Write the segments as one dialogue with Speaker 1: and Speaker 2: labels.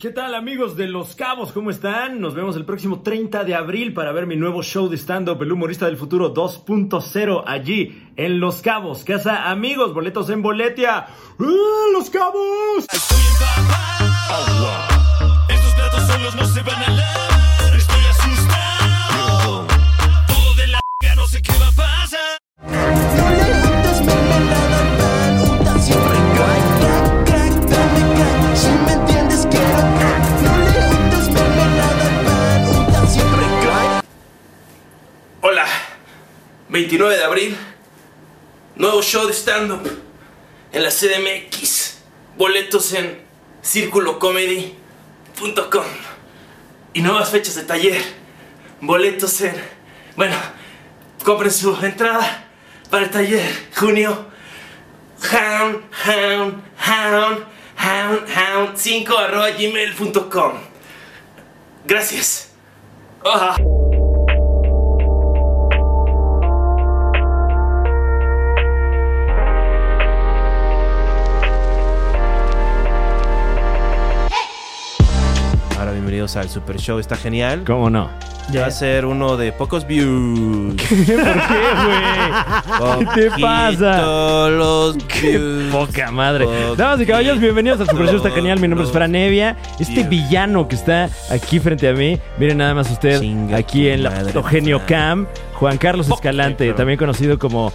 Speaker 1: ¿Qué tal amigos de Los Cabos? ¿Cómo están? Nos vemos el próximo 30 de abril para ver mi nuevo show de stand-up, El Humorista del Futuro 2.0, allí en Los Cabos. Casa amigos, boletos en boletia. ¡Ah, ¡Los Cabos!
Speaker 2: Estoy empapado. Estos platos solos no se van a lavar. Estoy asustado. Todo de la no sé qué va a pasar.
Speaker 3: Hola, 29 de abril, nuevo show de stand-up en la CDMX. Boletos en circulocomedy.com y nuevas fechas de taller. Boletos en. Bueno, compren su entrada para el taller junio. Hound, hound, hound, hound, hound 5 arroba gmail.com. Gracias. Ah. Oja.
Speaker 4: Ahora bienvenidos al Super Show, está genial.
Speaker 1: ¿Cómo no?
Speaker 4: Va a ser uno de pocos views. ¿Qué,
Speaker 1: ¿Qué te pasa?
Speaker 4: Los views.
Speaker 1: Poca madre.
Speaker 4: Poquito.
Speaker 1: Damas y caballeros, bienvenidos a Super Show Está Genial. Mi nombre es Fran Evia. Este
Speaker 4: Dios.
Speaker 1: villano que está aquí frente a mí, miren nada más usted,
Speaker 4: Chinga
Speaker 1: aquí
Speaker 4: tu
Speaker 1: en la
Speaker 4: madre,
Speaker 1: Genio
Speaker 4: Fran.
Speaker 1: Cam, Juan Carlos Escalante,
Speaker 4: Poquito.
Speaker 1: también conocido como.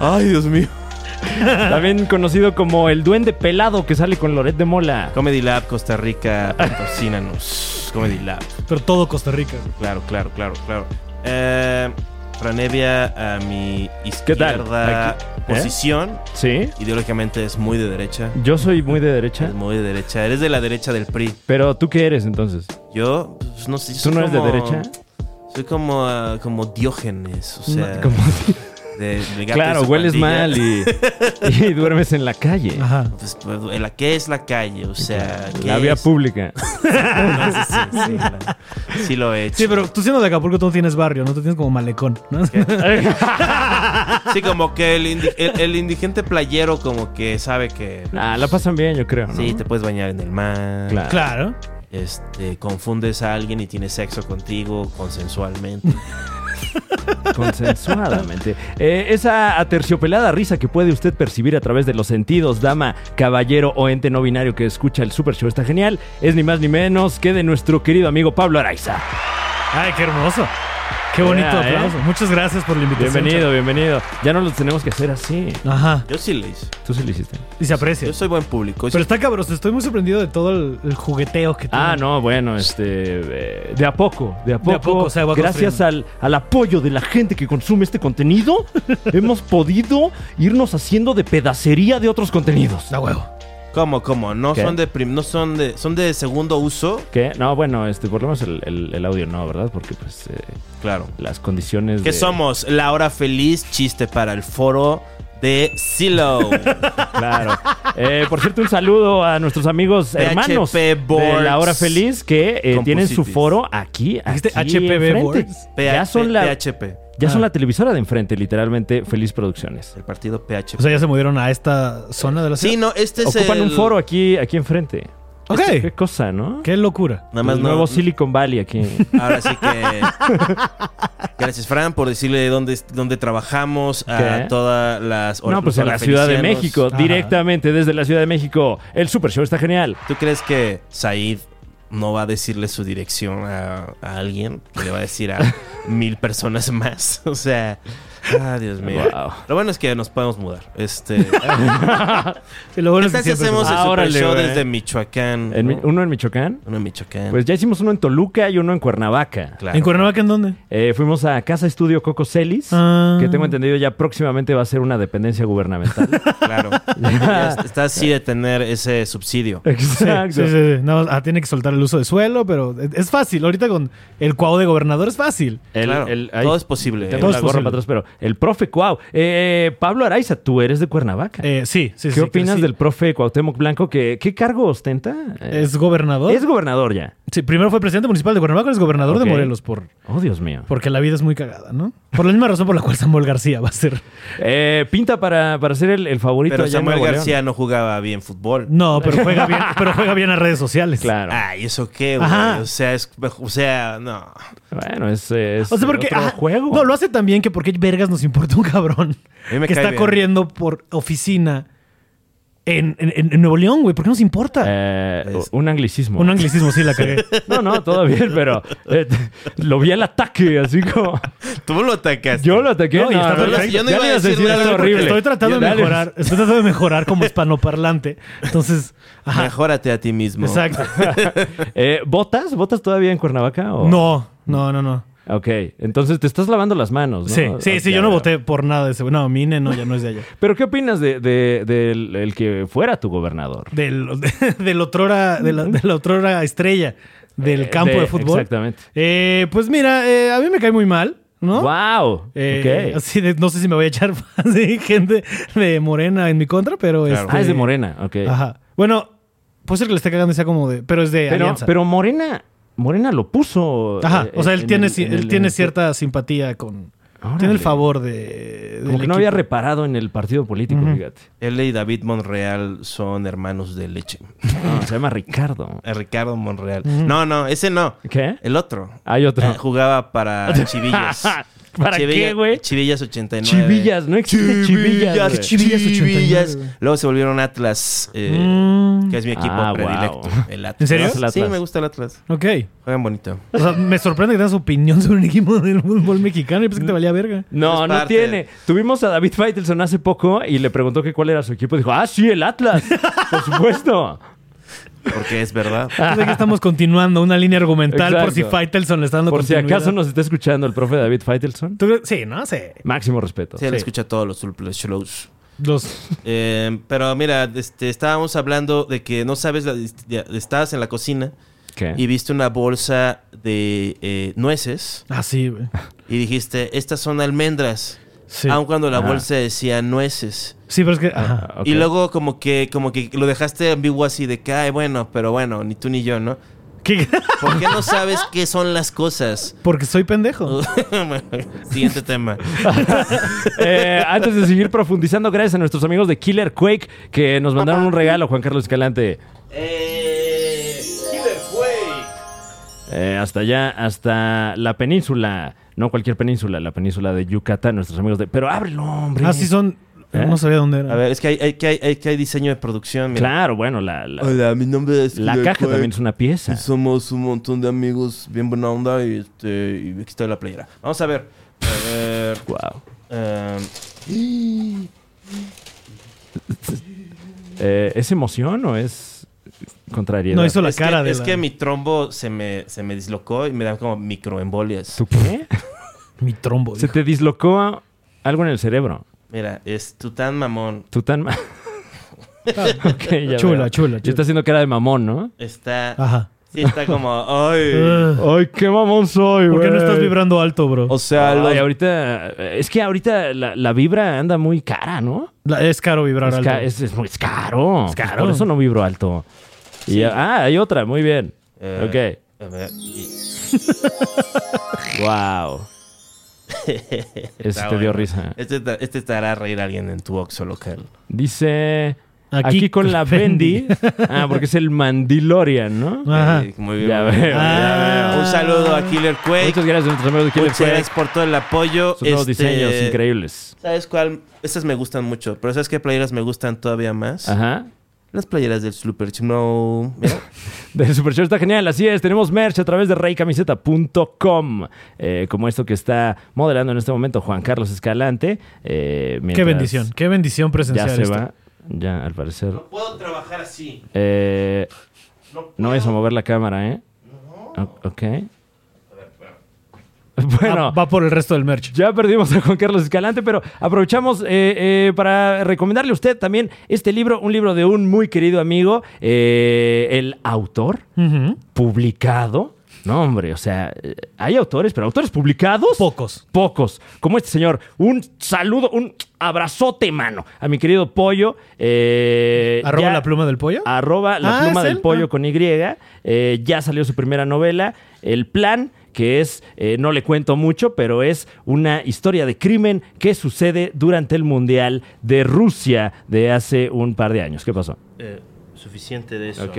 Speaker 4: Ay, Dios mío.
Speaker 1: También conocido como el Duende Pelado que sale con Loret de Mola.
Speaker 4: Comedy Lab Costa Rica, patrocínanos. Comedy Lab.
Speaker 5: Pero todo Costa Rica.
Speaker 4: Claro, claro, claro, claro. Eh, Franevia a mi
Speaker 1: ¿Qué tal?
Speaker 4: izquierda
Speaker 1: Aquí, ¿eh?
Speaker 4: posición.
Speaker 1: ¿Sí?
Speaker 4: Ideológicamente es muy de derecha.
Speaker 1: Yo soy muy de derecha.
Speaker 4: Es muy de derecha. Eres de la derecha del PRI.
Speaker 1: Pero tú qué eres entonces?
Speaker 4: Yo, pues, no sé. yo
Speaker 1: ¿Tú
Speaker 4: soy
Speaker 1: no eres de
Speaker 4: como-
Speaker 1: derecha?
Speaker 4: Soy como, ah, como Diógenes. O sea,
Speaker 1: No, como-
Speaker 4: de- del gato
Speaker 1: claro,
Speaker 4: y su
Speaker 1: hueles
Speaker 4: pandilla.
Speaker 1: mal y, y duermes en la calle.
Speaker 5: Ajá.
Speaker 4: Pues, pues, en la, ¿Qué es la calle? O sea, ¿qué
Speaker 1: La vía
Speaker 4: es?
Speaker 1: pública.
Speaker 4: No, sí, sí, sí, la- sí lo he hecho.
Speaker 5: Sí, pero Pues tú siendo de Acapulco tú no tienes barrio, no te tienes como malecón, ¿no?
Speaker 4: Sí, como que el, indi- el- el indigente playero como que sabe que...
Speaker 1: Ah, la pasan bien, yo creo. ¿no?
Speaker 4: Sí, te puedes bañar en el mar.
Speaker 1: Claro.
Speaker 5: Claro.
Speaker 4: Este, confundes a alguien y tiene sexo contigo consensualmente.
Speaker 1: Consensuadamente. Eh, esa aterciopelada risa que puede usted percibir a través de los sentidos, dama, caballero o ente no binario que escucha el Super Show está genial, es ni más ni menos que de nuestro querido amigo Pablo Araiza.
Speaker 5: Ay, qué hermoso. Qué bonito
Speaker 1: Ya, ¿eh?
Speaker 5: aplauso. Muchas gracias por la invitación.
Speaker 1: Bienvenido, bienvenido. Ya no los tenemos que hacer así.
Speaker 5: chavo. Ajá.
Speaker 4: Yo sí lo hice.
Speaker 1: Tú sí lo hiciste.
Speaker 5: Y se aprecia.
Speaker 4: Yo soy buen público.
Speaker 5: Pero está cabroso, estoy muy sorprendido de todo el, el jugueteo que tiene.
Speaker 1: Ah, no, bueno, este. eh, de a poco, de a poco.
Speaker 5: a poco se va
Speaker 1: gracias al, al apoyo de la gente que consume este contenido, hemos podido irnos haciendo de pedacería de otros contenidos.
Speaker 5: Da huevo.
Speaker 4: ¿Cómo, cómo? No
Speaker 1: ¿Qué?
Speaker 4: son de prim- no son de son de segundo uso.
Speaker 1: ¿Qué? No, bueno, este, por lo menos el, el- el audio no, ¿verdad? Porque pues eh,
Speaker 4: Claro.
Speaker 1: las condiciones
Speaker 4: Que
Speaker 1: de-
Speaker 4: somos la hora feliz chiste para el foro de Silo.
Speaker 1: Claro. Eh, por cierto, un saludo a nuestros amigos
Speaker 4: PHP
Speaker 1: hermanos de
Speaker 4: Boards.
Speaker 1: La Hora Feliz que eh, tienen su
Speaker 4: Composites.
Speaker 1: foro aquí, aquí
Speaker 5: Dijiste HPB
Speaker 1: enfrente.
Speaker 5: Boards.
Speaker 1: Ya son la
Speaker 4: PHP.
Speaker 1: ya son
Speaker 5: Ah.
Speaker 1: la televisora de enfrente, literalmente Feliz Producciones.
Speaker 4: El partido
Speaker 5: O
Speaker 4: PHP.
Speaker 5: sea, ya se movieron a esta zona de la ciudad.
Speaker 4: Sí, no, este es
Speaker 1: Ocupan
Speaker 4: el-
Speaker 1: un foro aquí aquí enfrente.
Speaker 5: Ok.
Speaker 1: Este, qué cosa, ¿no?
Speaker 5: Qué locura.
Speaker 4: Nada más
Speaker 1: El
Speaker 4: no-
Speaker 1: nuevo Silicon Valley aquí.
Speaker 4: Ahora sí que. Gracias, Fran, por decirle dónde, dónde trabajamos
Speaker 1: ¿Qué?
Speaker 4: a todas las.
Speaker 1: No, pues en la
Speaker 4: los
Speaker 1: Ciudad de
Speaker 4: felicianos.
Speaker 1: México,
Speaker 5: Ajá.
Speaker 1: directamente desde la Ciudad de México. El Super Show está genial.
Speaker 4: ¿Tú crees que Said no va a decirle su dirección a, a alguien? Que Le va a decir a mil personas más. O sea. Ah, Dios mío.
Speaker 1: Wow.
Speaker 4: Lo bueno es que nos podemos mudar. Este.
Speaker 5: Y lo bueno es que
Speaker 4: Entonces
Speaker 5: siempre
Speaker 4: hacemos
Speaker 5: se-
Speaker 4: el
Speaker 1: Ah,
Speaker 4: Super
Speaker 1: órale,
Speaker 4: Show
Speaker 1: güey.
Speaker 4: desde Michoacán.
Speaker 1: En Mi-
Speaker 4: ¿no?
Speaker 1: uno en Michoacán.
Speaker 4: Uno en Michoacán.
Speaker 1: Pues ya hicimos uno en Toluca y uno en Cuernavaca.
Speaker 4: claro.
Speaker 5: ¿En Cuernavaca en dónde?
Speaker 1: Eh, fuimos a Casa Estudio Coco Celis,
Speaker 5: Ah.
Speaker 1: que tengo entendido ya próximamente va a ser una dependencia gubernamental.
Speaker 4: Claro. Ya Está así de tener ese subsidio.
Speaker 5: Sí,
Speaker 1: Exacto.
Speaker 5: sí, sí, sí. Nada más, ah, tiene que soltar el uso de suelo, pero es- es fácil. Ahorita con el cuau de gobernador es fácil.
Speaker 1: El-
Speaker 4: Claro,
Speaker 1: el- ay,
Speaker 4: todo es posible.
Speaker 1: Tengo
Speaker 5: Todo
Speaker 1: la
Speaker 5: es
Speaker 1: gorra
Speaker 5: posible.
Speaker 1: para atrás, pero el profe Cuau. Eh, Pablo Araiza, tú eres de Cuernavaca.
Speaker 5: Eh, sí, sí,
Speaker 1: ¿Qué
Speaker 5: sí,
Speaker 1: opinas
Speaker 5: crecí.
Speaker 1: del profe Cuauhtémoc Blanco? Que, ¿Qué cargo ostenta? Eh,
Speaker 5: ¿Es gobernador?
Speaker 1: es gobernador ya.
Speaker 5: Sí, primero fue presidente municipal de Cuernavaca, es gobernador
Speaker 1: Ok.
Speaker 5: de Morelos por
Speaker 1: Oh, Dios mío.
Speaker 5: porque la vida es muy cagada, ¿no? Por la misma razón por la cual Samuel García va a ser.
Speaker 1: Eh, pinta para, para ser el, el favorito
Speaker 4: Pero
Speaker 1: allá en
Speaker 4: Samuel
Speaker 1: Nuevo León.
Speaker 4: García no jugaba bien fútbol.
Speaker 5: No, pero juega bien, pero juega bien a redes sociales.
Speaker 1: Claro.
Speaker 4: Ay, ¿eso qué, güey?
Speaker 5: Ajá.
Speaker 4: O sea, es, o sea, no.
Speaker 1: Bueno, es, es
Speaker 5: O sea, porque
Speaker 1: otro
Speaker 5: ah,
Speaker 1: juego.
Speaker 5: No, lo hace tan bien que porque vergas nos importa un cabrón
Speaker 4: A mí me
Speaker 5: que
Speaker 4: cae
Speaker 5: está
Speaker 4: bien.
Speaker 5: corriendo por oficina en, en- en- en Nuevo León, güey. ¿Por qué nos importa?
Speaker 1: Eh, un anglicismo.
Speaker 5: un anglicismo, sí, la cagué.
Speaker 1: No, no, todo bien, pero eh, lo vi al ataque, así como
Speaker 4: Tú lo atacaste.
Speaker 1: yo lo ataqué.
Speaker 5: No, y está
Speaker 4: perfecto. Yo no
Speaker 1: ya
Speaker 4: iba a
Speaker 1: ibas
Speaker 4: decir nada
Speaker 1: algo
Speaker 4: porque
Speaker 1: horrible.
Speaker 5: Estoy tratando de
Speaker 1: Dale.
Speaker 5: mejorar, estoy tratando de mejorar como hispanoparlante. Entonces, ajá,
Speaker 4: Mejórate a ti mismo.
Speaker 5: exacto.
Speaker 1: Eh, ¿Botas? ¿Botas todavía en Cuernavaca? O?
Speaker 5: No, no, no, no.
Speaker 1: Ok, entonces te estás lavando las manos, ¿no?
Speaker 5: Sí, sí, sí,
Speaker 1: Ya
Speaker 5: yo no
Speaker 1: veo.
Speaker 5: voté por nada de ese. güey. No, Mine no, ya no es de allá.
Speaker 1: ¿Pero qué opinas de, de- del el que fuera tu gobernador?
Speaker 5: Del, de- del otrora, de la, de la otrora estrella del
Speaker 1: Eh,
Speaker 5: campo de,
Speaker 1: de-
Speaker 5: fútbol.
Speaker 1: exactamente.
Speaker 5: Eh, pues mira, eh, a mí me cae muy mal, ¿no?
Speaker 1: ¡Wow!
Speaker 5: Eh,
Speaker 1: ok.
Speaker 5: así de- no sé si me voy a echar así, gente de Morena en mi contra, pero
Speaker 4: Claro.
Speaker 5: este-
Speaker 1: Ah, es de Morena, ok.
Speaker 5: Ajá. Bueno, puede ser que le esté cagando y sea como de. Pero es de
Speaker 1: Pero,
Speaker 5: alianza.
Speaker 1: pero Morena, Morena lo puso.
Speaker 5: Ajá.
Speaker 1: eh,
Speaker 5: O sea, él
Speaker 1: en
Speaker 5: tiene,
Speaker 1: el-
Speaker 5: si-
Speaker 1: en
Speaker 5: él
Speaker 1: el- en
Speaker 5: tiene
Speaker 1: el-
Speaker 5: cierta simpatía con.
Speaker 1: Órale.
Speaker 5: Tiene el favor de.
Speaker 1: Como que
Speaker 5: del
Speaker 1: no había
Speaker 5: equipo.
Speaker 1: reparado en el partido político, fíjate.
Speaker 4: Él y David Monreal son hermanos de leche.
Speaker 1: No, se llama Ricardo.
Speaker 4: Eh, Ricardo Monreal. No, no, ese no.
Speaker 1: ¿Qué?
Speaker 4: El otro.
Speaker 1: Hay otro.
Speaker 4: Eh, jugaba para
Speaker 5: Ah,
Speaker 4: Chivillas.
Speaker 1: ¿Para qué, güey?
Speaker 4: Chivillas 89.
Speaker 1: Chivillas, no existe Chivillas, güey.
Speaker 4: Chivillas,
Speaker 5: Chivillas
Speaker 4: Chivillas. Luego se volvieron Atlas, eh, que es mi equipo
Speaker 1: Ah,
Speaker 4: predilecto.
Speaker 1: wow.
Speaker 4: El Atlas.
Speaker 5: ¿En serio?
Speaker 1: El Atlas.
Speaker 4: Sí, me gusta el Atlas.
Speaker 5: Ok.
Speaker 4: Juegan bonito.
Speaker 5: O sea, me sorprende que tengas opinión sobre un equipo del fútbol mexicano. Yo pensé que te valía verga.
Speaker 1: No,
Speaker 4: Es
Speaker 1: no
Speaker 4: parte
Speaker 1: tiene.
Speaker 4: de-
Speaker 1: Tuvimos a David Faitelson hace poco y le preguntó que cuál era su equipo. Dijo, ah, sí, el Atlas. Por supuesto.
Speaker 4: Porque es verdad.
Speaker 5: Entonces aquí estamos continuando una línea argumental por si
Speaker 1: Exacto.
Speaker 5: Faitelson le está dando
Speaker 1: Por si
Speaker 5: continuidad.
Speaker 1: acaso nos está escuchando el profe David Faitelson.
Speaker 5: ¿Tú crees? Sí, no sé.
Speaker 1: Máximo respeto.
Speaker 4: Sí, lo escucha todos los Surplus shows.
Speaker 5: Los...
Speaker 4: Eh, pero mira, este, estábamos hablando de que no sabes, la dist- ya- estabas en la cocina
Speaker 1: ¿Qué?
Speaker 4: y viste una bolsa de eh, nueces
Speaker 5: Ah, sí, güey.
Speaker 4: y dijiste, estas son almendras,
Speaker 5: Sí.
Speaker 4: aun cuando la
Speaker 1: Ajá.
Speaker 4: bolsa decía nueces.
Speaker 5: Sí, pero es que. Ajá.
Speaker 1: Ah, ok.
Speaker 4: Y luego como que, como que lo dejaste ambiguo así de que, ay, bueno, pero bueno, ni tú ni yo, ¿no?
Speaker 5: ¿Qué?
Speaker 4: ¿Por qué no sabes qué son las cosas?
Speaker 5: Porque soy pendejo.
Speaker 4: Siguiente tema.
Speaker 1: Eh, antes de seguir profundizando, gracias a nuestros amigos de Killer Quake que nos mandaron un regalo, Juan Carlos Escalante.
Speaker 4: Eh,
Speaker 1: Eh, hasta allá, hasta la península. No cualquier península, la península de Yucatán, nuestros amigos de. Pero ábrelo, hombre.
Speaker 5: Ah, sí son.
Speaker 1: ¿Eh?
Speaker 5: No sabía dónde era.
Speaker 4: A ver, es que hay, hay- que hay- hay- que hay diseño de producción. mira.
Speaker 1: Claro, bueno, la, la,
Speaker 6: Hola, mi nombre es
Speaker 1: la
Speaker 6: Killer
Speaker 1: caja
Speaker 6: Quake.
Speaker 1: también es una pieza.
Speaker 6: Y somos un montón de amigos bien buena onda y, este, y aquí está la playera.
Speaker 4: Vamos a ver. A ver.
Speaker 1: Wow.
Speaker 4: eh,
Speaker 1: Eh, ¿Es emoción o es contrariedad?
Speaker 5: No hizo la
Speaker 4: es
Speaker 5: cara
Speaker 4: que,
Speaker 5: de.
Speaker 4: es
Speaker 5: la-
Speaker 4: que mi trombo se me, se me dislocó y me dan como microembolias.
Speaker 1: ¿Tú qué?
Speaker 5: Mi trombo.
Speaker 1: Se
Speaker 5: dijo.
Speaker 1: te dislocó algo en el cerebro.
Speaker 4: Mira, es tú tan mamón.
Speaker 1: Tú tan. ma- Ok, ya
Speaker 5: Chula,
Speaker 1: veo.
Speaker 5: chula,
Speaker 1: Y
Speaker 5: chula.
Speaker 1: está haciendo cara de mamón, ¿no?
Speaker 4: Está.
Speaker 5: Ajá.
Speaker 4: Sí, está como. Ay.
Speaker 5: Ugh.
Speaker 1: Ay, qué mamón soy,
Speaker 5: ¿Por qué no estás vibrando alto, bro?
Speaker 6: O sea, los-
Speaker 1: Ay, ahorita. Es que ahorita la, la vibra anda muy cara, ¿no?
Speaker 5: La- es caro vibrar
Speaker 1: Es,
Speaker 5: alto.
Speaker 1: ca- es- es muy es caro. Pues
Speaker 5: Es caro.
Speaker 1: Por eso no vibro alto. Y ya- ah, hay otra, muy bien.
Speaker 4: Eh, a ver, y-
Speaker 1: Ok. Wow. Eso
Speaker 4: está
Speaker 1: te
Speaker 4: bueno.
Speaker 1: dio risa.
Speaker 4: Este, ta- este te hará reír a alguien en tu oxo local.
Speaker 1: Dice.
Speaker 5: Aquí
Speaker 1: Aquí, con la
Speaker 5: Bendy.
Speaker 1: Bendy. Ah, porque es el Mandilorian, ¿no?
Speaker 5: Ajá.
Speaker 4: Eh, muy bien.
Speaker 1: Ya
Speaker 4: muy bien.
Speaker 1: veo,
Speaker 5: ya veo.
Speaker 4: Un saludo a Killer Quake.
Speaker 1: Muchas
Speaker 4: Muchas
Speaker 1: gracias a nuestros amigos de Killer
Speaker 4: gracias
Speaker 1: Quake.
Speaker 4: por todo el apoyo.
Speaker 1: Son nuevos
Speaker 4: Este,
Speaker 1: diseños increíbles.
Speaker 4: ¿Sabes cuál? Estas me gustan mucho. Pero ¿sabes qué playeras me gustan todavía más?
Speaker 1: Ajá.
Speaker 4: Las playeras del Super Chino. Mira.
Speaker 1: Del Super Show está genial, así es. Tenemos merch a través de reycamiseta.com. eh, como esto que está modelando en este momento Juan Carlos Escalante. eh,
Speaker 5: Qué
Speaker 1: mientras
Speaker 5: bendición. Qué bendición Ah,
Speaker 1: Ya
Speaker 5: presenciar
Speaker 1: se
Speaker 5: esto.
Speaker 1: va. Ya, al parecer.
Speaker 4: puedo trabajar así.
Speaker 1: Eh, no vayas a mover la cámara, ¿eh? O- Ok. Bueno.
Speaker 5: Ah, va por el resto del merch.
Speaker 1: Ya perdimos a Juan Carlos Escalante, pero aprovechamos eh, eh, para recomendarle a usted también este libro, un libro de un muy querido amigo, eh, el autor,
Speaker 5: Ujú.
Speaker 1: publicado No, hombre, o sea, eh, hay autores, pero autores publicados.
Speaker 5: Pocos.
Speaker 1: Pocos. Como este señor. Un saludo, un abrazote, mano. A mi querido pollo. eh,
Speaker 5: Arroba
Speaker 1: ya-
Speaker 5: la pluma del pollo.
Speaker 1: Arroba la
Speaker 5: Ah,
Speaker 1: pluma
Speaker 5: ¿es
Speaker 1: del
Speaker 5: él?
Speaker 1: pollo
Speaker 5: Ah.
Speaker 1: con Y. Eh, ya salió su primera novela, El Plan, que es, eh, no le cuento mucho, pero es una historia de crimen que sucede durante el Mundial de Rusia de hace un par de años. ¿Qué pasó?
Speaker 4: Eh, Suficiente de eso.
Speaker 1: Ok.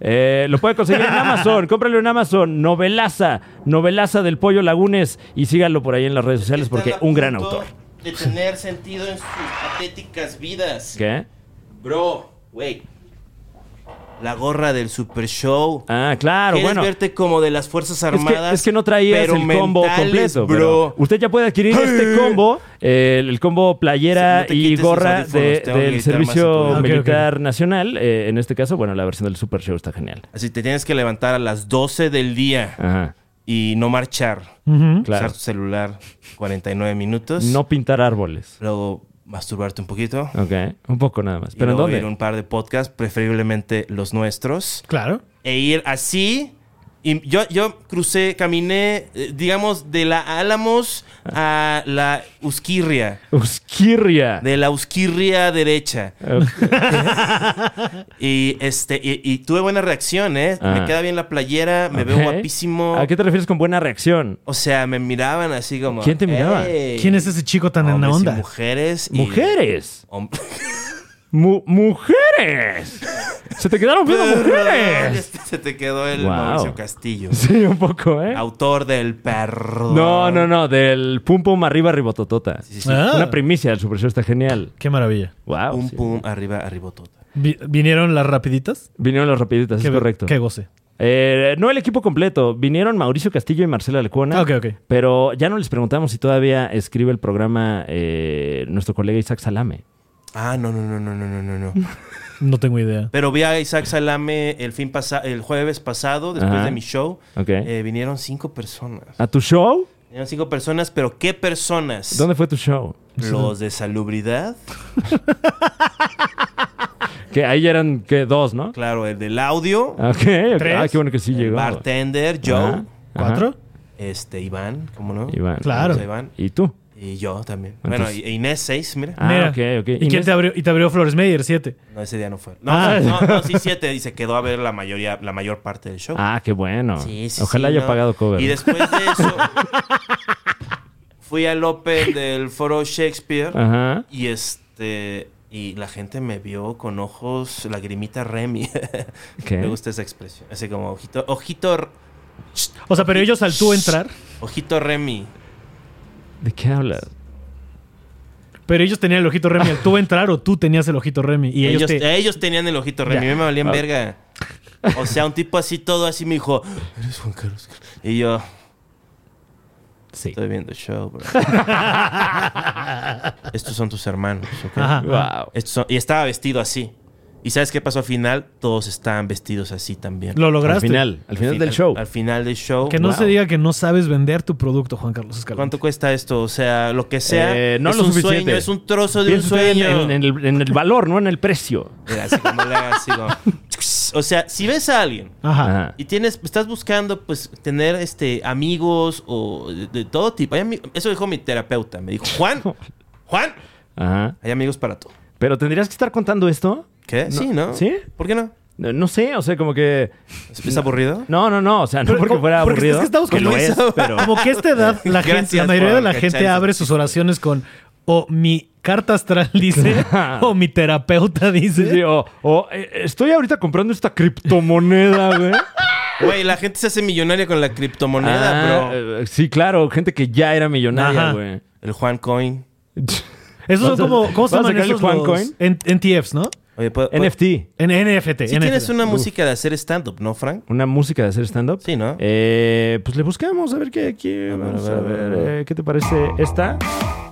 Speaker 1: Eh, lo puede conseguir en Amazon. Cómpralo en Amazon. Novelaza. Novelaza del Pollo Lagunes. Y síganlo por ahí en las redes sociales porque un gran autor.
Speaker 4: De tener sentido en sus patéticas vidas.
Speaker 1: ¿Qué?
Speaker 4: Bro, wey. La gorra del Super Show.
Speaker 1: Ah, claro,
Speaker 4: Quieres
Speaker 1: bueno.
Speaker 4: verte como de las Fuerzas
Speaker 1: Es que,
Speaker 4: Armadas.
Speaker 1: es que no traías
Speaker 4: pero
Speaker 1: el combo
Speaker 4: mentales, Bro.
Speaker 1: completo. pero usted ya puede adquirir este combo, el, el combo playera
Speaker 4: No te
Speaker 1: y
Speaker 4: quites
Speaker 1: gorra
Speaker 4: los
Speaker 1: de-
Speaker 4: audífonos, tengo que
Speaker 1: del
Speaker 4: gritar más en tu
Speaker 1: Servicio
Speaker 5: vida. Ok, ok.
Speaker 1: Militar Nacional. Eh, en este caso, bueno, la versión del Super Show está genial.
Speaker 4: Así te tienes que levantar a las 12 del día
Speaker 1: Ajá,
Speaker 4: y no marchar.
Speaker 5: Ujú.
Speaker 1: claro.
Speaker 4: Usar tu celular 49 minutos.
Speaker 1: No pintar árboles.
Speaker 4: Luego masturbarte un poquito.
Speaker 1: Ok, un poco nada más.
Speaker 4: Y
Speaker 1: ¿Pero en
Speaker 4: luego
Speaker 1: dónde?
Speaker 4: ir a un par de podcasts, preferiblemente los nuestros.
Speaker 5: Claro.
Speaker 4: e ir así. Y yo, yo crucé, caminé, eh, digamos, de la Álamos
Speaker 1: Ah.
Speaker 4: a la Usquirria.
Speaker 1: Usquirria.
Speaker 4: De la Usquirria derecha. y este y, y tuve buena reacción, ¿eh?
Speaker 1: Ah.
Speaker 4: Me queda bien la playera, me
Speaker 1: Ok.
Speaker 4: veo guapísimo.
Speaker 1: ¿A qué te refieres con buena reacción?
Speaker 4: O sea, me miraban así como...
Speaker 1: ¿Quién te miraba?
Speaker 4: "Ey".
Speaker 5: ¿Quién es ese chico tan en la
Speaker 4: Hombres y
Speaker 5: onda?
Speaker 4: mujeres. y-
Speaker 1: ¡Mujeres!
Speaker 4: Hom-
Speaker 1: Mu- ¡Mujeres! ¡Se te quedaron viendo mujeres!
Speaker 4: Este Se te quedó el
Speaker 1: Wow.
Speaker 4: Mauricio Castillo.
Speaker 1: Sí, un poco, ¿eh?
Speaker 4: Autor del perro.
Speaker 1: No, no, no, del Pum Pum Arriba Ribototota.
Speaker 5: Ah,
Speaker 1: Una primicia del Super Show está genial.
Speaker 5: qué maravilla.
Speaker 1: Wow.
Speaker 4: Pum,
Speaker 1: sí.
Speaker 4: pum, arriba, arribotota.
Speaker 5: Vi- ¿Vinieron las rapiditas?
Speaker 1: Vinieron los rapiditas,
Speaker 5: Qué-
Speaker 1: es correcto.
Speaker 5: Qué goce.
Speaker 1: Eh, no el equipo completo, vinieron Mauricio Castillo y Marcela Alcuona.
Speaker 5: Ah, ok, ok.
Speaker 1: Pero ya no les preguntamos si todavía escribe el programa eh, nuestro colega Isaac Salame.
Speaker 4: Ah, no, no, no, no, no, no, no, no.
Speaker 5: No tengo idea.
Speaker 4: Pero vi a Isaac Salame el fin pasa el jueves pasado, después
Speaker 1: Ajá.
Speaker 4: de mi show.
Speaker 1: Ok.
Speaker 4: Eh, vinieron cinco personas.
Speaker 1: ¿A tu show?
Speaker 4: Vinieron cinco personas, pero ¿qué personas?
Speaker 1: ¿Dónde fue tu show?
Speaker 4: Los de salubridad.
Speaker 1: Que ahí eran que dos, ¿no?
Speaker 4: Claro, el del audio.
Speaker 1: Ok, ok.
Speaker 5: Tres.
Speaker 1: Ah, qué bueno que sí llegó.
Speaker 4: Bartender, Joe.
Speaker 1: Ajá,
Speaker 5: ¿Cuatro?
Speaker 1: ajá.
Speaker 4: Este, Iván, ¿cómo no?
Speaker 1: Iván.
Speaker 5: Claro.
Speaker 4: O sea, Iván.
Speaker 1: ¿Y tú?
Speaker 4: Y yo también. bueno,
Speaker 1: Entonces-
Speaker 4: y- e Inés, seis, mira.
Speaker 1: Ah,
Speaker 5: Mira.
Speaker 1: ok, ok.
Speaker 5: ¿Y quién
Speaker 1: Inés-
Speaker 5: te abrió? Y te abrió Flores Meyer, siete.
Speaker 4: No, ese día no fue. No,
Speaker 5: Ah.
Speaker 4: no, no, sí, siete. Y se quedó a ver la mayoría, la mayor parte del show.
Speaker 1: Ah, qué bueno.
Speaker 4: Sí, sí,
Speaker 1: Ojalá
Speaker 4: sí,
Speaker 1: haya
Speaker 4: no.
Speaker 1: pagado cover.
Speaker 4: Y después de eso, fui al Open del Foro Shakespeare
Speaker 1: Ajá.
Speaker 4: y este. Y la gente me vio con ojos, lagrimita Remy.
Speaker 1: ¿Qué?
Speaker 4: Me gusta esa expresión. Así como ojito, ojito,
Speaker 5: O sea, pero ellos al tú entrar,
Speaker 4: ojito Remy.
Speaker 1: ¿De qué hablas?
Speaker 5: pero ellos tenían el ojito Remy al tú entrar o tú tenías el ojito Remy. Y ellos,
Speaker 4: ellos,
Speaker 5: te-
Speaker 4: ellos tenían el ojito Remy, a mí me valían
Speaker 1: Ah.
Speaker 4: verga. O sea, un tipo así todo así me dijo, eres Juan Carlos. Y yo,
Speaker 1: Sí.
Speaker 4: estoy viendo el show, bro. Estos son tus hermanos, ¿ok?
Speaker 5: Ajá.
Speaker 1: Wow.
Speaker 4: Estos son- y estaba vestido así. ¿Y sabes qué pasó al final? Todos estaban vestidos así también.
Speaker 5: Lo lograste.
Speaker 1: Al final, al final del show.
Speaker 4: Al final del show.
Speaker 5: Que no
Speaker 4: Wow.
Speaker 5: se diga que no sabes vender tu producto, Juan Carlos Escalante.
Speaker 4: ¿Cuánto cuesta esto? O sea, lo que sea.
Speaker 1: Eh, no
Speaker 4: es
Speaker 1: lo
Speaker 4: un
Speaker 1: suficiente.
Speaker 4: sueño, es un trozo de un
Speaker 1: Piensa usted
Speaker 4: sueño.
Speaker 1: en, en el, en el valor, no en el precio.
Speaker 4: Mira, así como le hagan, así como- O sea, si ves a alguien
Speaker 5: Ajá.
Speaker 1: Ajá.
Speaker 4: y tienes, estás buscando, pues, tener este amigos o de, de todo tipo. Hay ami- eso dijo mi terapeuta. Me dijo, Juan, Juan,
Speaker 1: Ajá.
Speaker 4: hay amigos para todo.
Speaker 1: Pero tendrías que estar contando esto.
Speaker 4: ¿Qué? sí, ¿no?
Speaker 1: ¿Sí?
Speaker 4: ¿Por qué no?
Speaker 1: No, no sé, o sea, como que.
Speaker 4: ¿Es, es aburrido?
Speaker 1: No, no, no. O sea, no
Speaker 5: Pero
Speaker 1: porque
Speaker 5: como-
Speaker 1: fuera
Speaker 5: porque
Speaker 1: aburrido.
Speaker 5: es que estamos
Speaker 1: que lo
Speaker 5: como-
Speaker 4: ¿eh?
Speaker 1: es, pero.
Speaker 5: Como que a esta edad, la, gente-
Speaker 4: Gracias
Speaker 5: la mayoría
Speaker 4: por
Speaker 5: de la
Speaker 4: cachar
Speaker 5: gente
Speaker 4: ese
Speaker 5: abre sus oraciones con o mi carta astral dice
Speaker 1: Claro.
Speaker 5: o mi terapeuta dice.
Speaker 1: Sí, o, o, eh, estoy ahorita comprando esta criptomoneda, güey.
Speaker 4: Güey, la gente se hace millonaria con la criptomoneda,
Speaker 1: Ah,
Speaker 4: bro.
Speaker 1: eh, sí, claro, gente que ya era millonaria,
Speaker 5: Ajá.
Speaker 1: güey.
Speaker 4: El Juan Coin. Pues
Speaker 5: Esos son
Speaker 1: ¿Vas a-
Speaker 5: como, ¿cómo se
Speaker 1: vas a
Speaker 5: llaman
Speaker 1: sacarle
Speaker 5: esos
Speaker 1: Juan
Speaker 5: los-
Speaker 1: Coin?
Speaker 5: N- NTFs, ¿no?
Speaker 4: Oye, ¿puedo- puedo-
Speaker 1: NFT.
Speaker 5: En NFT.
Speaker 4: Sí
Speaker 5: NFT.
Speaker 4: tienes una música de hacer stand-up, ¿no, Frank?
Speaker 1: Una música de hacer stand-up.
Speaker 4: Sí, ¿no?
Speaker 1: Eh, pues le buscamos a ver qué. qué-
Speaker 4: ver,
Speaker 1: vamos
Speaker 4: a
Speaker 1: a
Speaker 4: ver, a
Speaker 1: ver,
Speaker 4: ver.
Speaker 1: eh, ¿Qué te parece esta?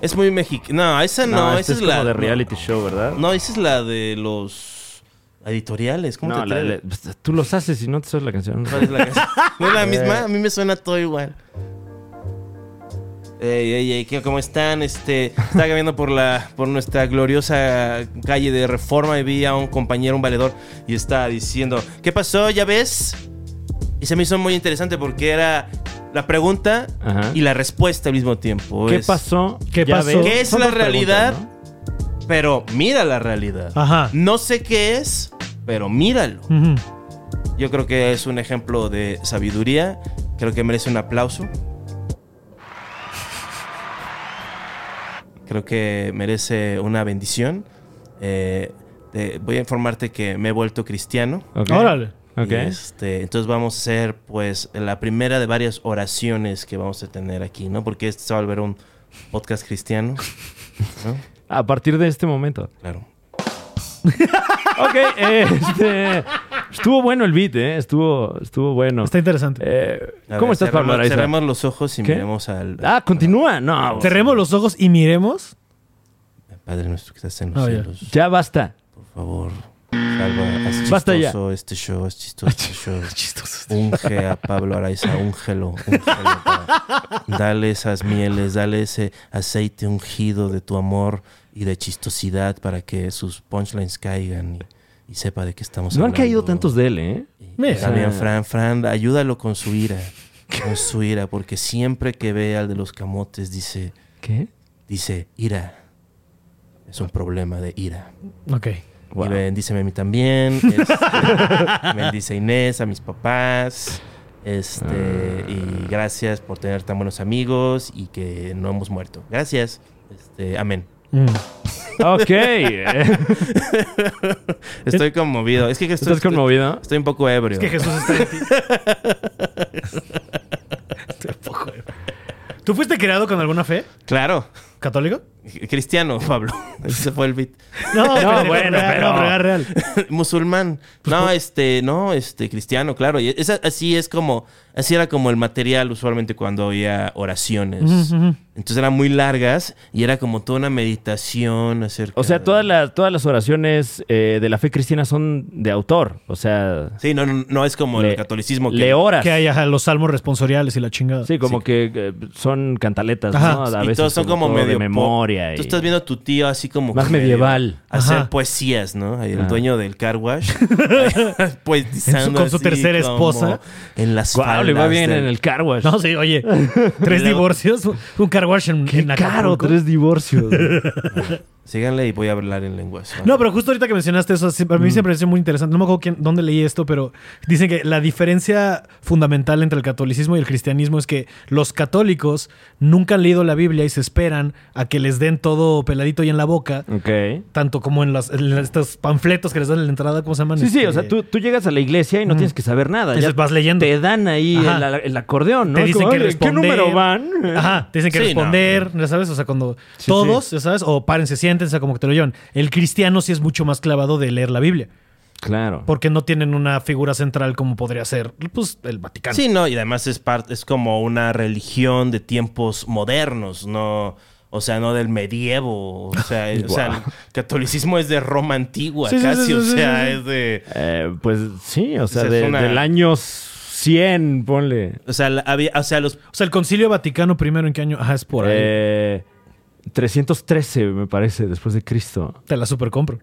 Speaker 4: Es muy mexicana. No, esa no,
Speaker 1: esta
Speaker 4: esa es, la...
Speaker 1: como de reality show, ¿verdad?
Speaker 4: No, esa es la de los editoriales. ¿Cómo
Speaker 1: No,
Speaker 4: te
Speaker 1: la-
Speaker 4: atreves?
Speaker 1: la- pues, tú los haces y no te sabes la canción.
Speaker 4: ¿Cuál es la canción? ¿No es la misma? A mí me suena todo igual. Ey, ey, ey, ¿qué- ¿cómo están? Este, estaba caminando por la, por nuestra gloriosa calle de Reforma y vi a un compañero, un valedor, y estaba diciendo, ¿qué pasó? ¿Ya ves? Y se me hizo muy interesante porque era la pregunta
Speaker 1: Ajá.
Speaker 4: y la respuesta al mismo tiempo.
Speaker 1: ¿Qué
Speaker 4: Es,
Speaker 1: pasó?
Speaker 5: ¿Qué
Speaker 1: Ya
Speaker 5: pasó?
Speaker 1: ves.
Speaker 4: Pues, ¿Qué es
Speaker 1: Son
Speaker 4: la
Speaker 1: dos preguntas,
Speaker 4: realidad?
Speaker 1: ¿no?
Speaker 4: Pero mira la realidad.
Speaker 5: Ajá.
Speaker 4: No sé qué es, pero míralo.
Speaker 5: Ujú.
Speaker 4: Yo creo que es un ejemplo de sabiduría. Creo que merece un aplauso. Creo que merece una bendición. Eh, te- voy a informarte que me he vuelto cristiano.
Speaker 1: Ok.
Speaker 5: Órale.
Speaker 1: Ok.
Speaker 4: Y, este, entonces vamos a hacer pues la primera de varias oraciones que vamos a tener aquí, ¿no? Porque este se va a volver un podcast cristiano. ¿no?
Speaker 1: A partir de este momento.
Speaker 4: Claro.
Speaker 1: Ok, eh, este, estuvo bueno el beat, ¿eh? Estuvo, estuvo bueno.
Speaker 5: Está interesante.
Speaker 1: Eh,
Speaker 4: Este- A
Speaker 1: ¿Cómo
Speaker 4: ver,
Speaker 1: estás,
Speaker 4: cerramos-
Speaker 1: Pablo Araiza?
Speaker 4: Cerremos los ojos y
Speaker 1: ¿Qué?
Speaker 4: miremos al,
Speaker 1: Ah, continúa. No,
Speaker 5: Cerremos los ojos y miremos.
Speaker 4: Padre nuestro que estás en los
Speaker 5: Ah, ya.
Speaker 4: cielos.
Speaker 1: ya basta.
Speaker 4: Por favor, salva. Haz
Speaker 1: Basta
Speaker 4: chistoso este show, haz chistoso este show. Unge a Pablo Araiza, úngelo, úngelo. pa- Dale esas mieles, dale ese aceite ungido de tu amor y de chistosidad para que sus punchlines caigan y, y sepa de qué estamos
Speaker 1: No han
Speaker 4: hablando.
Speaker 1: caído tantos de él, ¿eh?
Speaker 5: Mira.
Speaker 4: Está bien, Fran, Fran, ayúdalo con su ira. Con su ira, porque siempre que ve al de los camotes dice,
Speaker 1: ¿Qué?
Speaker 4: dice, ira. Es un problema de ira.
Speaker 5: Ok.
Speaker 1: Wow.
Speaker 4: Y bendíceme a mí también. este, bendice a Inés, a mis papás. Este, Y gracias por tener tan buenos amigos y que no hemos muerto. Gracias. Este, amén.
Speaker 5: Mm.
Speaker 1: Ok. eh,
Speaker 4: Estoy conmovido. Es que estoy,
Speaker 1: ¿Estás conmovido?
Speaker 4: estoy un poco ebrio.
Speaker 5: Que Jesús está en ti. Estoy un poco- eh. ¿Tú fuiste creado con alguna fe?
Speaker 4: Claro.
Speaker 5: ¿Católico?
Speaker 4: Cristiano, Pablo. Ese fue el beat.
Speaker 5: No,
Speaker 1: pendejo, real,
Speaker 5: real,
Speaker 1: no, real,
Speaker 5: real.
Speaker 4: Musulmán.
Speaker 1: Pues
Speaker 4: No, este, no, este, cristiano, claro. Y esa- así es como, así era como el material usualmente cuando había oraciones. Entonces eran muy largas y era como toda una meditación acerca.
Speaker 1: O sea,
Speaker 4: de-
Speaker 1: todas las, todas las oraciones eh, de la fe cristiana son de autor. O sea,
Speaker 4: Sí, no, no, no es como
Speaker 1: le-
Speaker 4: el catolicismo que.
Speaker 1: le oras.
Speaker 5: Que hay ajá, los salmos responsoriales y la chingada.
Speaker 1: Sí, como que eh, son cantaletas,
Speaker 5: Ajá.
Speaker 1: ¿no? A
Speaker 4: y
Speaker 1: veces
Speaker 4: todos son como
Speaker 1: todo
Speaker 4: medio
Speaker 1: de
Speaker 4: pop.
Speaker 1: memoria.
Speaker 4: Tú
Speaker 1: y-
Speaker 4: estás viendo a tu tío así como
Speaker 1: Más
Speaker 4: que medio
Speaker 1: medieval.
Speaker 4: hacer
Speaker 5: Ajá.
Speaker 4: poesías, ¿no? El
Speaker 1: Ah.
Speaker 4: dueño del car wash. poetizando
Speaker 5: En su- con su
Speaker 4: así
Speaker 5: tercera
Speaker 4: como
Speaker 5: esposa.
Speaker 4: En las
Speaker 1: Guau, le va
Speaker 4: faldas
Speaker 1: bien
Speaker 4: del-
Speaker 1: en el car wash.
Speaker 5: No, sí, oye. Tres divorcios, un car wash en,
Speaker 1: Qué
Speaker 5: en
Speaker 1: caro,
Speaker 5: Acapulco.
Speaker 1: tres divorcios.
Speaker 4: Síganle y voy a hablar en lenguas.
Speaker 5: No, pero justo ahorita que mencionaste eso, sí, a mí siempre me pareció muy interesante. No me acuerdo quién, dónde leí esto, pero dicen que la diferencia fundamental entre el catolicismo y el cristianismo es que los católicos nunca han leído la Biblia y se esperan a que les den todo peladito y en la boca,
Speaker 1: ok.
Speaker 5: tanto como en, las, en estos panfletos que les dan en la entrada, ¿cómo se llaman?
Speaker 1: Sí, sí,
Speaker 5: Este,
Speaker 1: o sea, tú, tú llegas a la iglesia y no tienes que saber nada.
Speaker 5: Entonces vas leyendo.
Speaker 1: Te dan ahí el,
Speaker 5: Ajá.
Speaker 1: el acordeón, ¿no?
Speaker 5: Te
Speaker 1: Es
Speaker 5: dicen
Speaker 1: como,
Speaker 5: que
Speaker 1: "Oye, ¿Qué
Speaker 5: responder.
Speaker 1: número van?
Speaker 5: Ajá, te dicen que
Speaker 4: Sí,
Speaker 5: responder, ya sabes, o sea, cuando todos, ya sabes, o párense, siéntense, como que te lo llevan. El cristiano sí es mucho más clavado de leer la Biblia,
Speaker 1: Claro.
Speaker 5: porque no tienen una figura central como podría ser, pues, el Vaticano.
Speaker 4: Sí, no, y además es parte, es como una religión de tiempos modernos, no, o sea, no del medievo, o sea, o sea, el catolicismo es de Roma antigua,
Speaker 5: Sí, sí,
Speaker 4: casi,
Speaker 5: sí,
Speaker 4: o
Speaker 5: sí,
Speaker 4: sea,
Speaker 5: sí, sí.
Speaker 4: es de,
Speaker 1: Eh, pues sí, o sea,
Speaker 4: Esa es
Speaker 1: de-
Speaker 4: una-
Speaker 1: del año 100, ponle.
Speaker 4: o sea, la- había, o sea, los,
Speaker 5: O sea, el Concilio Vaticano primero, ¿en qué año? Ajá, es por ahí.
Speaker 1: Eh, 313, me parece, después de Cristo.
Speaker 5: Te la supercompro.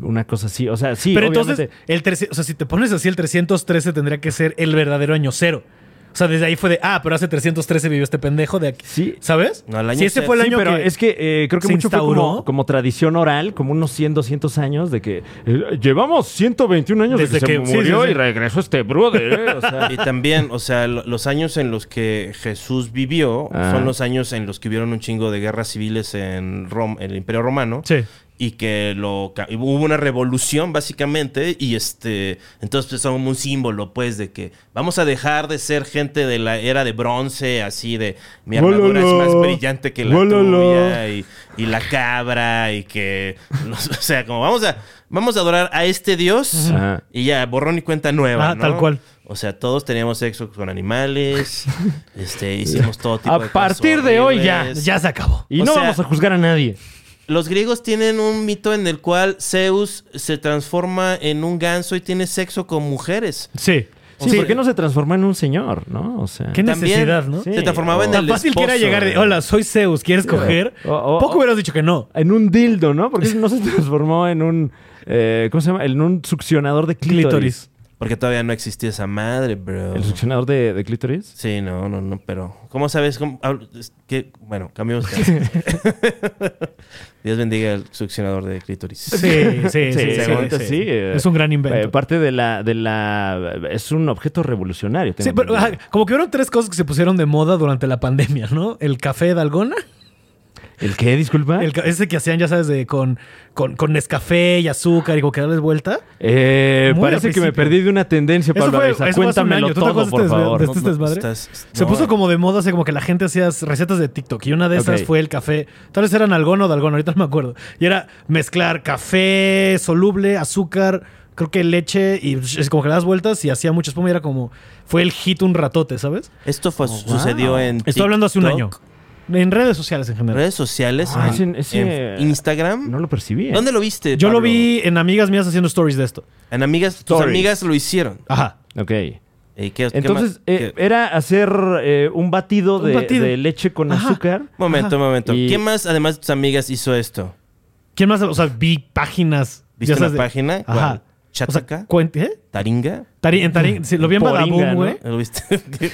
Speaker 1: Una cosa así. O sea, sí,
Speaker 5: Pero entonces,
Speaker 1: obviamente.
Speaker 5: el trece- o sea, si te pones así, el 313 tendría que ser el verdadero año cero. O sea, desde ahí fue de, ah, pero hace 313 vivió este pendejo de aquí.
Speaker 1: Sí.
Speaker 5: ¿Sabes?
Speaker 4: No, el año
Speaker 5: si ese
Speaker 4: cero.
Speaker 5: fue el
Speaker 1: sí,
Speaker 5: año
Speaker 1: pero
Speaker 5: que-
Speaker 1: es que eh, creo que
Speaker 5: se
Speaker 1: mucho fue
Speaker 5: instauró.
Speaker 1: como, como tradición oral, como unos 100, 200 años de que eh, llevamos 121 años desde
Speaker 5: Desde
Speaker 1: que,
Speaker 5: que-
Speaker 1: se
Speaker 5: sí,
Speaker 1: murió
Speaker 5: sí, sí.
Speaker 1: y regresó este brother. eh, o sea,
Speaker 4: y también, o sea, lo- los años en los que Jesús vivió
Speaker 1: Ah.
Speaker 4: son los años en los que hubieron un chingo de guerras civiles en Roma, en el Imperio Romano.
Speaker 5: Sí.
Speaker 4: y que lo ca- hubo una revolución básicamente y este entonces pues, son como un símbolo pues de que vamos a dejar de ser gente de la era de bronce así de mi armadura es
Speaker 1: Ololo.
Speaker 4: más brillante que la
Speaker 1: Ololo.
Speaker 4: tuya y, y la cabra y que los- o sea como vamos a vamos a adorar a este dios
Speaker 1: Ajá.
Speaker 4: y ya borrón y cuenta nueva
Speaker 5: Ah,
Speaker 4: ¿no?
Speaker 5: tal cual.
Speaker 4: o sea todos teníamos sexo con animales este hicimos todo tipo
Speaker 1: A
Speaker 4: de cosas
Speaker 1: partir de hoy ya,
Speaker 4: horribles.
Speaker 5: Ya se acabó.
Speaker 1: y
Speaker 4: o
Speaker 1: no
Speaker 4: sea-
Speaker 1: vamos a juzgar a nadie.
Speaker 4: Los griegos tienen un mito en el cual Zeus se transforma en un ganso y tiene sexo con mujeres.
Speaker 5: Sí.
Speaker 1: Sí,
Speaker 4: Sí.
Speaker 1: ¿por qué no se transformó en un señor, no? O sea,
Speaker 5: Qué
Speaker 4: También
Speaker 5: necesidad, ¿no?
Speaker 1: Sí.
Speaker 4: Se transformaba en
Speaker 5: Tan
Speaker 4: el
Speaker 5: fácil que era
Speaker 4: esposo,
Speaker 5: llegar de,
Speaker 4: güey.
Speaker 5: hola, soy Zeus, ¿quieres coger?
Speaker 1: O- o-
Speaker 5: Poco
Speaker 1: o-
Speaker 5: hubieras dicho que no.
Speaker 1: en un dildo, ¿no? Porque no se transformó en un eh, ¿cómo se llama? En un succionador de clítoris.
Speaker 5: Clítoris.
Speaker 4: Porque todavía no existía esa madre, bro.
Speaker 1: ¿El succionador de, de clítoris?
Speaker 4: Sí, no, no, no, pero. ¿Cómo sabes? cómo hablo? Es que- Bueno, cambiamos. Dios bendiga el succionador de clítoris.
Speaker 5: Sí, sí, sí. sí,
Speaker 1: seguramente
Speaker 5: sí.
Speaker 1: sí, eh,
Speaker 5: Es un gran
Speaker 1: eh,
Speaker 5: invento.
Speaker 1: parte de la, de la. Es un objeto revolucionario. Este, tengo
Speaker 5: Sí, pero
Speaker 1: entendido.
Speaker 5: ajá, como que fueron tres cosas que se pusieron de moda durante la pandemia, ¿no? El café de algona,
Speaker 1: ¿El qué? Disculpa.
Speaker 5: ah, el ca- ese que hacían, ya sabes, de con, con, con Nescafé y azúcar y como que darles vuelta.
Speaker 1: Eh,
Speaker 5: Muy al
Speaker 1: parece que me
Speaker 5: principio.
Speaker 1: perdí de una tendencia,
Speaker 5: Eso
Speaker 1: Pablo
Speaker 5: fue-
Speaker 1: Araiza.
Speaker 5: eso fue hace un
Speaker 1: Cuéntamelo
Speaker 5: año. ¿Tú te
Speaker 1: todo,
Speaker 5: acuerdas
Speaker 1: por
Speaker 5: de- de-
Speaker 1: favor.
Speaker 5: de- este desmadre? Se puso como de moda, así como que la gente hacía recetas de TikTok y una de esas
Speaker 1: Ok.
Speaker 5: fue el café. Tal vez eran algón o dalgón, ahorita no me acuerdo. Y era mezclar café soluble, azúcar, creo que leche y es como que le das vueltas y hacía mucha espuma y era como fue el hit un ratote, ¿sabes?
Speaker 4: Esto fue- sucedió en.
Speaker 5: Estoy hablando hace un año.
Speaker 4: TikTok,
Speaker 5: En redes sociales en general.
Speaker 4: Redes sociales.
Speaker 1: Ah,
Speaker 4: en,
Speaker 1: ese- ese-
Speaker 4: en Instagram.
Speaker 1: No lo percibí. eh.
Speaker 4: ¿Dónde lo viste?
Speaker 5: Yo lo
Speaker 4: Pablo?
Speaker 5: vi en amigas mías haciendo stories de esto.
Speaker 4: En amigas. Tus
Speaker 1: Stories.
Speaker 4: amigas lo hicieron.
Speaker 5: Ajá.
Speaker 1: Ok.
Speaker 4: Eh, ¿qué- qué
Speaker 1: Entonces,
Speaker 4: más-
Speaker 1: eh,
Speaker 4: qué-
Speaker 1: era hacer eh, un batido
Speaker 5: Un
Speaker 1: de,
Speaker 5: batido.
Speaker 1: de leche con
Speaker 5: Ajá.
Speaker 1: azúcar.
Speaker 4: Momento, momento.
Speaker 1: Y-
Speaker 4: ¿Quién más, además de tus amigas, hizo esto?
Speaker 5: ¿Quién más? O sea, vi páginas.
Speaker 4: ¿Viste
Speaker 5: ya sabes,
Speaker 4: una
Speaker 5: de-
Speaker 4: página? ¿Cuál?
Speaker 5: Ajá.
Speaker 4: ¿Chataca?
Speaker 5: O sea, cuente, ¿eh?
Speaker 4: ¿Taringa?
Speaker 5: Tari- en Tarín, sí, lo vi en
Speaker 1: Poringa,
Speaker 5: Badaboom,
Speaker 1: ¿no?
Speaker 5: güey.
Speaker 4: ¿Lo viste?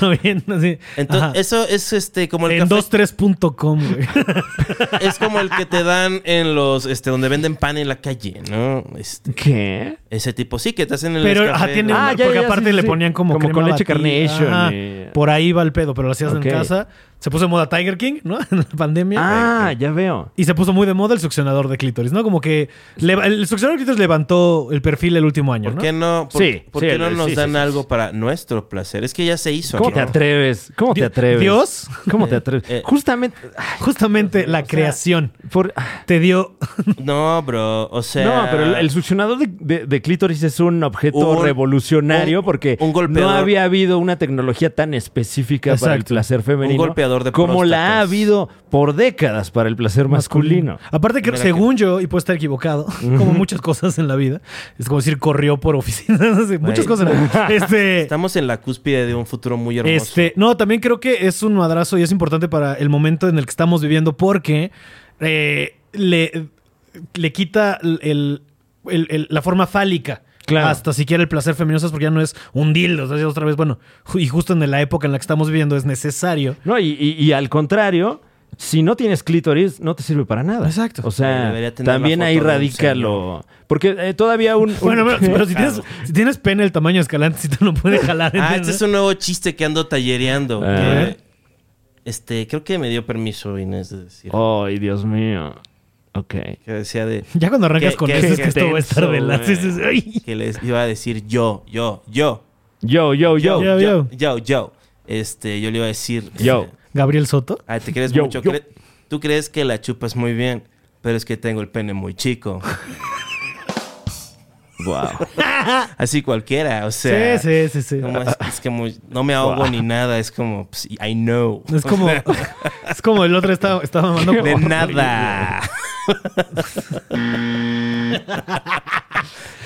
Speaker 5: Lo vi en así.
Speaker 4: Entonces,
Speaker 5: Ajá.
Speaker 4: eso es este como el
Speaker 5: en
Speaker 4: café-
Speaker 5: 23.com, güey.
Speaker 4: es como el que te dan en los este donde venden pan en la calle, ¿no? Este,
Speaker 1: ¿Qué?
Speaker 4: ese tipo sí que te hacen el
Speaker 5: Pero
Speaker 4: Nescafé,
Speaker 5: ajá, tiene
Speaker 4: ¿no?
Speaker 5: una-
Speaker 1: Ah, ya,
Speaker 5: porque
Speaker 1: ya,
Speaker 5: aparte
Speaker 1: sí, sí,
Speaker 5: le
Speaker 1: sí.
Speaker 5: ponían como,
Speaker 1: Como
Speaker 5: crema
Speaker 1: con leche
Speaker 5: batida.
Speaker 1: Carnation,
Speaker 5: Ajá.
Speaker 1: eh.
Speaker 5: Por ahí va el pedo, pero lo hacías
Speaker 1: Ok.
Speaker 5: en casa. Se puso de moda Tiger King, ¿no? En la pandemia.
Speaker 1: Ah, ya veo.
Speaker 5: Y se puso muy de moda el succionador de clítoris, ¿no? Como que leva- el succionador de clítoris levantó el perfil el último año,
Speaker 4: ¿Por
Speaker 5: ¿no?
Speaker 4: qué no? ¿Por,
Speaker 1: Sí,
Speaker 4: por
Speaker 1: sí,
Speaker 4: qué no
Speaker 1: el-
Speaker 4: nos
Speaker 1: sí,
Speaker 4: dan
Speaker 1: sí, sí.
Speaker 4: algo para nuestro placer? Es que ya se hizo.
Speaker 1: ¿Cómo
Speaker 4: ¿no?
Speaker 1: te atreves? ¿Cómo te
Speaker 5: Di-
Speaker 1: atreves?
Speaker 5: Dios.
Speaker 1: ¿Cómo te atreves?
Speaker 4: eh.
Speaker 1: Justamente. ay,
Speaker 5: Justamente la creación
Speaker 1: por- ah,
Speaker 5: te dio
Speaker 4: No, bro. O sea.
Speaker 1: no, pero el, el succionador de, de- de clítoris es un objeto
Speaker 4: Un-
Speaker 1: revolucionario
Speaker 4: un-
Speaker 1: porque
Speaker 4: un golpeador.
Speaker 1: no había habido una tecnología tan específica para el
Speaker 5: Exacto.
Speaker 1: placer femenino
Speaker 4: golpeador de
Speaker 1: como la ha
Speaker 4: próstatas.
Speaker 1: habido por décadas para el placer masculino.
Speaker 5: Aparte que,
Speaker 4: Mira
Speaker 5: según yo, y puedo estar equivocado, como muchas cosas en la vida, es como decir corrió por oficinas, así,
Speaker 4: Güey.
Speaker 5: muchas cosas. en la vida. Este,
Speaker 4: Estamos en la cúspide de un futuro muy hermoso.
Speaker 5: este, no, también creo que es un madrazo y es importante para el momento en el que estamos viviendo porque eh, le, le quita el- el- el- el- la forma fálica.
Speaker 1: Claro.
Speaker 5: Hasta siquiera el placer femenino, ¿sabes? porque ya no es un dildo. ¿sabes? Otra vez, bueno, ju- y justo en la época en la que estamos viviendo es necesario.
Speaker 1: No, y, y- y al contrario, si no tienes clítoris, no te sirve para nada.
Speaker 5: Exacto.
Speaker 1: O sea,
Speaker 4: Debería tener
Speaker 1: también
Speaker 4: la
Speaker 1: ahí
Speaker 4: foto de un
Speaker 1: radica lo. Porque eh, todavía un. un-
Speaker 5: Bueno, pero, pero si, tienes, si tienes pene el tamaño de escalante, si te lo puede jalar.
Speaker 4: Ah, este
Speaker 5: ¿entiendes?
Speaker 4: es un nuevo chiste que ando tallereando.
Speaker 1: A
Speaker 4: que,
Speaker 1: ver.
Speaker 4: este, creo que me dio permiso Inés de decir.
Speaker 1: Ay, Dios mío. Ok.
Speaker 4: Que decía de.
Speaker 5: Ya cuando arrancas
Speaker 4: Qué-
Speaker 5: con
Speaker 4: qué-
Speaker 5: eso, es
Speaker 4: qué
Speaker 5: que esto va a estar
Speaker 1: tenso,
Speaker 5: de la.
Speaker 1: güey.
Speaker 5: sí, sí, sí. Ay.
Speaker 4: Que les iba a decir yo, yo, yo.
Speaker 1: Yo, yo, yo.
Speaker 5: Yo,
Speaker 4: yo, yo, yo. Este, yo le iba a decir.
Speaker 1: Yo.
Speaker 4: este,
Speaker 5: Gabriel Soto.
Speaker 4: Ay, te crees
Speaker 1: Yo,
Speaker 4: mucho.
Speaker 1: yo.
Speaker 4: Cre- Tú crees que la chupas muy bien, pero es que tengo el pene muy chico.
Speaker 1: Wow.
Speaker 4: Así cualquiera, o sea.
Speaker 5: sí, sí, Ah, sí, sí.
Speaker 4: como es, es que muy- no me ahogo ni nada, es como, pues, I know.
Speaker 5: Es como, es como el otro estaba, estaba mamando.
Speaker 4: De nada.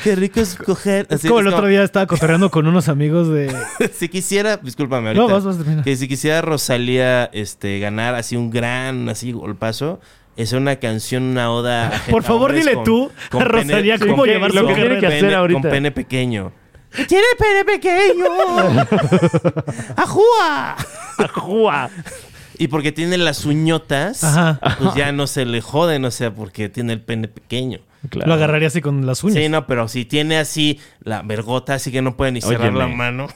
Speaker 4: Qué rico es coger.
Speaker 5: Es como el otro día estaba cotorreando con unos amigos de.
Speaker 4: si quisiera, discúlpame ahorita.
Speaker 5: No, vas, vas, termina.
Speaker 4: Que si quisiera Rosalía este, ganar así un gran así golpazo, es una canción, una oda. a
Speaker 5: Por favor,
Speaker 4: hombres
Speaker 5: dile
Speaker 4: con-
Speaker 5: tú
Speaker 4: con
Speaker 5: a Rosalía
Speaker 4: pene-
Speaker 5: cómo
Speaker 4: con-
Speaker 5: llevar
Speaker 1: lo
Speaker 5: su
Speaker 1: que tiene
Speaker 5: carrera.
Speaker 1: que hacer
Speaker 4: pene-
Speaker 1: ahorita.
Speaker 4: Con pene pequeño. ¡Tiene pene pequeño! ¡Ajúa!
Speaker 1: Ajua.
Speaker 4: Y porque tiene las uñotas,
Speaker 5: Ajá.
Speaker 4: pues ya no se le joden, o sea, porque tiene el pene pequeño.
Speaker 1: Claro.
Speaker 5: Lo agarraría así con las uñas.
Speaker 4: Sí, no, pero si tiene así la vergota, así que no puede ni cerrar
Speaker 1: Óyeme.
Speaker 4: la mano.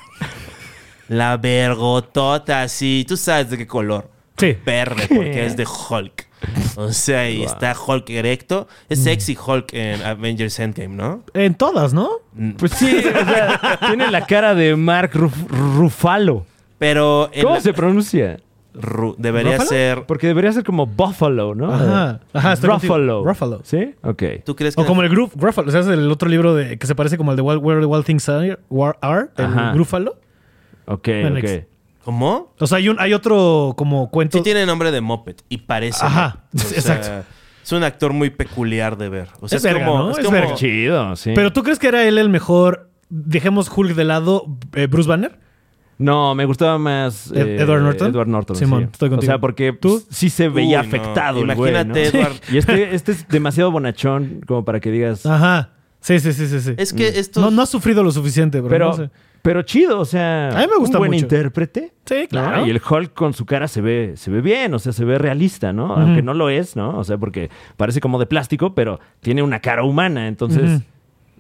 Speaker 4: La vergotota, así. ¿Tú sabes de qué color?
Speaker 5: Sí.
Speaker 4: Verde, porque es de Hulk. O sea, y está Hulk erecto.
Speaker 5: Mm.
Speaker 4: Es sexy Hulk en Avengers Endgame, ¿no?
Speaker 5: En todas, ¿no?
Speaker 1: Pues sí, o sea, tiene la cara de Mark Ruf- Ruffalo.
Speaker 4: Pero en
Speaker 1: ¿Cómo
Speaker 4: la-
Speaker 1: se pronuncia?
Speaker 4: Ru- debería
Speaker 5: ¿Rófalo?
Speaker 4: ser.
Speaker 1: Porque debería ser como Buffalo, ¿no?
Speaker 5: Ajá. Ajá, estoy contigo.
Speaker 1: Ruffalo.
Speaker 5: Ruffalo.
Speaker 1: ¿Sí? Ok.
Speaker 4: ¿Tú crees que
Speaker 5: O como el Groove Gruffalo. O sea, es el otro libro de, que se parece como el de Wild- Where the Wild Things Are, War Are,
Speaker 1: Ajá.
Speaker 5: el Grúfalo.
Speaker 1: Ok,
Speaker 5: Bueno,
Speaker 1: ok.
Speaker 5: ex-
Speaker 4: ¿Cómo?
Speaker 5: O sea, hay, un, hay otro como cuento.
Speaker 4: Sí tiene nombre de Moped y parece.
Speaker 5: Ajá,
Speaker 4: Muppet. O sea,
Speaker 5: exacto.
Speaker 4: Es un actor muy peculiar de ver. O sea,
Speaker 5: Es
Speaker 4: es,
Speaker 5: verga,
Speaker 4: como.
Speaker 5: ¿no?
Speaker 4: es
Speaker 5: Es
Speaker 4: como-
Speaker 5: verga.
Speaker 1: Chido, sí.
Speaker 5: Pero tú crees que era él el mejor. Dejemos Hulk de lado, eh, Bruce Banner.
Speaker 1: No, me gustaba más eh,
Speaker 5: Ed- ¿E-, Edward Norton?
Speaker 1: Edward Norton,
Speaker 5: Simón,
Speaker 1: sí.
Speaker 5: estoy contigo.
Speaker 1: O sea, porque
Speaker 5: ¿Tú?
Speaker 1: sí se veía
Speaker 4: Uy, no.
Speaker 1: afectado el güey,
Speaker 4: Imagínate,
Speaker 1: ¿no?
Speaker 4: Edward.
Speaker 5: Ah,
Speaker 1: Y este, este es demasiado bonachón como para que digas,
Speaker 5: Ajá. Sí, sí, sí, sí. sí.
Speaker 4: Es que esto.
Speaker 5: No, no ha sufrido lo suficiente, bro.
Speaker 1: Pero,
Speaker 5: no sé.
Speaker 1: pero chido, o sea.
Speaker 5: A mí me gusta
Speaker 1: un buen
Speaker 5: mucho.
Speaker 1: intérprete.
Speaker 5: Sí,
Speaker 1: ¿no?
Speaker 5: claro.
Speaker 1: Y el Hulk con su cara se ve, se ve bien, o sea, se ve realista, ¿no? Aunque no lo es, ¿no? O sea, porque parece como de plástico, pero tiene una cara humana, entonces.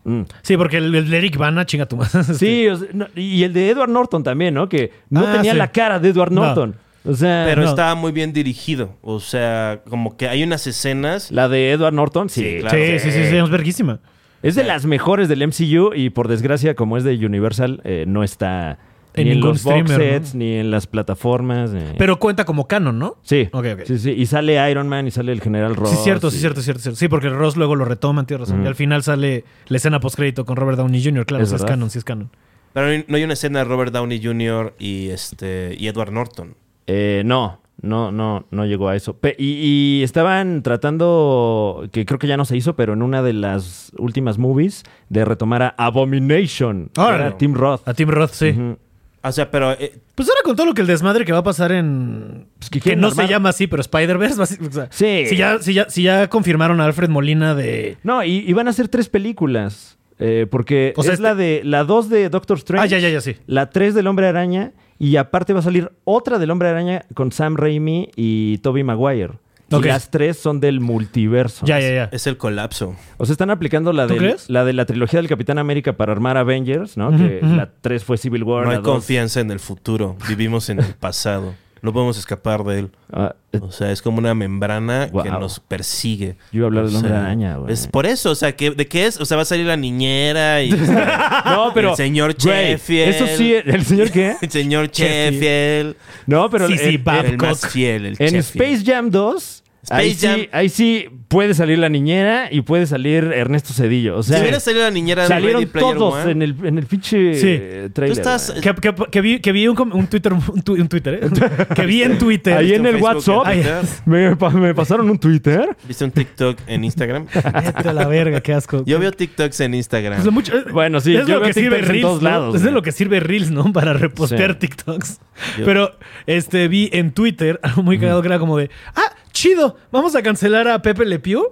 Speaker 1: mm.
Speaker 5: Sí, porque el, el Eric Bana chinga tu madre.
Speaker 1: Sí, o sea, no, y el de Edward Norton también, ¿no? Que no
Speaker 5: Ah,
Speaker 1: tenía
Speaker 5: sí.
Speaker 1: la cara de Edward
Speaker 5: No.
Speaker 1: Norton. O sea,
Speaker 4: Pero
Speaker 5: no.
Speaker 4: estaba muy bien dirigido. O sea, como que hay unas escenas.
Speaker 1: la de Edward Norton, sí.
Speaker 4: Sí, claro.
Speaker 5: Sí, sí, sí, sí, es verguísima.
Speaker 1: Es de las mejores del MCU y por desgracia, como es de Universal, eh, no está
Speaker 5: En
Speaker 1: ni en
Speaker 5: ningún
Speaker 1: los box
Speaker 5: streamer, ¿no?
Speaker 1: sets, ni en las plataformas. eh.
Speaker 5: Pero cuenta como canon, ¿no?
Speaker 1: Sí.
Speaker 5: Ok, ok.
Speaker 1: sí, sí. Y sale Iron Man y sale el General Ross.
Speaker 5: Sí, cierto, sí,
Speaker 1: y-
Speaker 5: cierto, cierto, cierto. Sí, porque Ross luego lo retoman, tienes razón. Y al final sale la escena postcrédito con Robert Downey Jr., claro,
Speaker 1: Es
Speaker 5: sí es
Speaker 1: verdad.
Speaker 5: canon, sí es canon.
Speaker 4: Pero no hay una escena de Robert Downey Jr. y este. y Edward Norton.
Speaker 1: Eh, no, no, no, no llegó a eso. Pe- y, y estaban tratando, que creo que ya no se hizo, pero en una de las últimas movies, de retomar a Abomination. que
Speaker 5: Órale.
Speaker 1: Era Tim Roth.
Speaker 5: A Tim Roth, sí.
Speaker 1: Ujú.
Speaker 4: O sea, pero eh,
Speaker 5: Pues ahora con todo lo que el desmadre que va a pasar en.
Speaker 1: Pues que
Speaker 5: que
Speaker 1: quieren
Speaker 5: no
Speaker 1: armar-
Speaker 5: se llama así, pero Spider-Verse. va a ser- o sea,
Speaker 1: Sí.
Speaker 5: Si ya, si, ya, si ya confirmaron a Alfred Molina de.
Speaker 1: No, y, y van a hacer tres películas. eh, porque
Speaker 5: O sea,
Speaker 1: es
Speaker 5: este-
Speaker 1: la de la 2 de Doctor Strange.
Speaker 5: Ah, ya, ya, ya, sí.
Speaker 1: La 3 del Hombre Araña. Y aparte va a salir otra del Hombre Araña con Sam Raimi y Tobey Maguire.
Speaker 5: Ok.
Speaker 1: Y las tres son del multiverso.
Speaker 5: Ya, ya, ya.
Speaker 4: es el colapso.
Speaker 1: O sea, están aplicando la,
Speaker 5: ¿Tú
Speaker 1: del-
Speaker 5: crees?
Speaker 1: la de la trilogía del Capitán América para armar Avengers, ¿no? que
Speaker 5: ujú.
Speaker 1: la 3 fue Civil War.
Speaker 4: No
Speaker 1: la
Speaker 4: hay
Speaker 1: dos-
Speaker 4: confianza en el futuro. Vivimos en el pasado. No podemos escapar de él.
Speaker 1: Ah, eh,
Speaker 4: O sea, es como una membrana
Speaker 1: Wow.
Speaker 4: que nos persigue.
Speaker 1: Yo iba a hablar del
Speaker 4: O
Speaker 1: hombre
Speaker 4: sea,
Speaker 1: araña, güey.
Speaker 4: Es por eso, o sea, que, ¿de qué es? O sea, va a salir la niñera y este,
Speaker 1: no, pero.
Speaker 4: el señor
Speaker 1: güey,
Speaker 4: Sheffield.
Speaker 1: Eso sí, ¿el señor qué?
Speaker 4: el señor Sheffield.
Speaker 1: No, pero.
Speaker 5: Sí, sí,
Speaker 1: eh,
Speaker 5: va.
Speaker 4: El más
Speaker 5: Babcock.
Speaker 4: fiel, el
Speaker 1: En
Speaker 4: Sheffield.
Speaker 1: Space Jam 2,
Speaker 4: Space
Speaker 1: ahí,
Speaker 4: Jam.
Speaker 1: Sí, ahí sí puede salir la niñera y puede salir Ernesto Cedillo. O sea,
Speaker 4: si hubiera salido la niñera de Ready
Speaker 1: salieron
Speaker 4: Player
Speaker 1: todos
Speaker 4: One,
Speaker 1: en el, en el pinche
Speaker 5: Sí.
Speaker 1: eh,
Speaker 4: tú
Speaker 1: trailer.
Speaker 4: estás...
Speaker 1: güey.
Speaker 5: Que, que- que vi, que vi un, com- un Twitter, un, tu- un Twitter, ¿eh? que vi en Twitter.
Speaker 1: Ahí en
Speaker 4: en
Speaker 1: el
Speaker 4: Facebook,
Speaker 1: WhatsApp
Speaker 4: en Twitter.
Speaker 1: Oh, me, pa- me pasaron un Twitter.
Speaker 4: ¿Viste un TikTok en Instagram?
Speaker 5: Vete a la verga, qué asco.
Speaker 4: Yo veo TikToks en
Speaker 5: Pues lo
Speaker 4: Instagram.
Speaker 5: mucho-
Speaker 1: Bueno, sí,
Speaker 5: es
Speaker 1: yo
Speaker 5: lo
Speaker 1: veo
Speaker 5: que sirve
Speaker 1: TikToks en
Speaker 5: Reels,
Speaker 1: todos
Speaker 5: ¿no?
Speaker 1: lados,
Speaker 5: Es de
Speaker 1: güey.
Speaker 5: lo que sirve Reels, ¿no? Para repostear
Speaker 1: Sí.
Speaker 5: TikToks.
Speaker 4: Yo-
Speaker 5: Pero este vi en Twitter algo muy cagado que era como de, "Ah, chido, vamos a cancelar a Pepe Le Pew,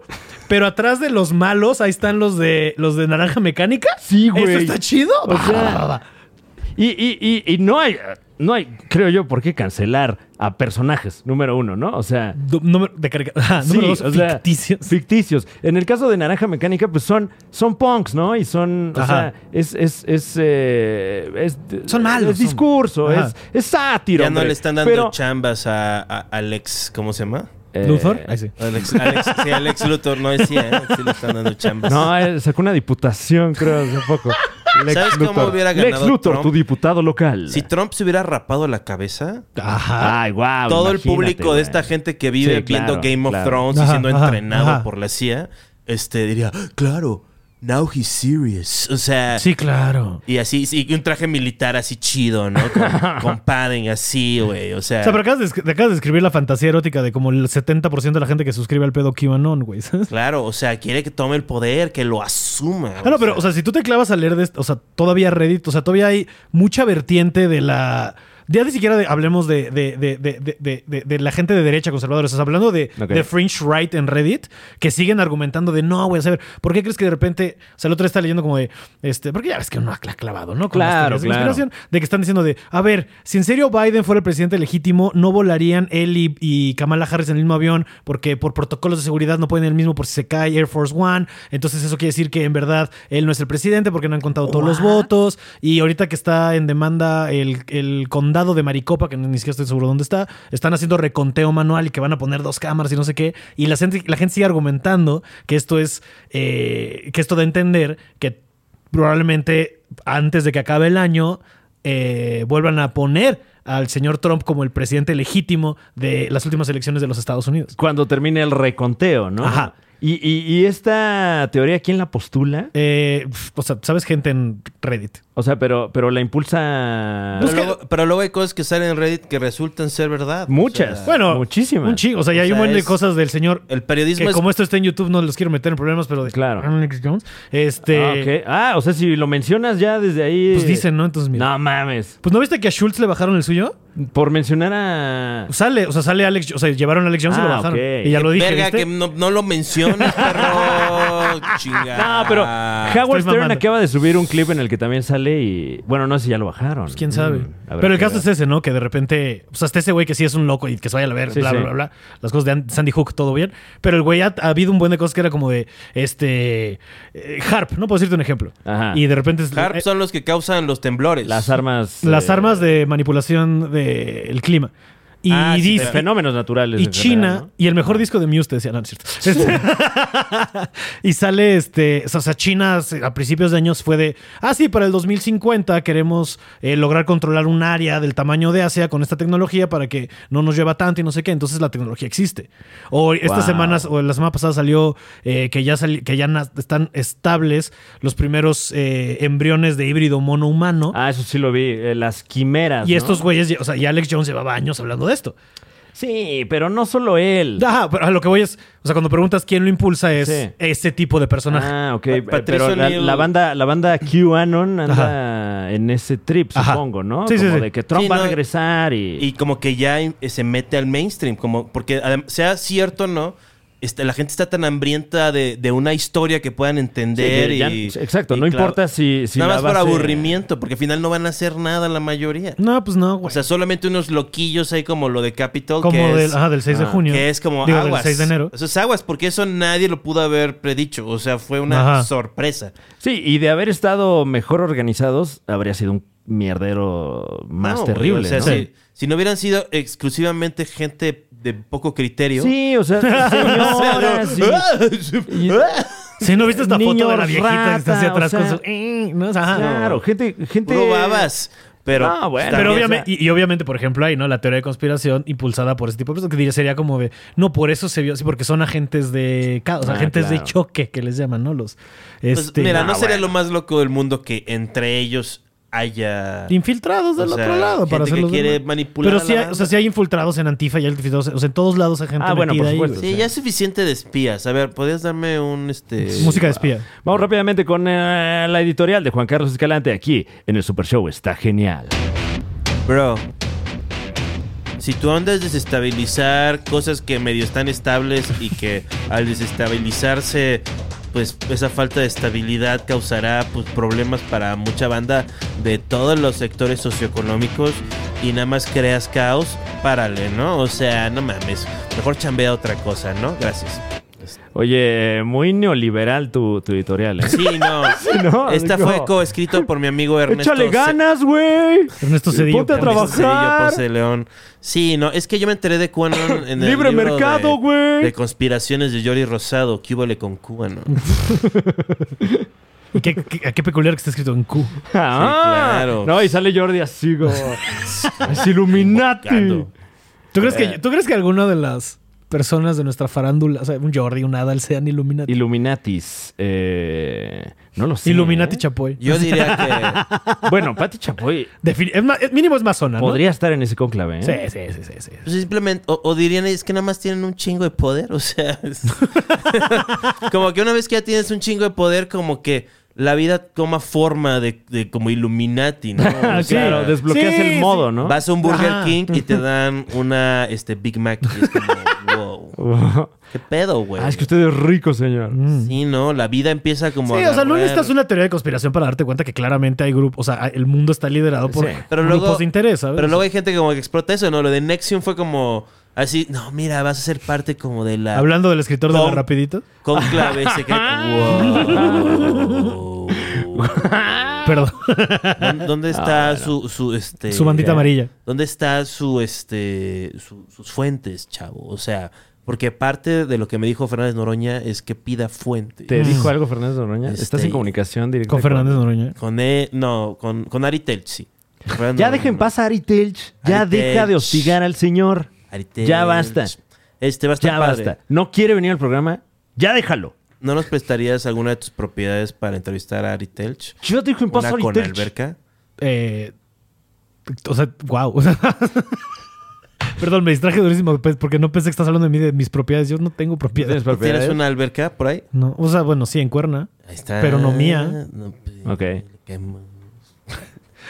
Speaker 5: pero atrás de los malos ahí están los de los de Naranja Mecánica."
Speaker 1: Sí, güey.
Speaker 5: ¿Eso está chido?
Speaker 1: O sea,
Speaker 5: Va, va, va, va.
Speaker 1: Y, y, y, y no hay, no hay, creo yo, por qué cancelar a personajes, número uno, ¿no? O sea,
Speaker 5: Du- número de carga- Ajá,
Speaker 1: Sí,
Speaker 5: número dos,
Speaker 1: o sea,
Speaker 5: ficticios.
Speaker 1: ficticios. En el caso de Naranja Mecánica, pues son, son punks, ¿no? Y son, o
Speaker 5: Ajá.
Speaker 1: sea, es, es, es, eh, es-
Speaker 5: Son malos,
Speaker 1: Es
Speaker 5: son-
Speaker 1: discurso,
Speaker 5: Ajá.
Speaker 1: es, es sátiro.
Speaker 4: Ya no
Speaker 1: hombre.
Speaker 4: le están dando
Speaker 1: Pero,
Speaker 4: chambas a, a Alex... ¿Cómo se llama?
Speaker 1: eh,
Speaker 5: Luthor, ahí sí.
Speaker 4: Alex, Alex, sí, Alex Luthor. No, sí, ¿eh? sí le están dando chambas.
Speaker 1: No, él sacó una diputación, creo, hace poco.
Speaker 4: ¿Sabes cómo hubiera
Speaker 1: Lex
Speaker 4: ganado
Speaker 1: Luthor,
Speaker 4: Trump?
Speaker 1: tu diputado local.
Speaker 4: Si Trump se hubiera rapado la cabeza,
Speaker 5: Ajá.
Speaker 1: Ay, wow.
Speaker 4: todo el público de esta gente que vive
Speaker 1: pues Sí, claro,
Speaker 4: viendo Game of
Speaker 1: claro.
Speaker 4: Thrones
Speaker 5: Ajá,
Speaker 4: y siendo
Speaker 5: ajá,
Speaker 4: entrenado
Speaker 5: ajá.
Speaker 4: por la CIA, este diría, "Ah, claro, now he's serious. O sea,
Speaker 5: Sí, claro.
Speaker 4: y así, y un traje militar así chido, ¿no? Con, con padding así, güey. O sea,
Speaker 5: O sea, pero acabas de, esc- acabas de escribir la fantasía erótica de como el 70% de la gente que suscribe al pedo QAnon, güey. ¿sabes?
Speaker 4: claro, o sea, quiere que tome el poder, que lo asuma.
Speaker 5: Ah, no, pero, o sea, si tú te clavas a leer de esto, o sea, todavía Reddit, o sea, todavía hay mucha vertiente de la. Ya ni siquiera de- hablemos de, de, de- de- de- de- de- de la gente de derecha conservadora. O sea, hablando de,
Speaker 1: Ok.
Speaker 5: de fringe right en Reddit, que siguen argumentando de no, güey, a saber, ¿por qué crees que de repente. O sea, el otro día está leyendo como de. este Porque ya ves que uno ha cla- clavado, ¿no? Con las
Speaker 1: Claro,
Speaker 5: teorías de
Speaker 1: claro.
Speaker 5: conspiración, De que están diciendo de, a ver, si en serio Biden fuera el presidente legítimo, no volarían él y, y Kamala Harris en el mismo avión, porque por protocolos de seguridad no pueden ir en el mismo por si se cae Air Force One. Entonces eso quiere decir que en verdad él no es el presidente porque no han contado todos los votos. Y ahorita que está en demanda el, el condado de Maricopa, que ni siquiera estoy seguro dónde está, están haciendo reconteo manual y que van a poner dos cámaras y no sé qué. Y la gente, la gente sigue argumentando que esto es, eh, que esto da a entender que probablemente antes de que acabe el año eh, vuelvan a poner al señor Trump como el presidente legítimo de las últimas elecciones de los Estados Unidos.
Speaker 1: Cuando termine el reconteo, ¿no?
Speaker 5: Ajá.
Speaker 1: Y, y, y esta teoría, ¿quién la postula?
Speaker 5: Eh, pf, o sea, ¿sabes gente en Reddit?
Speaker 1: O sea, pero, pero la impulsa.
Speaker 4: Pero luego, pero luego hay cosas que salen en Reddit que resultan ser verdad. O
Speaker 1: Muchas.
Speaker 4: sea,
Speaker 5: Bueno,
Speaker 1: Muchísimas.
Speaker 5: Un chingo. O sea, ya
Speaker 4: O
Speaker 5: hay un
Speaker 4: sea,
Speaker 5: buen de
Speaker 4: es-
Speaker 5: cosas del señor.
Speaker 4: el periodismo
Speaker 5: que
Speaker 4: es
Speaker 5: como esto está en YouTube, no los quiero meter en problemas, pero de
Speaker 1: Claro.
Speaker 5: Alex Jones. Este.
Speaker 1: Ah, ok. Ah, o sea, si lo mencionas ya desde ahí.
Speaker 5: Pues dicen, ¿no? Entonces, mira.
Speaker 1: No mames.
Speaker 5: Pues no viste que a Schultz le bajaron el suyo.
Speaker 1: Por mencionar a.
Speaker 5: Sale, o sea, sale Alex, o sea, llevaron a Alex Jones y
Speaker 1: Ah,
Speaker 5: lo bajaron.
Speaker 1: ok.
Speaker 5: Y ya lo dije,
Speaker 4: Verga,
Speaker 5: ¿viste?
Speaker 4: que no, no lo menciones, perro. Chinga.
Speaker 1: No, pero
Speaker 4: Ah,
Speaker 1: Howard Stern
Speaker 5: mamando.
Speaker 1: acaba de subir un clip en el que también sale y. Bueno, no sé si ya lo bajaron.
Speaker 5: Pues, ¿Quién sabe?
Speaker 1: Mm, habrá
Speaker 5: Pero el
Speaker 1: que
Speaker 5: caso
Speaker 1: ver.
Speaker 5: es ese, ¿no? Que de repente, o sea, hasta ese güey que sí es un loco y que se vaya a la ver,
Speaker 1: Sí,
Speaker 5: bla,
Speaker 1: sí.
Speaker 5: bla, bla, bla. Las cosas de An- Sandy Hook, todo bien. Pero el güey ha, ha habido un buen de cosas que era como de, este, eh, Harp, ¿no? Puedo decirte un ejemplo.
Speaker 1: Ajá.
Speaker 5: Y de repente... es-
Speaker 4: Harp
Speaker 5: eh,
Speaker 4: son los que causan los temblores.
Speaker 1: Las armas.
Speaker 5: las
Speaker 1: eh,
Speaker 5: armas de manipulación del clima. Y
Speaker 4: Ah, sí,
Speaker 5: dice...
Speaker 1: de Fenómenos naturales.
Speaker 5: Y
Speaker 1: en
Speaker 5: China,
Speaker 1: general, ¿no?
Speaker 5: y el mejor disco de Muse, te decía, no, no es cierto. Este- y sale este. O sea, China se- a principios de años fue de. Ah, sí, para el 2050 queremos eh, lograr controlar un área del tamaño de Asia con esta tecnología para que no nos lleva tanto y no sé qué. Entonces la tecnología existe. O estas
Speaker 1: Wow.
Speaker 5: semanas, o la semana pasada salió eh, que ya, sali- que ya na- están estables los primeros eh, embriones de híbrido mono-humano.
Speaker 1: Ah, eso sí lo vi. eh, las quimeras.
Speaker 5: y
Speaker 1: ¿no?
Speaker 5: estos güeyes, o sea, y Alex Jones llevaba años hablando de esto.
Speaker 1: Sí, pero no solo él.
Speaker 5: Ajá, pero a lo que voy es, o sea, cuando preguntas quién lo impulsa es
Speaker 1: Sí.
Speaker 5: ese tipo de personaje.
Speaker 1: Ah, ok.
Speaker 4: Pa- Patricio
Speaker 1: pero la,
Speaker 4: O'Neill.
Speaker 1: la banda, la banda QAnon anda en ese trip,
Speaker 5: Ajá.
Speaker 1: supongo, ¿no?
Speaker 5: Sí, sí,
Speaker 1: Como
Speaker 5: sí.
Speaker 1: de que Trump
Speaker 4: Sí,
Speaker 1: va
Speaker 4: no,
Speaker 1: a regresar y.
Speaker 4: Y como que ya eh, se mete al mainstream, como porque adem- sea cierto o no, este, la gente está tan hambrienta de, de una historia que puedan entender
Speaker 1: Sí, que ya-
Speaker 4: y...
Speaker 1: exacto,
Speaker 4: y
Speaker 1: no
Speaker 4: claro,
Speaker 1: importa si, si
Speaker 4: nada
Speaker 1: la
Speaker 4: más por
Speaker 1: base-
Speaker 4: aburrimiento, porque al final no van a hacer nada la mayoría.
Speaker 5: No, pues no, güey.
Speaker 4: O sea, solamente unos loquillos ahí como lo de Capitol,
Speaker 5: como
Speaker 4: que,
Speaker 5: del,
Speaker 4: es,
Speaker 5: ajá, del 6 de
Speaker 1: ah,
Speaker 5: junio.
Speaker 4: que es como
Speaker 5: Digo,
Speaker 4: aguas.
Speaker 5: del 6 de enero.
Speaker 4: Eso es aguas, porque eso nadie lo pudo haber predicho. O sea, fue una
Speaker 5: Ajá.
Speaker 4: sorpresa.
Speaker 1: Sí, y de haber estado mejor organizados, habría sido un mierdero más
Speaker 4: No, güey,
Speaker 1: terrible.
Speaker 4: o sea,
Speaker 1: ¿no?
Speaker 4: si, si no hubieran sido exclusivamente gente de poco criterio...
Speaker 1: Sí, o sea, señoras y- y-
Speaker 5: Si no viste esta foto
Speaker 1: Niño
Speaker 5: de la viejita que está hacia
Speaker 1: rata,
Speaker 5: atrás
Speaker 1: o sea,
Speaker 5: con su. "Eh", ¿no? O
Speaker 4: Ah.
Speaker 5: sea, ajá.
Speaker 1: Claro, gente, gente.
Speaker 4: Puro babas. Pero,
Speaker 1: No, Ah, bueno.
Speaker 5: este, Pero
Speaker 1: también,
Speaker 5: obviamente, y, y obviamente, por ejemplo, hay, ¿no? La teoría de conspiración impulsada por ese tipo de personas que diría sería como de. No, por eso se vio así, porque son agentes de. caos, O sea,
Speaker 1: Ah,
Speaker 5: agentes
Speaker 1: claro.
Speaker 5: de choque que les llaman, ¿no? Los.
Speaker 4: pues,
Speaker 5: Este,
Speaker 4: mira, no
Speaker 1: Ah,
Speaker 4: sería
Speaker 1: bueno.
Speaker 4: lo más loco del mundo que entre ellos haya.
Speaker 5: infiltrados del
Speaker 4: o sea,
Speaker 5: otro lado para
Speaker 4: gente
Speaker 5: hacer
Speaker 4: que
Speaker 5: los
Speaker 4: quiere
Speaker 5: demás.
Speaker 4: manipular.
Speaker 5: Pero
Speaker 4: a
Speaker 5: sí
Speaker 4: la
Speaker 5: hay, o sea,
Speaker 4: banda.
Speaker 5: sí hay infiltrados en Antifa y hay infiltrados. en- O sea, en todos lados hay gente
Speaker 1: Ah, bueno,
Speaker 5: metida
Speaker 1: por
Speaker 5: ahí,
Speaker 1: supuesto.
Speaker 5: güey.
Speaker 4: Sí, ya es suficiente de espías. A ver, ¿podrías darme un este.
Speaker 5: Música de espía.
Speaker 1: Vamos rápidamente con eh, la editorial de Juan Carlos Escalante aquí en el Super Show. Está genial.
Speaker 4: Bro. Si tú andas desestabilizar cosas que medio están estables y que al desestabilizarse, pues esa falta de estabilidad causará pues, problemas para mucha banda de todos los sectores socioeconómicos y nada más creas caos, párale, ¿no? O sea, no mames, mejor chambea otra cosa, ¿no? Gracias.
Speaker 1: Oye, muy neoliberal tu, tu editorial. ¿eh?
Speaker 4: Sí, no.
Speaker 1: ¿no?
Speaker 4: Esta
Speaker 1: Digo,
Speaker 4: fue coescrito por mi amigo Ernesto.
Speaker 1: Échale
Speaker 4: Ce-
Speaker 1: ganas, güey.
Speaker 5: Ernesto Cedillo.
Speaker 1: Ponte a
Speaker 5: por-
Speaker 4: Ernesto Cedillo
Speaker 1: trabajar.
Speaker 4: Ponce de León. Sí, no, es que yo me enteré de QAnon en el
Speaker 1: Libre
Speaker 4: libro
Speaker 1: mercado,
Speaker 4: de-
Speaker 1: güey.
Speaker 4: De conspiraciones de Yori Rosado, que húbole con QAnon.
Speaker 5: ¿Qué, qué, qué peculiar que está escrito en Q.
Speaker 1: Ah,
Speaker 4: claro.
Speaker 1: No, y sale Jordi así, como. es Illuminati.
Speaker 4: Invocando.
Speaker 5: ¿Tú crees,
Speaker 4: Eh.
Speaker 5: que, ¿Tú crees que alguna de las personas de nuestra farándula, o sea, un Jordi, un Adal, sean Illuminati?
Speaker 1: Illuminatis. Eh, no lo sé.
Speaker 5: Illuminati
Speaker 1: ¿eh?
Speaker 5: Chapoy.
Speaker 4: Yo diría que.
Speaker 1: Bueno, Pati Chapoy
Speaker 5: Defini- es más- es- mínimo es más zona, ¿no?
Speaker 1: podría estar en ese conclave, ¿eh?
Speaker 5: Sí, sí, sí, sí, sí.
Speaker 4: pues, simplemente. O, o dirían, es que nada más tienen un chingo de poder. O sea. es- como que una vez que ya tienes un chingo de poder, como que. La vida toma forma de, de como Illuminati, ¿no? O
Speaker 1: Sí,
Speaker 4: sea,
Speaker 1: claro, desbloqueas
Speaker 5: Sí,
Speaker 1: el
Speaker 5: sí.
Speaker 1: modo, ¿no?
Speaker 4: Vas a un Burger
Speaker 5: Ajá.
Speaker 4: King y te dan una este, Big Mac. Y es como, wow. ¿Qué pedo, güey?
Speaker 1: Ah, es que usted es rico, señor.
Speaker 4: Sí, no, la vida empieza como.
Speaker 5: Sí,
Speaker 4: a
Speaker 5: o sea, no
Speaker 4: agarrar-
Speaker 5: necesitas una teoría de conspiración para darte cuenta que claramente hay grupos, o sea, el mundo está liderado por
Speaker 1: Sí.
Speaker 4: Pero
Speaker 5: grupos
Speaker 4: luego-
Speaker 5: de interés, ¿sabes?
Speaker 4: Pero luego hay gente como que explota eso, ¿no? Lo de Nexium fue como. Así, no, mira, vas a ser parte como de la.
Speaker 5: Hablando del escritor de
Speaker 4: Con-
Speaker 5: la Rapidito.
Speaker 4: Conclave secreto. wow.
Speaker 5: Perdón.
Speaker 4: ¿Dó- ¿Dónde está su, su, este,
Speaker 5: Su bandita amarilla.
Speaker 4: ¿Dónde está su, este, su- sus fuentes, chavo? O sea, porque parte de lo que me dijo Fernández Noroña es que pida fuentes.
Speaker 1: ¿Te dijo algo Fernández Noroña?
Speaker 4: Este-
Speaker 1: Estás en comunicación directa.
Speaker 5: Con Fernández Noroña.
Speaker 4: Con E- no, con, con Ari Telchi.
Speaker 1: Ya dejen pasar a Ari Telch. Ya
Speaker 4: Ari
Speaker 1: deja de
Speaker 4: Telch.
Speaker 1: hostigar al señor.
Speaker 4: Ari Telch.
Speaker 1: Ya basta.
Speaker 4: Este va a estar
Speaker 1: Ya
Speaker 4: padre.
Speaker 1: basta. No quiere venir al programa. Ya déjalo.
Speaker 4: ¿No nos prestarías alguna de tus propiedades para entrevistar a Ari Telch?
Speaker 1: Yo dejo en paz a
Speaker 4: Una
Speaker 1: Ari
Speaker 4: con
Speaker 1: Telch.
Speaker 4: alberca.
Speaker 5: Eh, o sea, wow. Perdón, me distraje durísimo pues, porque no pensé que estás hablando de mí, de mis propiedades. Yo no tengo propiedades.
Speaker 4: ¿Tú ¿Tienes una alberca por ahí?
Speaker 5: No, o sea, bueno, sí, en cuerna.
Speaker 4: Ahí está.
Speaker 5: Pero no mía.
Speaker 4: No, pues,
Speaker 1: Ok.
Speaker 4: qué mo-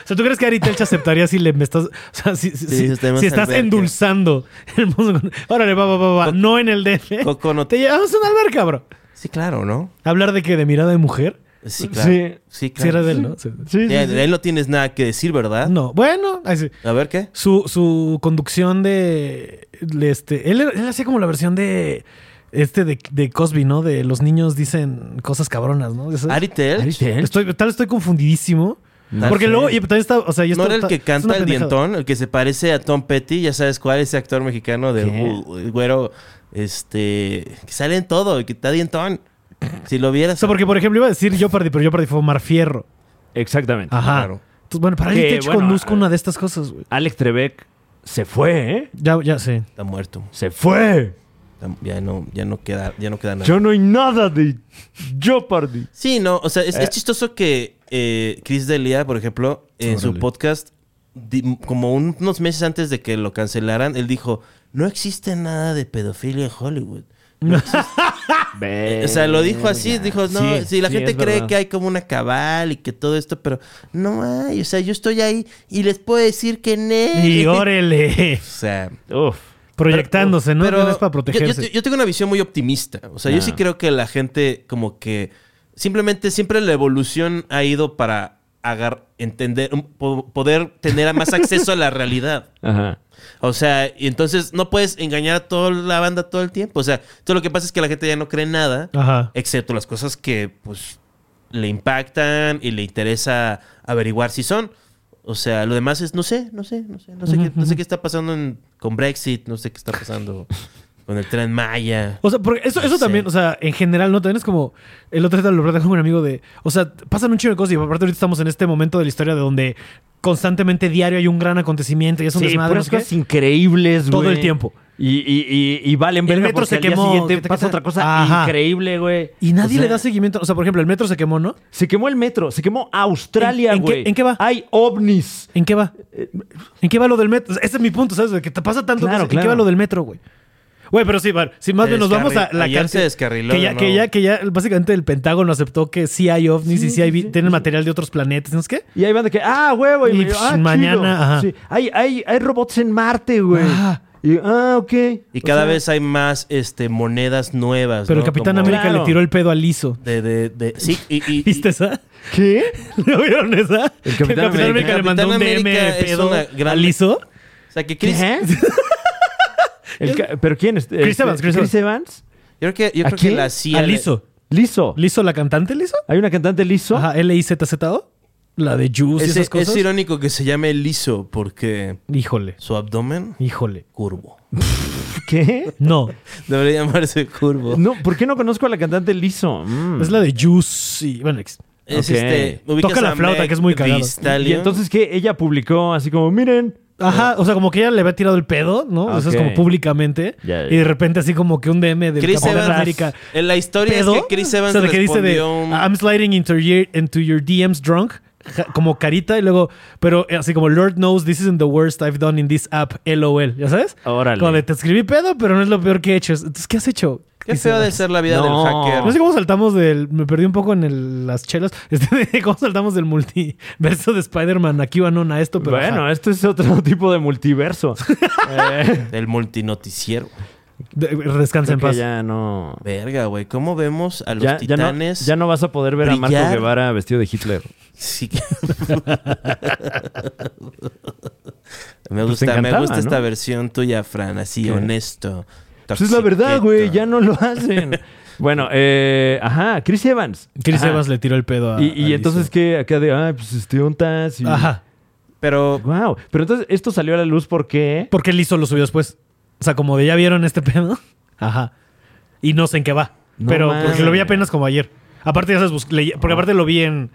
Speaker 5: sea, ¿tú crees que Ari Telch aceptaría si le me estás. O sea, si, si- si-
Speaker 4: tenemos
Speaker 5: si estás
Speaker 4: alberca.
Speaker 5: endulzando el mundo con- Órale, va, va, va, va. No en el DF.
Speaker 4: Coco, no-
Speaker 5: Te llevamos a una alberca, bro.
Speaker 4: Sí, claro, ¿no?
Speaker 5: ¿Hablar de qué? ¿De mirada de mujer?
Speaker 4: Sí, claro. Sí,
Speaker 5: Si
Speaker 4: claro.
Speaker 5: era de él, ¿no? Sí.
Speaker 1: Sí, sí,
Speaker 4: Ya,
Speaker 1: sí.
Speaker 4: de él no tienes nada que decir, ¿verdad?
Speaker 5: No. Bueno, ahí sí.
Speaker 4: A ver qué.
Speaker 5: Su, su conducción de. de este, él, él hacía como la versión de. Este de, de Cosby, ¿no? De los niños dicen cosas cabronas, ¿no? Eso-
Speaker 4: Ari Telch,
Speaker 1: Ari Telch.
Speaker 5: Estoy, tal estoy confundidísimo.
Speaker 4: No
Speaker 5: porque
Speaker 4: sé.
Speaker 5: luego, y también está, o sea, ya
Speaker 4: ¿No era
Speaker 5: está-
Speaker 4: el
Speaker 5: está-
Speaker 4: que
Speaker 5: es una
Speaker 4: canta el
Speaker 5: pendejada.
Speaker 4: dientón? El que se parece a Tom Petty, ya sabes cuál, ese actor mexicano de uh, el güero, este, que sale en todo, el que está dientón. Si lo
Speaker 5: O
Speaker 4: vieras.
Speaker 5: sea, porque por ejemplo iba a decir yo perdí, pero yo perdí fue Omar Fierro.
Speaker 1: Exactamente.
Speaker 5: Ajá.
Speaker 4: Claro.
Speaker 5: Entonces, bueno, para
Speaker 1: Que,
Speaker 5: que,
Speaker 1: bueno,
Speaker 5: conduzco
Speaker 1: eh,
Speaker 5: una de estas cosas, güey.
Speaker 1: Alex Trebek se fue, ¿eh?
Speaker 5: Ya, ya sé.
Speaker 4: Está muerto.
Speaker 1: Se fue.
Speaker 4: Está- ya no, ya no queda, ya no queda nada.
Speaker 1: Ya no hay nada de Jeopardy.
Speaker 4: Sí, no, o sea, es, es chistoso que eh, Chris Delia, por ejemplo, en su podcast, di- como un- unos meses antes de que lo cancelaran, él dijo, no existe nada de pedofilia en Hollywood.
Speaker 1: Eh,
Speaker 4: O sea, lo dijo así, dijo, no,
Speaker 1: Sí,
Speaker 4: si la
Speaker 1: sí,
Speaker 4: gente
Speaker 1: es
Speaker 4: cree
Speaker 1: verdad.
Speaker 4: que hay como una cabal y que todo esto, pero no hay, o sea, yo estoy ahí y les puedo decir que no.
Speaker 5: Y órele.
Speaker 4: O sea,
Speaker 1: Uf.
Speaker 5: Proyectándose, ¿no?
Speaker 4: pero
Speaker 5: No es para
Speaker 4: yo-
Speaker 5: protegerse. Ah.
Speaker 4: Yo, yo tengo una visión muy optimista. O sea, yo sí creo que la gente como que simplemente siempre la evolución ha ido para agar, entender, um, po- poder tener más acceso a la realidad.
Speaker 1: Ajá.
Speaker 4: O sea, y entonces no puedes engañar a toda la banda todo el tiempo. O sea, todo lo que pasa es que la gente ya no cree en nada,
Speaker 5: Ajá.
Speaker 4: excepto las cosas que pues le impactan y le interesa averiguar si son. O sea, lo demás es no sé, no sé, no sé, no sé, qué, no sé qué está pasando en- con Brexit, no sé qué está pasando con el tren Maya.
Speaker 5: O sea, porque eso, eso
Speaker 4: Sí.
Speaker 5: también, o sea, en general, ¿no? También es como. El otro día lo platicaba con un amigo de. O sea, pasan un chingo de cosas y aparte ahorita estamos en este momento de la historia de donde constantemente diario hay un gran acontecimiento y es un
Speaker 1: Sí,
Speaker 5: desmadre. no
Speaker 1: puras
Speaker 5: sé qué.
Speaker 1: cosas increíbles, güey.
Speaker 5: Todo el tiempo.
Speaker 1: Y, y, y, y valen
Speaker 5: El
Speaker 1: verga
Speaker 5: metro
Speaker 1: porque
Speaker 5: se
Speaker 1: al día
Speaker 5: quemó, que
Speaker 1: siguiente
Speaker 5: te
Speaker 1: pasa
Speaker 5: quedas-
Speaker 1: otra cosa
Speaker 5: Ajá.
Speaker 1: increíble, güey.
Speaker 5: Y nadie
Speaker 1: O sea,
Speaker 5: le da seguimiento. O sea, por ejemplo, el metro se quemó, ¿no?
Speaker 1: Se quemó el metro, se quemó Australia,
Speaker 5: ¿En- en qué-
Speaker 1: güey.
Speaker 5: en qué va?
Speaker 1: Hay ovnis.
Speaker 5: ¿En qué va? ¿En qué va lo del metro? Ese es mi punto, ¿sabes? De que te pasa tanto.
Speaker 1: Claro,
Speaker 5: que- ¿En qué
Speaker 1: claro.
Speaker 5: va lo del metro, güey? Güey, pero sí, va, si más
Speaker 4: Se
Speaker 5: bien nos vamos a
Speaker 4: descarri-
Speaker 5: la
Speaker 4: ayer
Speaker 5: cárcel-
Speaker 4: se descarriló
Speaker 5: Que
Speaker 4: de
Speaker 5: ya,
Speaker 4: nuevo.
Speaker 5: que ya, que ya, básicamente el Pentágono aceptó que sí hay ovnis y sí hay, vi- tienen material de otros planetas, ¿no es qué?
Speaker 1: Y ahí van de que, ah, huevo. Y,
Speaker 5: Y,
Speaker 1: medio, ah,
Speaker 5: psh, mañana,
Speaker 1: chido.
Speaker 5: ajá.
Speaker 1: Sí. Hay, hay, hay robots en Marte, güey.
Speaker 5: Ah.
Speaker 1: Y, ah, ok.
Speaker 4: Y
Speaker 1: O
Speaker 4: cada
Speaker 1: sea,
Speaker 4: vez hay más este monedas nuevas.
Speaker 5: Pero
Speaker 4: Pues ¿no?
Speaker 5: el Capitán
Speaker 4: Como
Speaker 5: América
Speaker 1: Claro.
Speaker 5: le tiró el pedo al liso.
Speaker 4: de, de, de- sí, y, y- y-
Speaker 5: ¿Viste esa?
Speaker 1: ¿Qué?
Speaker 5: ¿No vieron esa?
Speaker 1: El Capitán
Speaker 5: Que el Capitán
Speaker 1: América.
Speaker 5: América le
Speaker 4: El
Speaker 5: mandó un
Speaker 4: Capitán
Speaker 5: DM de
Speaker 4: América es
Speaker 5: pedo
Speaker 4: una gran-
Speaker 5: al liso.
Speaker 4: o sea que Chris,
Speaker 1: El ca- ¿Pero quién es? Este,
Speaker 5: Evans, ¿Eh? Chris Evans.
Speaker 1: Evans.
Speaker 4: yo creo que yo
Speaker 1: ¿A
Speaker 4: creo que
Speaker 1: quién?
Speaker 4: la CIA
Speaker 5: Al
Speaker 4: le-
Speaker 5: liso.
Speaker 1: Liso.
Speaker 5: ¿Liso la cantante liso?
Speaker 1: Hay una cantante liso.
Speaker 5: Ajá, L-I-Z-Z-O. La de Juice y
Speaker 4: es,
Speaker 5: esas cosas.
Speaker 4: es irónico que se llame liso porque
Speaker 5: Híjole,
Speaker 4: su abdomen
Speaker 5: híjole.
Speaker 4: curvo.
Speaker 1: ¿Qué?
Speaker 5: No,
Speaker 4: Debería llamarse curvo.
Speaker 1: No, ¿por qué no conozco a la cantante liso? Mm.
Speaker 5: es la de Juice y... Bueno, ex-
Speaker 4: Es
Speaker 1: Ok.
Speaker 4: este. ubicas
Speaker 5: Toca la
Speaker 4: a
Speaker 5: flauta,
Speaker 4: Meg
Speaker 5: que es muy cagado.
Speaker 4: Thee Stallion.
Speaker 1: Y entonces que ella publicó así como, miren,
Speaker 5: Ajá, o sea, como que ella le había tirado el pedo, ¿no? O sea,
Speaker 1: Ok.
Speaker 5: es como públicamente.
Speaker 1: Ya, ya.
Speaker 5: Y de repente así como que un DM del
Speaker 4: Chris
Speaker 5: Capitán
Speaker 4: Evans.
Speaker 5: América.
Speaker 4: En la historia
Speaker 5: ¿Pedo?
Speaker 4: es que Chris Evans
Speaker 5: o sea, de que dice de Ah,
Speaker 4: respondió un-
Speaker 5: I'm sliding into your, into your DMs drunk. ja- Como carita y luego, pero eh, así como Lord knows this isn't the worst I've done in this app, LOL, ¿ya sabes?
Speaker 1: Órale.
Speaker 5: Cuando te escribí pedo, pero no es lo peor que he hecho. Entonces, ¿qué has hecho?
Speaker 4: Qué
Speaker 5: Chris
Speaker 4: feo de
Speaker 5: Evans?
Speaker 4: ser la vida
Speaker 1: No.
Speaker 4: del hacker.
Speaker 5: No sé cómo saltamos del. Me perdí un poco en el- las chelas. Este, de cómo saltamos del multiverso de Spider-Man aquí va a esto, pero.
Speaker 1: bueno,
Speaker 5: ajá.
Speaker 1: esto es otro tipo de multiverso. Eh,
Speaker 4: El multinoticiero.
Speaker 5: De-
Speaker 1: creo
Speaker 5: descansa en
Speaker 1: que
Speaker 5: paz.
Speaker 1: ya no...
Speaker 4: Verga, güey. ¿Cómo vemos a los
Speaker 1: Ya, ya no,
Speaker 4: titanes?
Speaker 1: ya no vas a poder ver a Marco
Speaker 4: brillar.
Speaker 1: Guevara vestido de Hitler.
Speaker 4: Sí. me
Speaker 1: Pues te
Speaker 4: gusta, me
Speaker 1: encantaba,
Speaker 4: gusta
Speaker 1: ¿no?
Speaker 4: esta versión tuya, Fran. Así, honesto.
Speaker 1: Pues es la verdad,
Speaker 4: toxiqueto.
Speaker 1: güey, ya no lo hacen. bueno, eh, ajá, Chris Evans.
Speaker 5: Chris
Speaker 1: Ajá.
Speaker 5: Evas le tiró el pedo a.
Speaker 1: Y,
Speaker 5: a
Speaker 1: y
Speaker 5: Liz.
Speaker 1: entonces que acá de, ah, pues este ontas y...
Speaker 5: Ajá.
Speaker 4: Pero
Speaker 1: Wow. Pero entonces esto salió a la luz porque...
Speaker 5: Porque Lizo lo subió después. O sea, como de ya vieron este pedo. Ajá. Y no sé en qué va.
Speaker 1: No
Speaker 5: pero porque lo vi
Speaker 1: mames.
Speaker 5: apenas como ayer. Aparte, ya sabes, bus- leí- porque aparte lo vi en.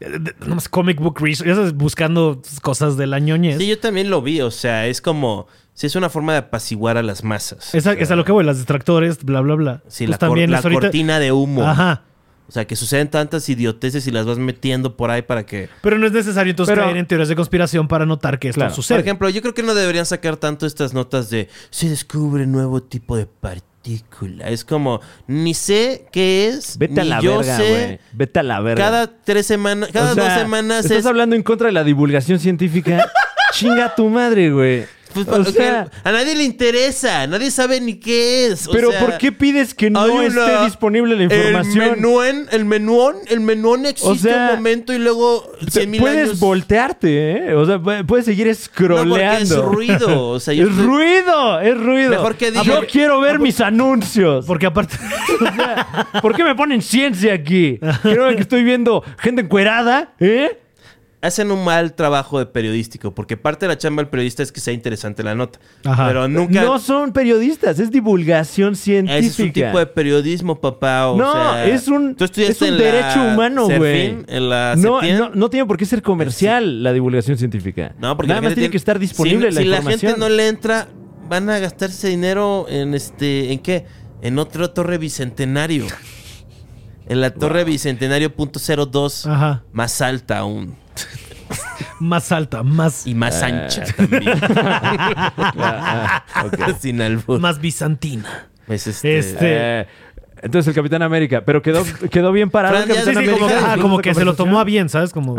Speaker 5: eh, de- No más comic book research. Ya sabes, buscando cosas de la ñoñez.
Speaker 4: sí, yo también lo vi. O sea, es como. Sí, es una forma de apaciguar a las masas.
Speaker 5: es, a, es a lo que voy, las distractores, bla, bla, bla.
Speaker 4: Sí,
Speaker 5: Pues
Speaker 4: la, cor- la
Speaker 5: es ahorita-
Speaker 4: cortina de humo.
Speaker 5: Ajá.
Speaker 4: O sea, que suceden tantas idioteces y las vas metiendo por ahí para que...
Speaker 5: Pero no es necesario entonces
Speaker 1: Pero-
Speaker 5: caer en teorías de conspiración para notar que esto
Speaker 1: Claro.
Speaker 5: sucede.
Speaker 4: Por ejemplo, yo creo que no deberían sacar tanto estas notas de se descubre nuevo tipo de partido partícula. Es como, ni sé qué es,
Speaker 1: Vete
Speaker 4: Pues, ni
Speaker 1: a la
Speaker 4: yo
Speaker 1: verga,
Speaker 4: sé.
Speaker 1: güey. Vete a la verga.
Speaker 4: Cada tres semanas, cada
Speaker 1: O sea,
Speaker 4: dos semanas
Speaker 1: ¿Estás
Speaker 4: es...
Speaker 1: hablando en contra de la divulgación científica? Chinga tu madre, güey.
Speaker 4: pues,
Speaker 1: o
Speaker 4: o sea,
Speaker 1: sea-
Speaker 4: a nadie le interesa, nadie sabe ni qué es. o
Speaker 1: Pero
Speaker 4: sea,
Speaker 1: ¿por qué pides que no
Speaker 4: hay una-
Speaker 1: esté disponible la información?
Speaker 4: El menúen, el menúen, el menúen existe
Speaker 1: sea,
Speaker 4: un momento y luego
Speaker 1: Te-
Speaker 4: cien mil
Speaker 1: puedes
Speaker 4: años.
Speaker 1: voltearte, ¿eh? O sea, pu- puedes seguir
Speaker 4: No, porque es
Speaker 1: scrolleando.
Speaker 4: ruido. O sea, yo
Speaker 1: Es ruido, es ruido.
Speaker 4: Mejor que Ah, diga-
Speaker 1: Yo quiero ver mis anuncios.
Speaker 5: Porque aparte.
Speaker 1: O sea, ¿Por qué me ponen ciencia aquí? Creo que estoy viendo gente encuerada, ¿eh?
Speaker 4: hacen un mal trabajo de periodístico, porque parte de la chamba del periodista es que sea interesante la nota.
Speaker 5: Ajá.
Speaker 4: Pero Ah, nunca... Ah,
Speaker 1: No son periodistas, es divulgación científica.
Speaker 4: Ese es un tipo de periodismo, papá. o
Speaker 1: No,
Speaker 4: sea,
Speaker 1: es un,
Speaker 4: tú estudiaste
Speaker 1: es
Speaker 4: en
Speaker 1: un
Speaker 4: la
Speaker 1: derecho humano, güey.
Speaker 4: Serfín, En la
Speaker 1: no,
Speaker 4: Serpien.
Speaker 1: no, no tiene por qué ser comercial la divulgación científica.
Speaker 4: No, porque la
Speaker 1: Nada más
Speaker 4: gente
Speaker 1: tiene que estar disponible
Speaker 4: si,
Speaker 1: la
Speaker 4: si
Speaker 1: información.
Speaker 4: la gente no le entra, van a gastar ese dinero en este, ¿en qué? En otro torre bicentenario. En la torre bicentenario punto cero dos,
Speaker 5: Ajá.
Speaker 4: más alta aún
Speaker 5: Más alta, más,
Speaker 4: y más ancha también. Sin albur.
Speaker 5: más bizantina.
Speaker 4: Es Ah, este,
Speaker 5: Este.
Speaker 1: Eh, entonces el Capitán América, pero quedó, quedó bien parado. el
Speaker 4: Fran, ya
Speaker 1: Capitán
Speaker 4: dice
Speaker 1: América.
Speaker 5: como que,
Speaker 4: América.
Speaker 5: ah, como que se lo tomó a bien, ¿sabes? Como
Speaker 1: Ok.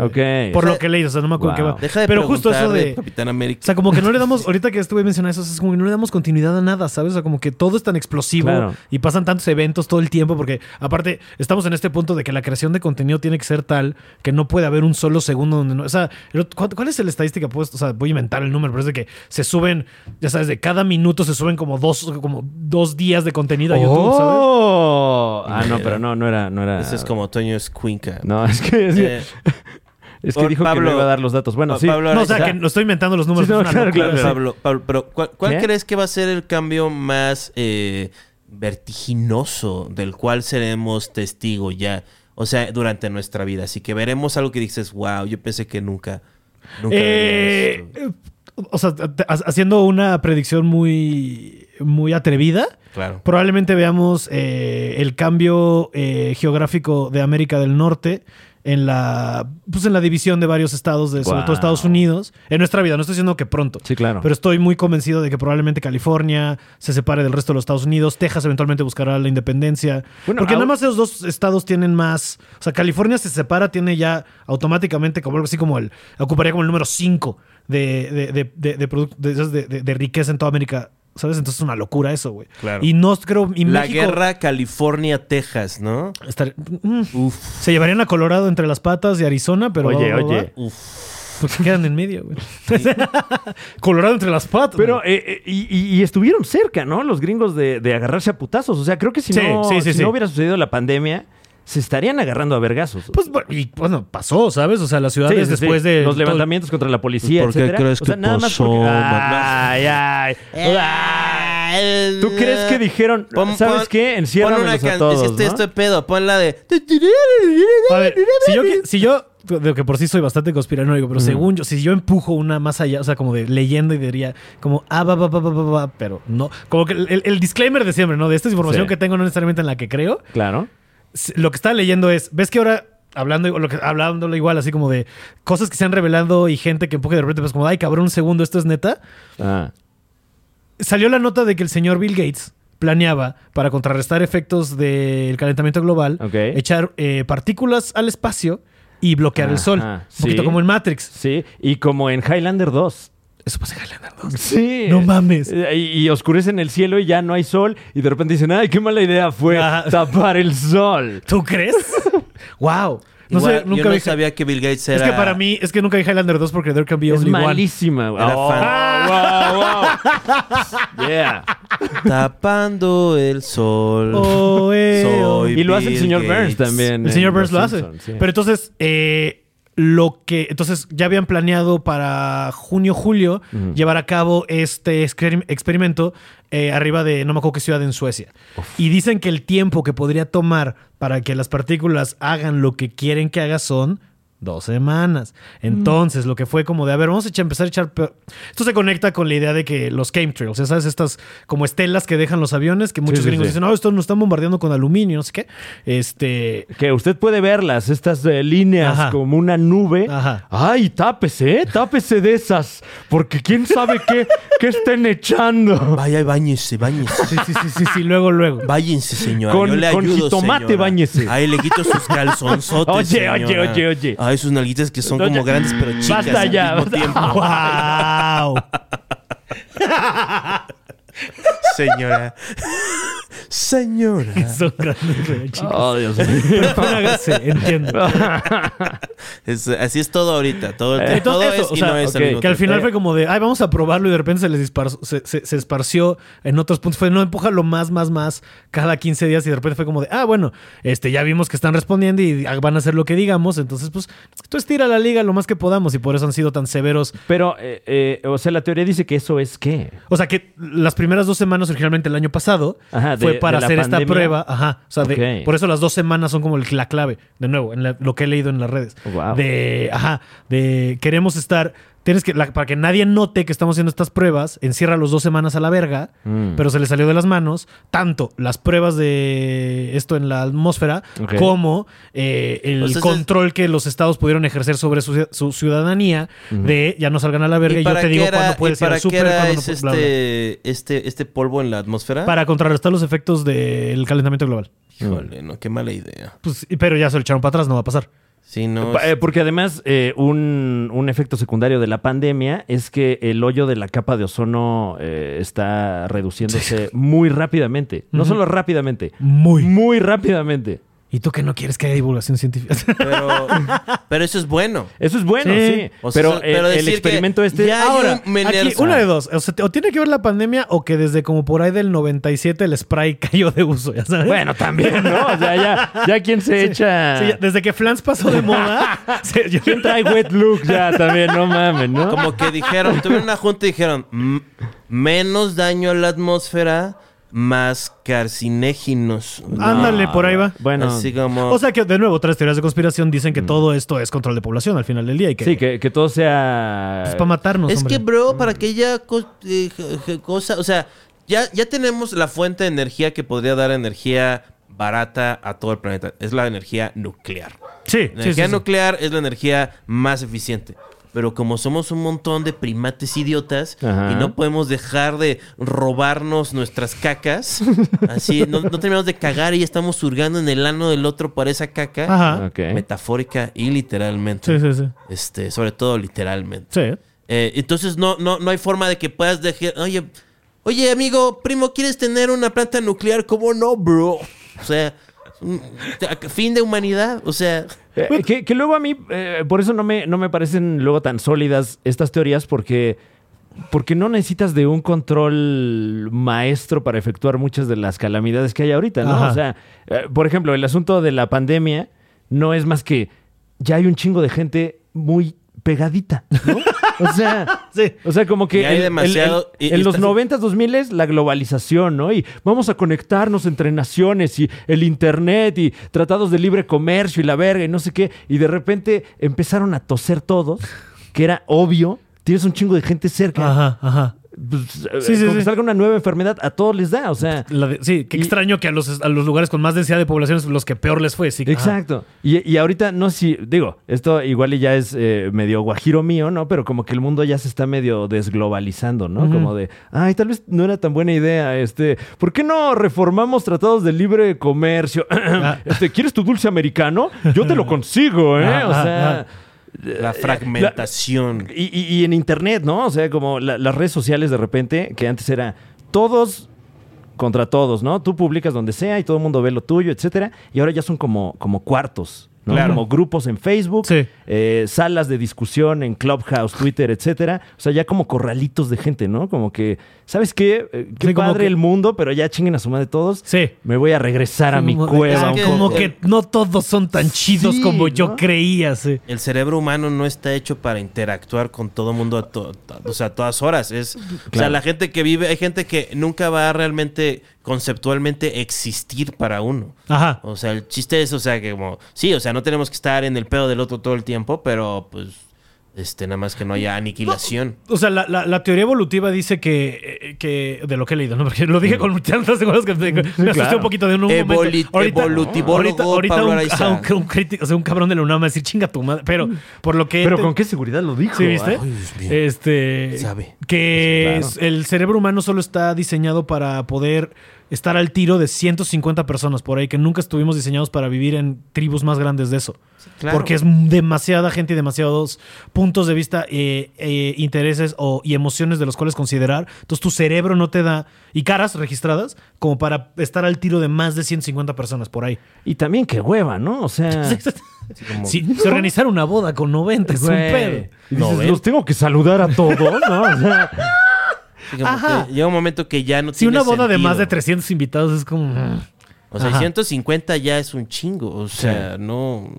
Speaker 5: por
Speaker 4: O sea,
Speaker 5: lo que leí, o sea, no me acuerdo
Speaker 1: wow.
Speaker 5: qué va.
Speaker 4: Deja de
Speaker 5: Pero justo eso
Speaker 4: preguntar
Speaker 5: de,
Speaker 4: de Capitán
Speaker 5: o
Speaker 4: América.
Speaker 5: sea, como que no le damos ahorita que estuve mencionando eso, es como que no le damos continuidad a nada, ¿sabes? O sea, como que todo es tan explosivo
Speaker 1: Claro.
Speaker 5: y pasan tantos eventos todo el tiempo porque aparte estamos en este punto de que la creación de contenido tiene que ser tal que no puede haber un solo segundo donde no, o sea, el otro- ¿cuál, cuál es la estadística? Pues, o sea, voy a inventar el número, pero es de que se suben, ya sabes, de cada minuto se suben como dos como dos días de contenido a YouTube, ¿sabes?
Speaker 1: Oh. Ah, no, pero no, no era, no era.
Speaker 4: Eso es como Toño Escuinca.
Speaker 1: No, es que, es que,
Speaker 4: Eh,
Speaker 1: es que
Speaker 4: por
Speaker 1: dijo que
Speaker 4: Pablo-
Speaker 1: no iba a dar los datos. Bueno,
Speaker 4: Pa-
Speaker 1: sí.
Speaker 4: Pablo
Speaker 5: No, o sea,
Speaker 4: Araiza.
Speaker 5: que no estoy inventando los números.
Speaker 1: Sí, no,
Speaker 5: es una
Speaker 1: claro,
Speaker 5: locura,
Speaker 1: claro,
Speaker 5: sí.
Speaker 1: claro.
Speaker 4: Pablo, Pablo, pero ¿cuál, cuál
Speaker 1: ¿Qué?
Speaker 4: crees que va a ser el cambio más eh, vertiginoso del cual seremos testigo ya? O sea, durante nuestra vida. Así que veremos algo que dices, wow, yo pensé que nunca. nunca vería
Speaker 5: Eh,
Speaker 4: esto".
Speaker 5: o sea, te- ha- haciendo una predicción muy, muy atrevida,
Speaker 4: Claro.
Speaker 5: probablemente veamos eh, el cambio eh, geográfico de América del Norte en la, pues en la división de varios estados, de, sobre
Speaker 1: Guau.
Speaker 5: todo Estados Unidos, en nuestra vida. No estoy diciendo que pronto.
Speaker 1: Sí, claro.
Speaker 5: Pero estoy muy convencido de que probablemente California se separe del resto de los Estados Unidos. Texas eventualmente buscará la independencia.
Speaker 1: Bueno,
Speaker 5: porque
Speaker 1: au-
Speaker 5: nada más esos dos estados tienen más. O sea, California se separa, tiene ya automáticamente como algo así como el. Ocuparía como el número 5 de, de, de, de, de product- de- de- de- de riqueza en toda América. ¿Sabes? Entonces es una locura eso, güey.
Speaker 4: Claro.
Speaker 5: Y no creo. Y
Speaker 4: La
Speaker 5: México
Speaker 4: guerra California-Texas, ¿no?
Speaker 5: estar- mm,
Speaker 4: Uf.
Speaker 5: se llevarían a Colorado entre las patas de Arizona, pero.
Speaker 1: Oye,
Speaker 5: va, va, va,
Speaker 1: oye.
Speaker 5: Porque quedan en medio, güey. Colorado entre las patas.
Speaker 1: Pero,
Speaker 5: güey.
Speaker 1: eh, eh, y, y- y estuvieron cerca, ¿no? Los gringos de, de agarrarse a putazos. O sea, creo que si,
Speaker 5: Sí,
Speaker 1: no,
Speaker 5: sí, sí,
Speaker 1: si
Speaker 5: sí.
Speaker 1: no hubiera sucedido la pandemia, se estarían agarrando a vergazos.
Speaker 5: Pues, bueno, y bueno, pasó, ¿sabes? O sea, las ciudades
Speaker 1: Sí, sí, sí.
Speaker 5: después de.
Speaker 1: los
Speaker 5: todo-
Speaker 1: levantamientos contra la policía,
Speaker 4: ¿Por qué
Speaker 1: etcétera.
Speaker 4: crees
Speaker 1: O sea,
Speaker 4: que
Speaker 1: nada más
Speaker 4: pasó,
Speaker 1: porque-
Speaker 4: Batman?
Speaker 1: Ay, ay. ay. ¿Tú crees que dijeron,
Speaker 4: Eh. Pon-
Speaker 1: sabes
Speaker 4: pon-
Speaker 1: qué?
Speaker 4: pon una
Speaker 1: Enciérramelos a
Speaker 4: can-
Speaker 1: todos,
Speaker 4: Es que
Speaker 1: ¿no?
Speaker 4: esto es pedo. Pon la de.
Speaker 5: A ver, si yo, que- si yo, de que por sí soy bastante conspiranoico, pero según yo, si yo empujo una más allá, o sea, como de leyenda y diría, como, ah, va, va, va, va, va, va, pero no. Como que el, el disclaimer de siempre, ¿no? De esta es información
Speaker 1: Sí.
Speaker 5: que tengo, no necesariamente en la que creo.
Speaker 1: Claro.
Speaker 5: s- Lo que estaba leyendo es, ¿ves que ahora.? Hablando, lo que, hablándolo igual, así como de cosas que se han revelado y gente que empuje de repente, pues como, ay, cabrón, un segundo, esto es neta.
Speaker 1: Ah.
Speaker 5: salió la nota de que el señor Bill Gates planeaba para contrarrestar efectos del calentamiento global
Speaker 1: Ok.
Speaker 5: echar eh, partículas al espacio y bloquear el
Speaker 1: Ajá,
Speaker 5: sol.
Speaker 1: sí.
Speaker 5: Un poquito como en Matrix.
Speaker 1: Sí, y como en Highlander 2.
Speaker 5: Eso pasa en Highlander 2.
Speaker 1: Sí.
Speaker 5: No mames.
Speaker 1: Eh, Y, y oscurecen el cielo y ya no hay sol. Y de repente dicen, ay, qué mala idea fue
Speaker 5: Ajá.
Speaker 1: tapar el sol.
Speaker 5: ¿Tú crees? wow. No
Speaker 4: Igual,
Speaker 5: sé, nunca
Speaker 4: yo no
Speaker 5: vi-
Speaker 4: sabía que Bill Gates
Speaker 5: Es
Speaker 4: era.
Speaker 5: que para mí, es que nunca vi Highlander 2 porque there can be
Speaker 1: Es
Speaker 5: only one.
Speaker 1: malísima. güey.
Speaker 4: Era
Speaker 1: Oh, wow, wow. Yeah.
Speaker 4: Tapando el sol.
Speaker 5: Oh, eh, oh.
Speaker 4: Soy
Speaker 1: Y lo hace el
Speaker 4: Bill
Speaker 1: señor Burns
Speaker 4: Gates.
Speaker 1: también.
Speaker 5: El señor
Speaker 1: en
Speaker 5: Burns lo
Speaker 1: Los
Speaker 5: hace.
Speaker 1: Simpsons, sí.
Speaker 5: Pero entonces, eh, lo que. Entonces, ya habían planeado para junio, julio, llevar a cabo este experim- experimento eh, arriba de no me acuerdo qué ciudad en Suecia. Y dicen que el tiempo que podría tomar para que las partículas hagan lo que quieren que haga son Dos semanas. Entonces, lo que fue como de, a ver, vamos a echa- empezar a echar... pe- Esto se conecta con la idea de que los chemtrails, ya sabes, estas como estelas que dejan los aviones, que muchos
Speaker 1: sí,
Speaker 5: gringos
Speaker 1: sí.
Speaker 5: dicen, no, esto nos están bombardeando con aluminio, no sé qué. Este...
Speaker 1: Que usted puede verlas, estas eh, líneas
Speaker 5: Ajá.
Speaker 1: como una nube.
Speaker 5: Ajá.
Speaker 1: Ay, tápese, ¿eh? tápese de esas, porque quién sabe qué, qué estén echando.
Speaker 4: Vaya, bañese, bañese.
Speaker 5: Sí, sí, sí, sí, sí, luego, luego.
Speaker 4: Váyanse, señora.
Speaker 1: Con-
Speaker 4: Yo le
Speaker 1: con
Speaker 4: ayudo,
Speaker 1: jitomate,
Speaker 4: señora.
Speaker 1: báñese.
Speaker 4: Ahí le quito sus calzonzotes.
Speaker 1: Oye,
Speaker 4: señora.
Speaker 1: oye, oye, oye.
Speaker 4: Ay, sus nalguitas que son
Speaker 1: No,
Speaker 4: como
Speaker 1: ya.
Speaker 4: grandes, pero chicas.
Speaker 1: Basta
Speaker 4: al
Speaker 1: ya,
Speaker 4: mismo
Speaker 1: basta.
Speaker 4: tiempo.
Speaker 5: ¡Wow!
Speaker 4: Señora. Señora.
Speaker 5: Son grandes, güey, chicos.
Speaker 1: Oh, Dios mío.
Speaker 5: Hágase, entiendo.
Speaker 4: Es- así es todo ahorita. Todo,
Speaker 5: Eh,
Speaker 4: todo
Speaker 5: entonces
Speaker 4: es
Speaker 5: eso,
Speaker 4: y
Speaker 5: o sea,
Speaker 4: no es al
Speaker 1: ok,
Speaker 4: mismo
Speaker 5: Que al
Speaker 4: tiempo.
Speaker 5: final fue como de, ay, vamos a probarlo y de repente se les disparzó- se, se- se esparció en otros puntos. Fue, no, empújalo más, más, más cada 15 días y de repente fue como de, ah, bueno, este, ya vimos que están respondiendo y van a hacer lo que digamos. Entonces, pues, tú estira la liga lo más que podamos y por eso han sido tan severos.
Speaker 1: Pero, eh, eh, o sea, la teoría dice que eso es qué.
Speaker 5: O sea, que las primeras dos semanas originalmente el año pasado
Speaker 1: Ajá, de-
Speaker 5: fue
Speaker 1: de
Speaker 5: para
Speaker 1: la
Speaker 5: hacer
Speaker 1: pandemia.
Speaker 5: esta prueba. Ajá, o sea, de-
Speaker 1: Ok.
Speaker 5: por eso las dos semanas son como el- la clave, de nuevo, en la- lo que he leído en las redes.
Speaker 1: Guau.
Speaker 5: De, ajá, de queremos estar, tienes que, la- para que nadie note que estamos haciendo estas pruebas, encierra los dos semanas a la verga,
Speaker 1: Mm.
Speaker 5: pero se le salió de las manos tanto las pruebas de esto en la atmósfera
Speaker 1: Ok.
Speaker 5: como eh, el
Speaker 4: O sea, es-
Speaker 5: control que los estados pudieron ejercer sobre su, su ciudadanía de ya no salgan a la verga y, yo
Speaker 4: para
Speaker 5: te
Speaker 4: qué
Speaker 5: digo
Speaker 4: era-
Speaker 5: cuándo puedes
Speaker 4: y
Speaker 5: ir al
Speaker 4: para qué
Speaker 5: súper,
Speaker 4: era
Speaker 5: cuándo no
Speaker 4: es
Speaker 5: pu- bla, bla, bla.
Speaker 4: este, este, este polvo en la atmósfera?
Speaker 5: Para contrarrestar los efectos del calentamiento global.
Speaker 4: Híjole, no, qué mala idea.
Speaker 5: Pues, y- pero ya se lo echaron para atrás, no va a pasar.
Speaker 4: Sí, no.
Speaker 1: Pa- eh, porque además, eh, un, un efecto secundario de la pandemia es que el hoyo de la capa de ozono eh, está reduciéndose muy rápidamente. No solo rápidamente,
Speaker 5: Muy.
Speaker 1: muy rápidamente.
Speaker 5: Y tú que no quieres que haya divulgación científica.
Speaker 4: Pero, pero eso es bueno.
Speaker 1: Eso es bueno,
Speaker 5: Sí.
Speaker 1: sí.
Speaker 4: O sea,
Speaker 1: pero
Speaker 4: eso-
Speaker 1: el-
Speaker 4: pero
Speaker 1: el,
Speaker 4: decir que
Speaker 1: experimento este.
Speaker 4: ya hay
Speaker 5: Ahora,
Speaker 4: un mener-
Speaker 5: aquí, una de dos. O, sea, te- o tiene que ver la pandemia o que desde como por ahí del 97 el spray cayó de uso, ya sabes.
Speaker 1: Bueno, también, ¿no? O sea, ya, ya quien se echa.
Speaker 5: Sí, ya- desde que Flans pasó de moda. se- yo-
Speaker 1: ¿Quién trae wet look ya también? No mames, ¿no?
Speaker 4: Como que dijeron, tuvieron una junta y dijeron, "Mm, menos daño a la atmósfera, más carcinégenos.
Speaker 5: Ándale, por ahí va.
Speaker 1: Bueno,
Speaker 4: Así como...
Speaker 5: O sea que, de nuevo, otras teorías de conspiración dicen que todo esto es control de población al final del día y que
Speaker 1: sí, que, que todo sea.
Speaker 5: es para matarnos.
Speaker 4: es
Speaker 5: hombre. Mm.
Speaker 4: que, bro, para aquella cosa, o sea, ya, ya tenemos la fuente de energía que podría dar energía barata a todo el planeta. Es la energía nuclear.
Speaker 5: Sí,
Speaker 4: La
Speaker 5: sí, sí,
Speaker 4: energía
Speaker 5: sí.
Speaker 4: nuclear es la energía más eficiente. Pero como somos un montón de primates idiotas
Speaker 1: Ajá.
Speaker 4: y no podemos dejar de robarnos nuestras cacas, así no, no terminamos de cagar y estamos surgando en el ano del otro para esa caca,
Speaker 5: Ajá.
Speaker 1: Ok.
Speaker 4: metafórica y literalmente.
Speaker 5: Sí, sí, sí.
Speaker 4: Este, sobre todo literalmente.
Speaker 5: Sí.
Speaker 4: Eh, entonces no, no, no hay forma de que puedas dejar. Oye, oye, amigo, primo, ¿quieres tener una planta nuclear? ¿Cómo no, bro? O sea, un- fin de humanidad. O sea.
Speaker 1: Eh, que, que luego a mí, eh, por eso no me, no me parecen luego tan sólidas estas teorías, porque, porque no necesitas de un control maestro para efectuar muchas de las calamidades que hay ahorita, ¿no?
Speaker 5: Ajá.
Speaker 1: O sea, eh, por ejemplo, el asunto de la pandemia no es más que ya hay un chingo de gente muy pegadita, ¿no? O sea,
Speaker 5: Sí.
Speaker 1: o sea, como que
Speaker 4: Y hay
Speaker 1: el- el-
Speaker 4: demasiado-
Speaker 1: el-
Speaker 4: y-
Speaker 1: en
Speaker 4: y
Speaker 1: los
Speaker 4: estás-
Speaker 1: 90s, 2000 la globalización, ¿no? Y vamos a conectarnos entre naciones y el internet y tratados de libre comercio y la verga y no sé qué. Y de repente empezaron a toser todos, que era obvio. Tienes un chingo de gente cerca.
Speaker 5: Ajá, ajá.
Speaker 1: Pues, eh,
Speaker 5: Ah. Sí, sí,
Speaker 1: con que
Speaker 5: sí.
Speaker 1: salga una nueva enfermedad, a todos les da. O sea,
Speaker 5: La de- sí, qué
Speaker 1: Y-
Speaker 5: extraño que a los, a los lugares con más densidad de población es los que peor les fue. Sí, ajá.
Speaker 1: Exacto. Y, y ahorita, no sé si, digo, esto igual y ya es eh, medio guajiro mío, ¿no? Pero como que el mundo ya se está medio desglobalizando, ¿no? Como de, ay, tal vez no era tan buena idea, este, ¿por qué no reformamos tratados de libre comercio? este, ¿quieres tu dulce americano? Yo te lo consigo, ¿eh?
Speaker 5: Ah,
Speaker 1: o
Speaker 5: ah,
Speaker 1: sea...
Speaker 5: ah.
Speaker 4: La fragmentación.
Speaker 1: Y, y- y en internet, ¿no? O sea, como la- las redes sociales de repente, que antes era todos contra todos, ¿no? Tú publicas donde sea y todo el mundo ve lo tuyo, etcétera. Y ahora ya son como, como cuartos, ¿no? Como grupos en Facebook,
Speaker 5: Sí.
Speaker 1: eh, salas de discusión en Clubhouse, Twitter, etcétera. O sea, ya como corralitos de gente, ¿no? Como que, ¿sabes qué? Eh, Qué
Speaker 5: Sí, como
Speaker 1: padre
Speaker 5: que-
Speaker 1: el mundo, pero ya chinguen a su madre todos.
Speaker 5: Sí.
Speaker 1: Me voy a regresar a mi
Speaker 5: Como de-
Speaker 1: cueva.
Speaker 5: ah,
Speaker 1: un
Speaker 5: como
Speaker 1: poco.
Speaker 5: que no todos son tan chidos
Speaker 1: Sí,
Speaker 5: como yo
Speaker 1: ¿no?
Speaker 5: creía. Sí.
Speaker 4: El cerebro humano no está hecho para interactuar con todo mundo a, to- a- o sea, a todas horas. Es, O sea, la gente que vive, hay gente que nunca va a realmente conceptualmente existir para uno.
Speaker 5: Ajá.
Speaker 4: O sea, el chiste es, o sea, que como, sí, o sea, no tenemos que estar en el pedo del otro todo el tiempo, pero pues, este, nada más que no haya aniquilación.
Speaker 5: O sea, la, la- la teoría evolutiva dice que, eh, que. De lo que he leído, ¿no? Porque lo dije con tantas segundas que me, me asusté
Speaker 1: claro.
Speaker 5: un poquito de un, un
Speaker 4: Evoli-
Speaker 5: momento.
Speaker 4: evolutivólogo
Speaker 5: ahorita, ahorita
Speaker 4: Pablo
Speaker 5: un,
Speaker 4: Araiza.
Speaker 5: a un- un crítico, o sea, un cabrón de la UNAM va a decir chinga tu madre. Mm. Pero por lo que.
Speaker 1: Pero
Speaker 5: te-
Speaker 1: con qué seguridad lo dijo. ah.
Speaker 5: ¿Sí viste?
Speaker 4: Ay, Dios mío.
Speaker 5: Este.
Speaker 4: Sabe.
Speaker 5: Que
Speaker 1: Claro.
Speaker 5: es- el cerebro humano solo está diseñado para poder estar al tiro de 150 personas por ahí, que nunca estuvimos diseñados para vivir en tribus más grandes de eso.
Speaker 4: claro.
Speaker 5: Porque es demasiada gente y demasiados puntos de vista, eh, eh, intereses o, y emociones de los cuales considerar. Entonces tu cerebro no te da, y caras registradas, como para estar al tiro de más de 150 personas por ahí.
Speaker 1: Y también qué hueva, ¿no? O sea.
Speaker 4: Como-
Speaker 5: Si, si organizar una boda con 90 es un
Speaker 1: güey.
Speaker 5: pedo.
Speaker 1: Y dices,
Speaker 4: No, ¿ven?
Speaker 1: los tengo que saludar a todos, ¿no? O sea,
Speaker 4: sí, como
Speaker 5: Ajá.
Speaker 4: que llega un momento que ya no
Speaker 5: Si una
Speaker 4: tiene
Speaker 5: boda de más de
Speaker 4: sentido.
Speaker 5: 300 invitados es como... mm,
Speaker 4: O sea,
Speaker 5: Ajá.
Speaker 4: 150 ya es un chingo. O sea, no.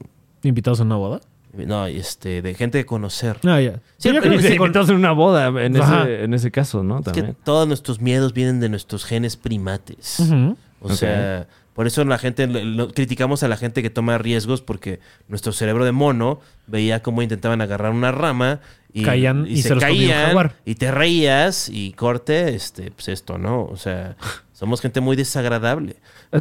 Speaker 5: ¿Invitados a una boda?
Speaker 4: No, este, de gente de conocer.
Speaker 5: Ah, ya.
Speaker 4: Sí, pero
Speaker 5: Yo creo que
Speaker 4: sí,
Speaker 5: sí, con-
Speaker 1: invitados en una boda, en
Speaker 5: Ajá.
Speaker 1: ese, en ese caso, ¿no?
Speaker 4: Es que
Speaker 1: También.
Speaker 4: todos nuestros miedos vienen de nuestros genes primates.
Speaker 5: Ujú.
Speaker 4: O
Speaker 1: Ok.
Speaker 4: sea, por eso la gente lo- lo- criticamos a la gente que toma riesgos porque nuestro cerebro de mono veía cómo intentaban agarrar una rama y
Speaker 5: Caían y se los comía un jaguar.
Speaker 4: y te reías y corte, este, pues esto, ¿no? O sea, somos gente muy desagradable. O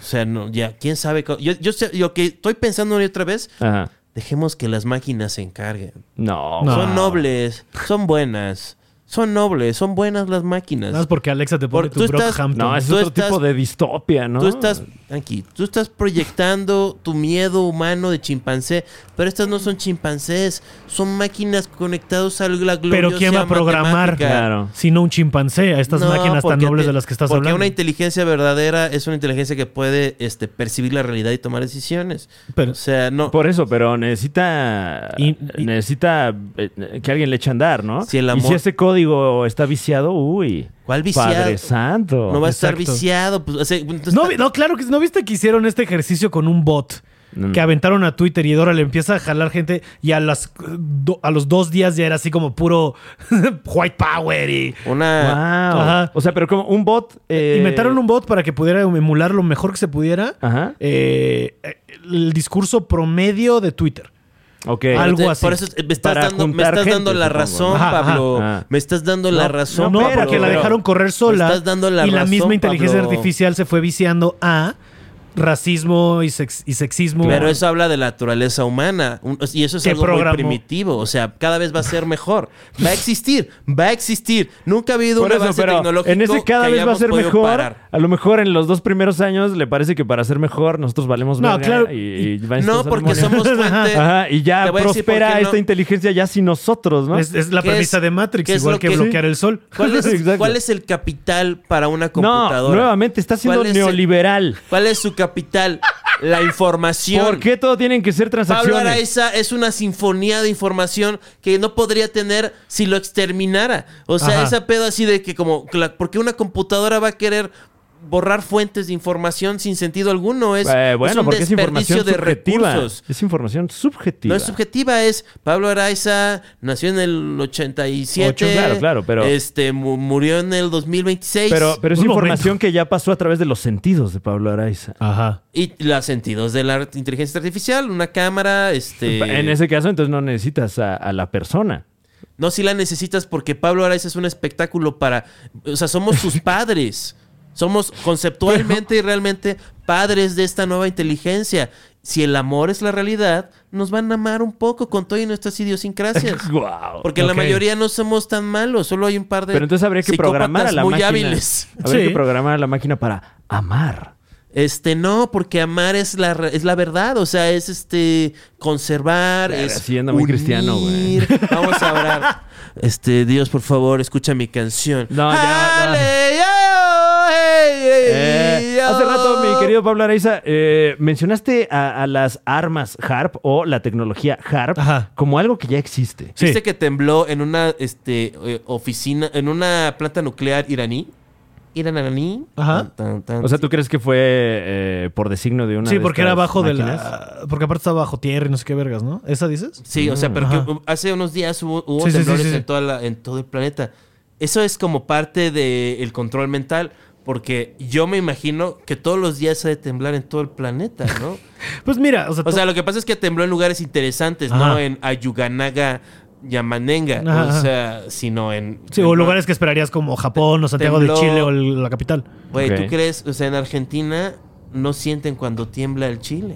Speaker 4: sea, no, ya quién sabe. co- Yo, yo sé, lo que estoy pensando una y otra vez,
Speaker 1: Ajá.
Speaker 4: dejemos que las máquinas se encarguen.
Speaker 1: No.
Speaker 5: No.
Speaker 4: Son nobles, son buenas, son nobles, son buenas las máquinas.
Speaker 5: Nada más porque Alexa te pone
Speaker 4: Por-
Speaker 5: tu
Speaker 4: tú estás-
Speaker 5: Brockhampton.
Speaker 1: No, es
Speaker 4: Tú
Speaker 1: otro
Speaker 4: estás-
Speaker 1: tipo de distopia, ¿no?
Speaker 4: Tú estás, aquí, tú estás proyectando tu miedo humano de chimpancé, pero estas no son chimpancés, son máquinas conectadas a la gloriosa
Speaker 5: Pero ¿quién va a programar?
Speaker 4: matemática.
Speaker 1: Claro.
Speaker 5: Si no un chimpancé, a estas
Speaker 4: No,
Speaker 5: máquinas tan
Speaker 4: porque
Speaker 5: nobles
Speaker 4: te-
Speaker 5: de las que estás
Speaker 4: porque
Speaker 5: hablando.
Speaker 4: una inteligencia verdadera es una inteligencia que puede este, percibir la realidad y tomar decisiones.
Speaker 5: Pero-
Speaker 4: o sea, no.
Speaker 1: Por eso, pero necesita
Speaker 5: Y- y-
Speaker 1: necesita eh, que alguien le eche a andar, ¿no?
Speaker 4: Si el
Speaker 1: Y si
Speaker 4: amor-
Speaker 1: ese código está viciado, uy.
Speaker 4: ¿Cuál viciado?
Speaker 1: Padre santo.
Speaker 4: no va a estar
Speaker 5: exacto.
Speaker 4: viciado. pues, o sea, entonces-
Speaker 5: No, vi- no, claro que no viste que hicieron este ejercicio con un bot
Speaker 1: Mm.
Speaker 5: que aventaron a Twitter y ahora le empieza a jalar gente y a las do- a los dos días ya era así como puro white power y
Speaker 4: una,
Speaker 1: Wow.
Speaker 5: Ajá.
Speaker 1: O sea, pero como un bot. eh,
Speaker 5: inventaron un bot para que pudiera emular lo mejor que se pudiera
Speaker 1: Ajá.
Speaker 5: eh, el discurso promedio de Twitter.
Speaker 1: Ok.
Speaker 5: Al- algo
Speaker 4: Te-
Speaker 5: así.
Speaker 4: Por eso eh, me estás,
Speaker 1: Para
Speaker 4: dando, me
Speaker 1: juntar
Speaker 4: estás dando
Speaker 1: gente,
Speaker 4: la razón,
Speaker 1: supongo,
Speaker 5: ¿no? Ajá, ajá.
Speaker 4: Pablo.
Speaker 1: Ah.
Speaker 4: Me estás dando
Speaker 1: No,
Speaker 4: la
Speaker 5: No,
Speaker 4: razón, Pablo.
Speaker 5: porque la
Speaker 4: Pero-
Speaker 5: dejaron correr sola
Speaker 4: Me estás dando la
Speaker 5: y la
Speaker 4: razón,
Speaker 5: misma inteligencia
Speaker 4: Pablo.
Speaker 5: artificial se fue viciando a racismo y, sex- y sexismo.
Speaker 4: Pero eso habla de la naturaleza humana. Un- Y eso es
Speaker 5: ¿Qué
Speaker 4: algo
Speaker 5: programó?
Speaker 4: muy primitivo. O sea, cada vez va a ser mejor. Va a existir. Va a existir. Nunca ha habido
Speaker 1: Por
Speaker 4: un
Speaker 1: eso,
Speaker 4: avance
Speaker 1: pero
Speaker 4: tecnológico
Speaker 1: en ese cada
Speaker 4: que
Speaker 1: vez va a
Speaker 4: hayamos
Speaker 1: ser
Speaker 4: podido
Speaker 1: mejor.
Speaker 4: parar.
Speaker 1: A lo mejor en los dos primeros años le parece que para ser mejor nosotros valemos
Speaker 5: No,
Speaker 1: verga
Speaker 5: claro.
Speaker 1: y, y van a estar
Speaker 4: No, porque
Speaker 1: demonios.
Speaker 4: somos fuente...
Speaker 1: Ajá, y ya
Speaker 4: Te voy a decir por
Speaker 1: prospera
Speaker 4: qué no.
Speaker 1: esta inteligencia ya sin nosotros, ¿no?
Speaker 5: Es, es la
Speaker 4: ¿Qué
Speaker 5: premisa
Speaker 4: es-
Speaker 5: de Matrix,
Speaker 4: qué es
Speaker 5: igual
Speaker 4: lo
Speaker 5: que,
Speaker 4: que-
Speaker 5: bloquear el sol.
Speaker 4: ¿Cuál
Speaker 1: Exacto.
Speaker 4: es, ¿Cuál es el capital para una computadora?
Speaker 1: No, nuevamente está siendo
Speaker 4: ¿Cuál es el-
Speaker 1: neoliberal.
Speaker 4: ¿Cuál es su capital? La información.
Speaker 1: ¿Por qué todo tienen que ser
Speaker 4: Pablo
Speaker 1: transacciones?
Speaker 4: Araiza es una sinfonía de información que no podría tener si lo exterminara. O sea,
Speaker 5: Ajá.
Speaker 4: esa pedo así de que como, porque una computadora va a querer borrar fuentes de información sin sentido alguno. Es,
Speaker 1: Eh,
Speaker 4: es
Speaker 1: bueno,
Speaker 4: un
Speaker 1: porque es
Speaker 4: desperdicio
Speaker 1: información
Speaker 4: de
Speaker 1: subjetiva.
Speaker 4: recursos.
Speaker 1: Es información subjetiva.
Speaker 4: No es subjetiva, es Pablo Araiza nació en el 87.
Speaker 1: Ocho, claro, claro, pero-
Speaker 4: Este, mu- murió en el 2026.
Speaker 1: Pero, pero es
Speaker 5: Un
Speaker 1: información que ya pasó a través de los sentidos de Pablo Araiza.
Speaker 5: Ajá.
Speaker 4: Y los sentidos de la inteligencia artificial, una cámara, este...
Speaker 1: En ese caso, entonces no necesitas a, a la persona.
Speaker 4: No, si la necesitas porque Pablo Araiza es un espectáculo para. O sea, somos sus padres. Somos conceptualmente y realmente padres de esta nueva inteligencia. Si el amor es la realidad, nos van a amar un poco con todo y nuestras idiosincrasias.
Speaker 1: Wow.
Speaker 4: Porque la
Speaker 5: Ok.
Speaker 4: mayoría no somos tan malos, solo hay un par de.
Speaker 1: Pero entonces habría que
Speaker 4: psicópatas
Speaker 1: programar a la
Speaker 4: muy
Speaker 1: máquina.
Speaker 4: hábiles.
Speaker 1: Habría
Speaker 5: Sí.
Speaker 1: que programar a la máquina para amar.
Speaker 4: Este, no, porque amar es la, re- es la verdad. O sea, es este. Conservar,
Speaker 1: Claro,
Speaker 4: es.
Speaker 1: sí, anda muy cristiano, güey.
Speaker 4: unir. Vamos a orar. Este, Dios, por favor, escucha mi canción.
Speaker 1: No, ya, no.
Speaker 4: Ale, yo, hey, hey,
Speaker 1: Eh,
Speaker 4: yo.
Speaker 1: hace rato, mi querido Pablo Araiza, eh, mencionaste a, a las armas HARP o la tecnología HARP
Speaker 5: Ajá.
Speaker 1: como algo que ya existe.
Speaker 5: Sí.
Speaker 4: ¿Viste que tembló en una este, eh, oficina, en una planta nuclear iraní? Irananí.
Speaker 5: Ajá.
Speaker 4: Tan, tan, tan.
Speaker 1: O sea, ¿tú crees que fue eh, por designio de una
Speaker 5: Sí,
Speaker 1: de
Speaker 5: porque era
Speaker 1: estas
Speaker 5: abajo
Speaker 1: máquinas?
Speaker 5: de la. Porque aparte estaba bajo tierra y no sé qué vergas, ¿no? ¿Esa dices?
Speaker 4: Sí, o sea, pero
Speaker 5: Mm, Ajá.
Speaker 4: que hu- hace unos días hubo, hubo
Speaker 5: Sí, sí, sí,
Speaker 4: temblores
Speaker 5: sí, sí.
Speaker 4: En, toda la- en todo el planeta. Eso es como parte del control mental. Porque yo me imagino que todos los días ha de temblar en todo el planeta, ¿no?
Speaker 5: Pues mira, o sea,
Speaker 4: O sea,
Speaker 5: to-
Speaker 4: lo que pasa es que tembló en lugares interesantes, no
Speaker 5: Ajá.
Speaker 4: en Ayuganaga, Yamanenga,
Speaker 5: Ajá.
Speaker 4: o sea, sino en...
Speaker 5: sí, o lugares que esperarías como Japón o Santiago
Speaker 4: Tembló.
Speaker 5: de Chile o el- la capital.
Speaker 4: Güey,
Speaker 1: Ok.
Speaker 4: ¿tú crees? O sea, en Argentina no sienten cuando tiembla el Chile.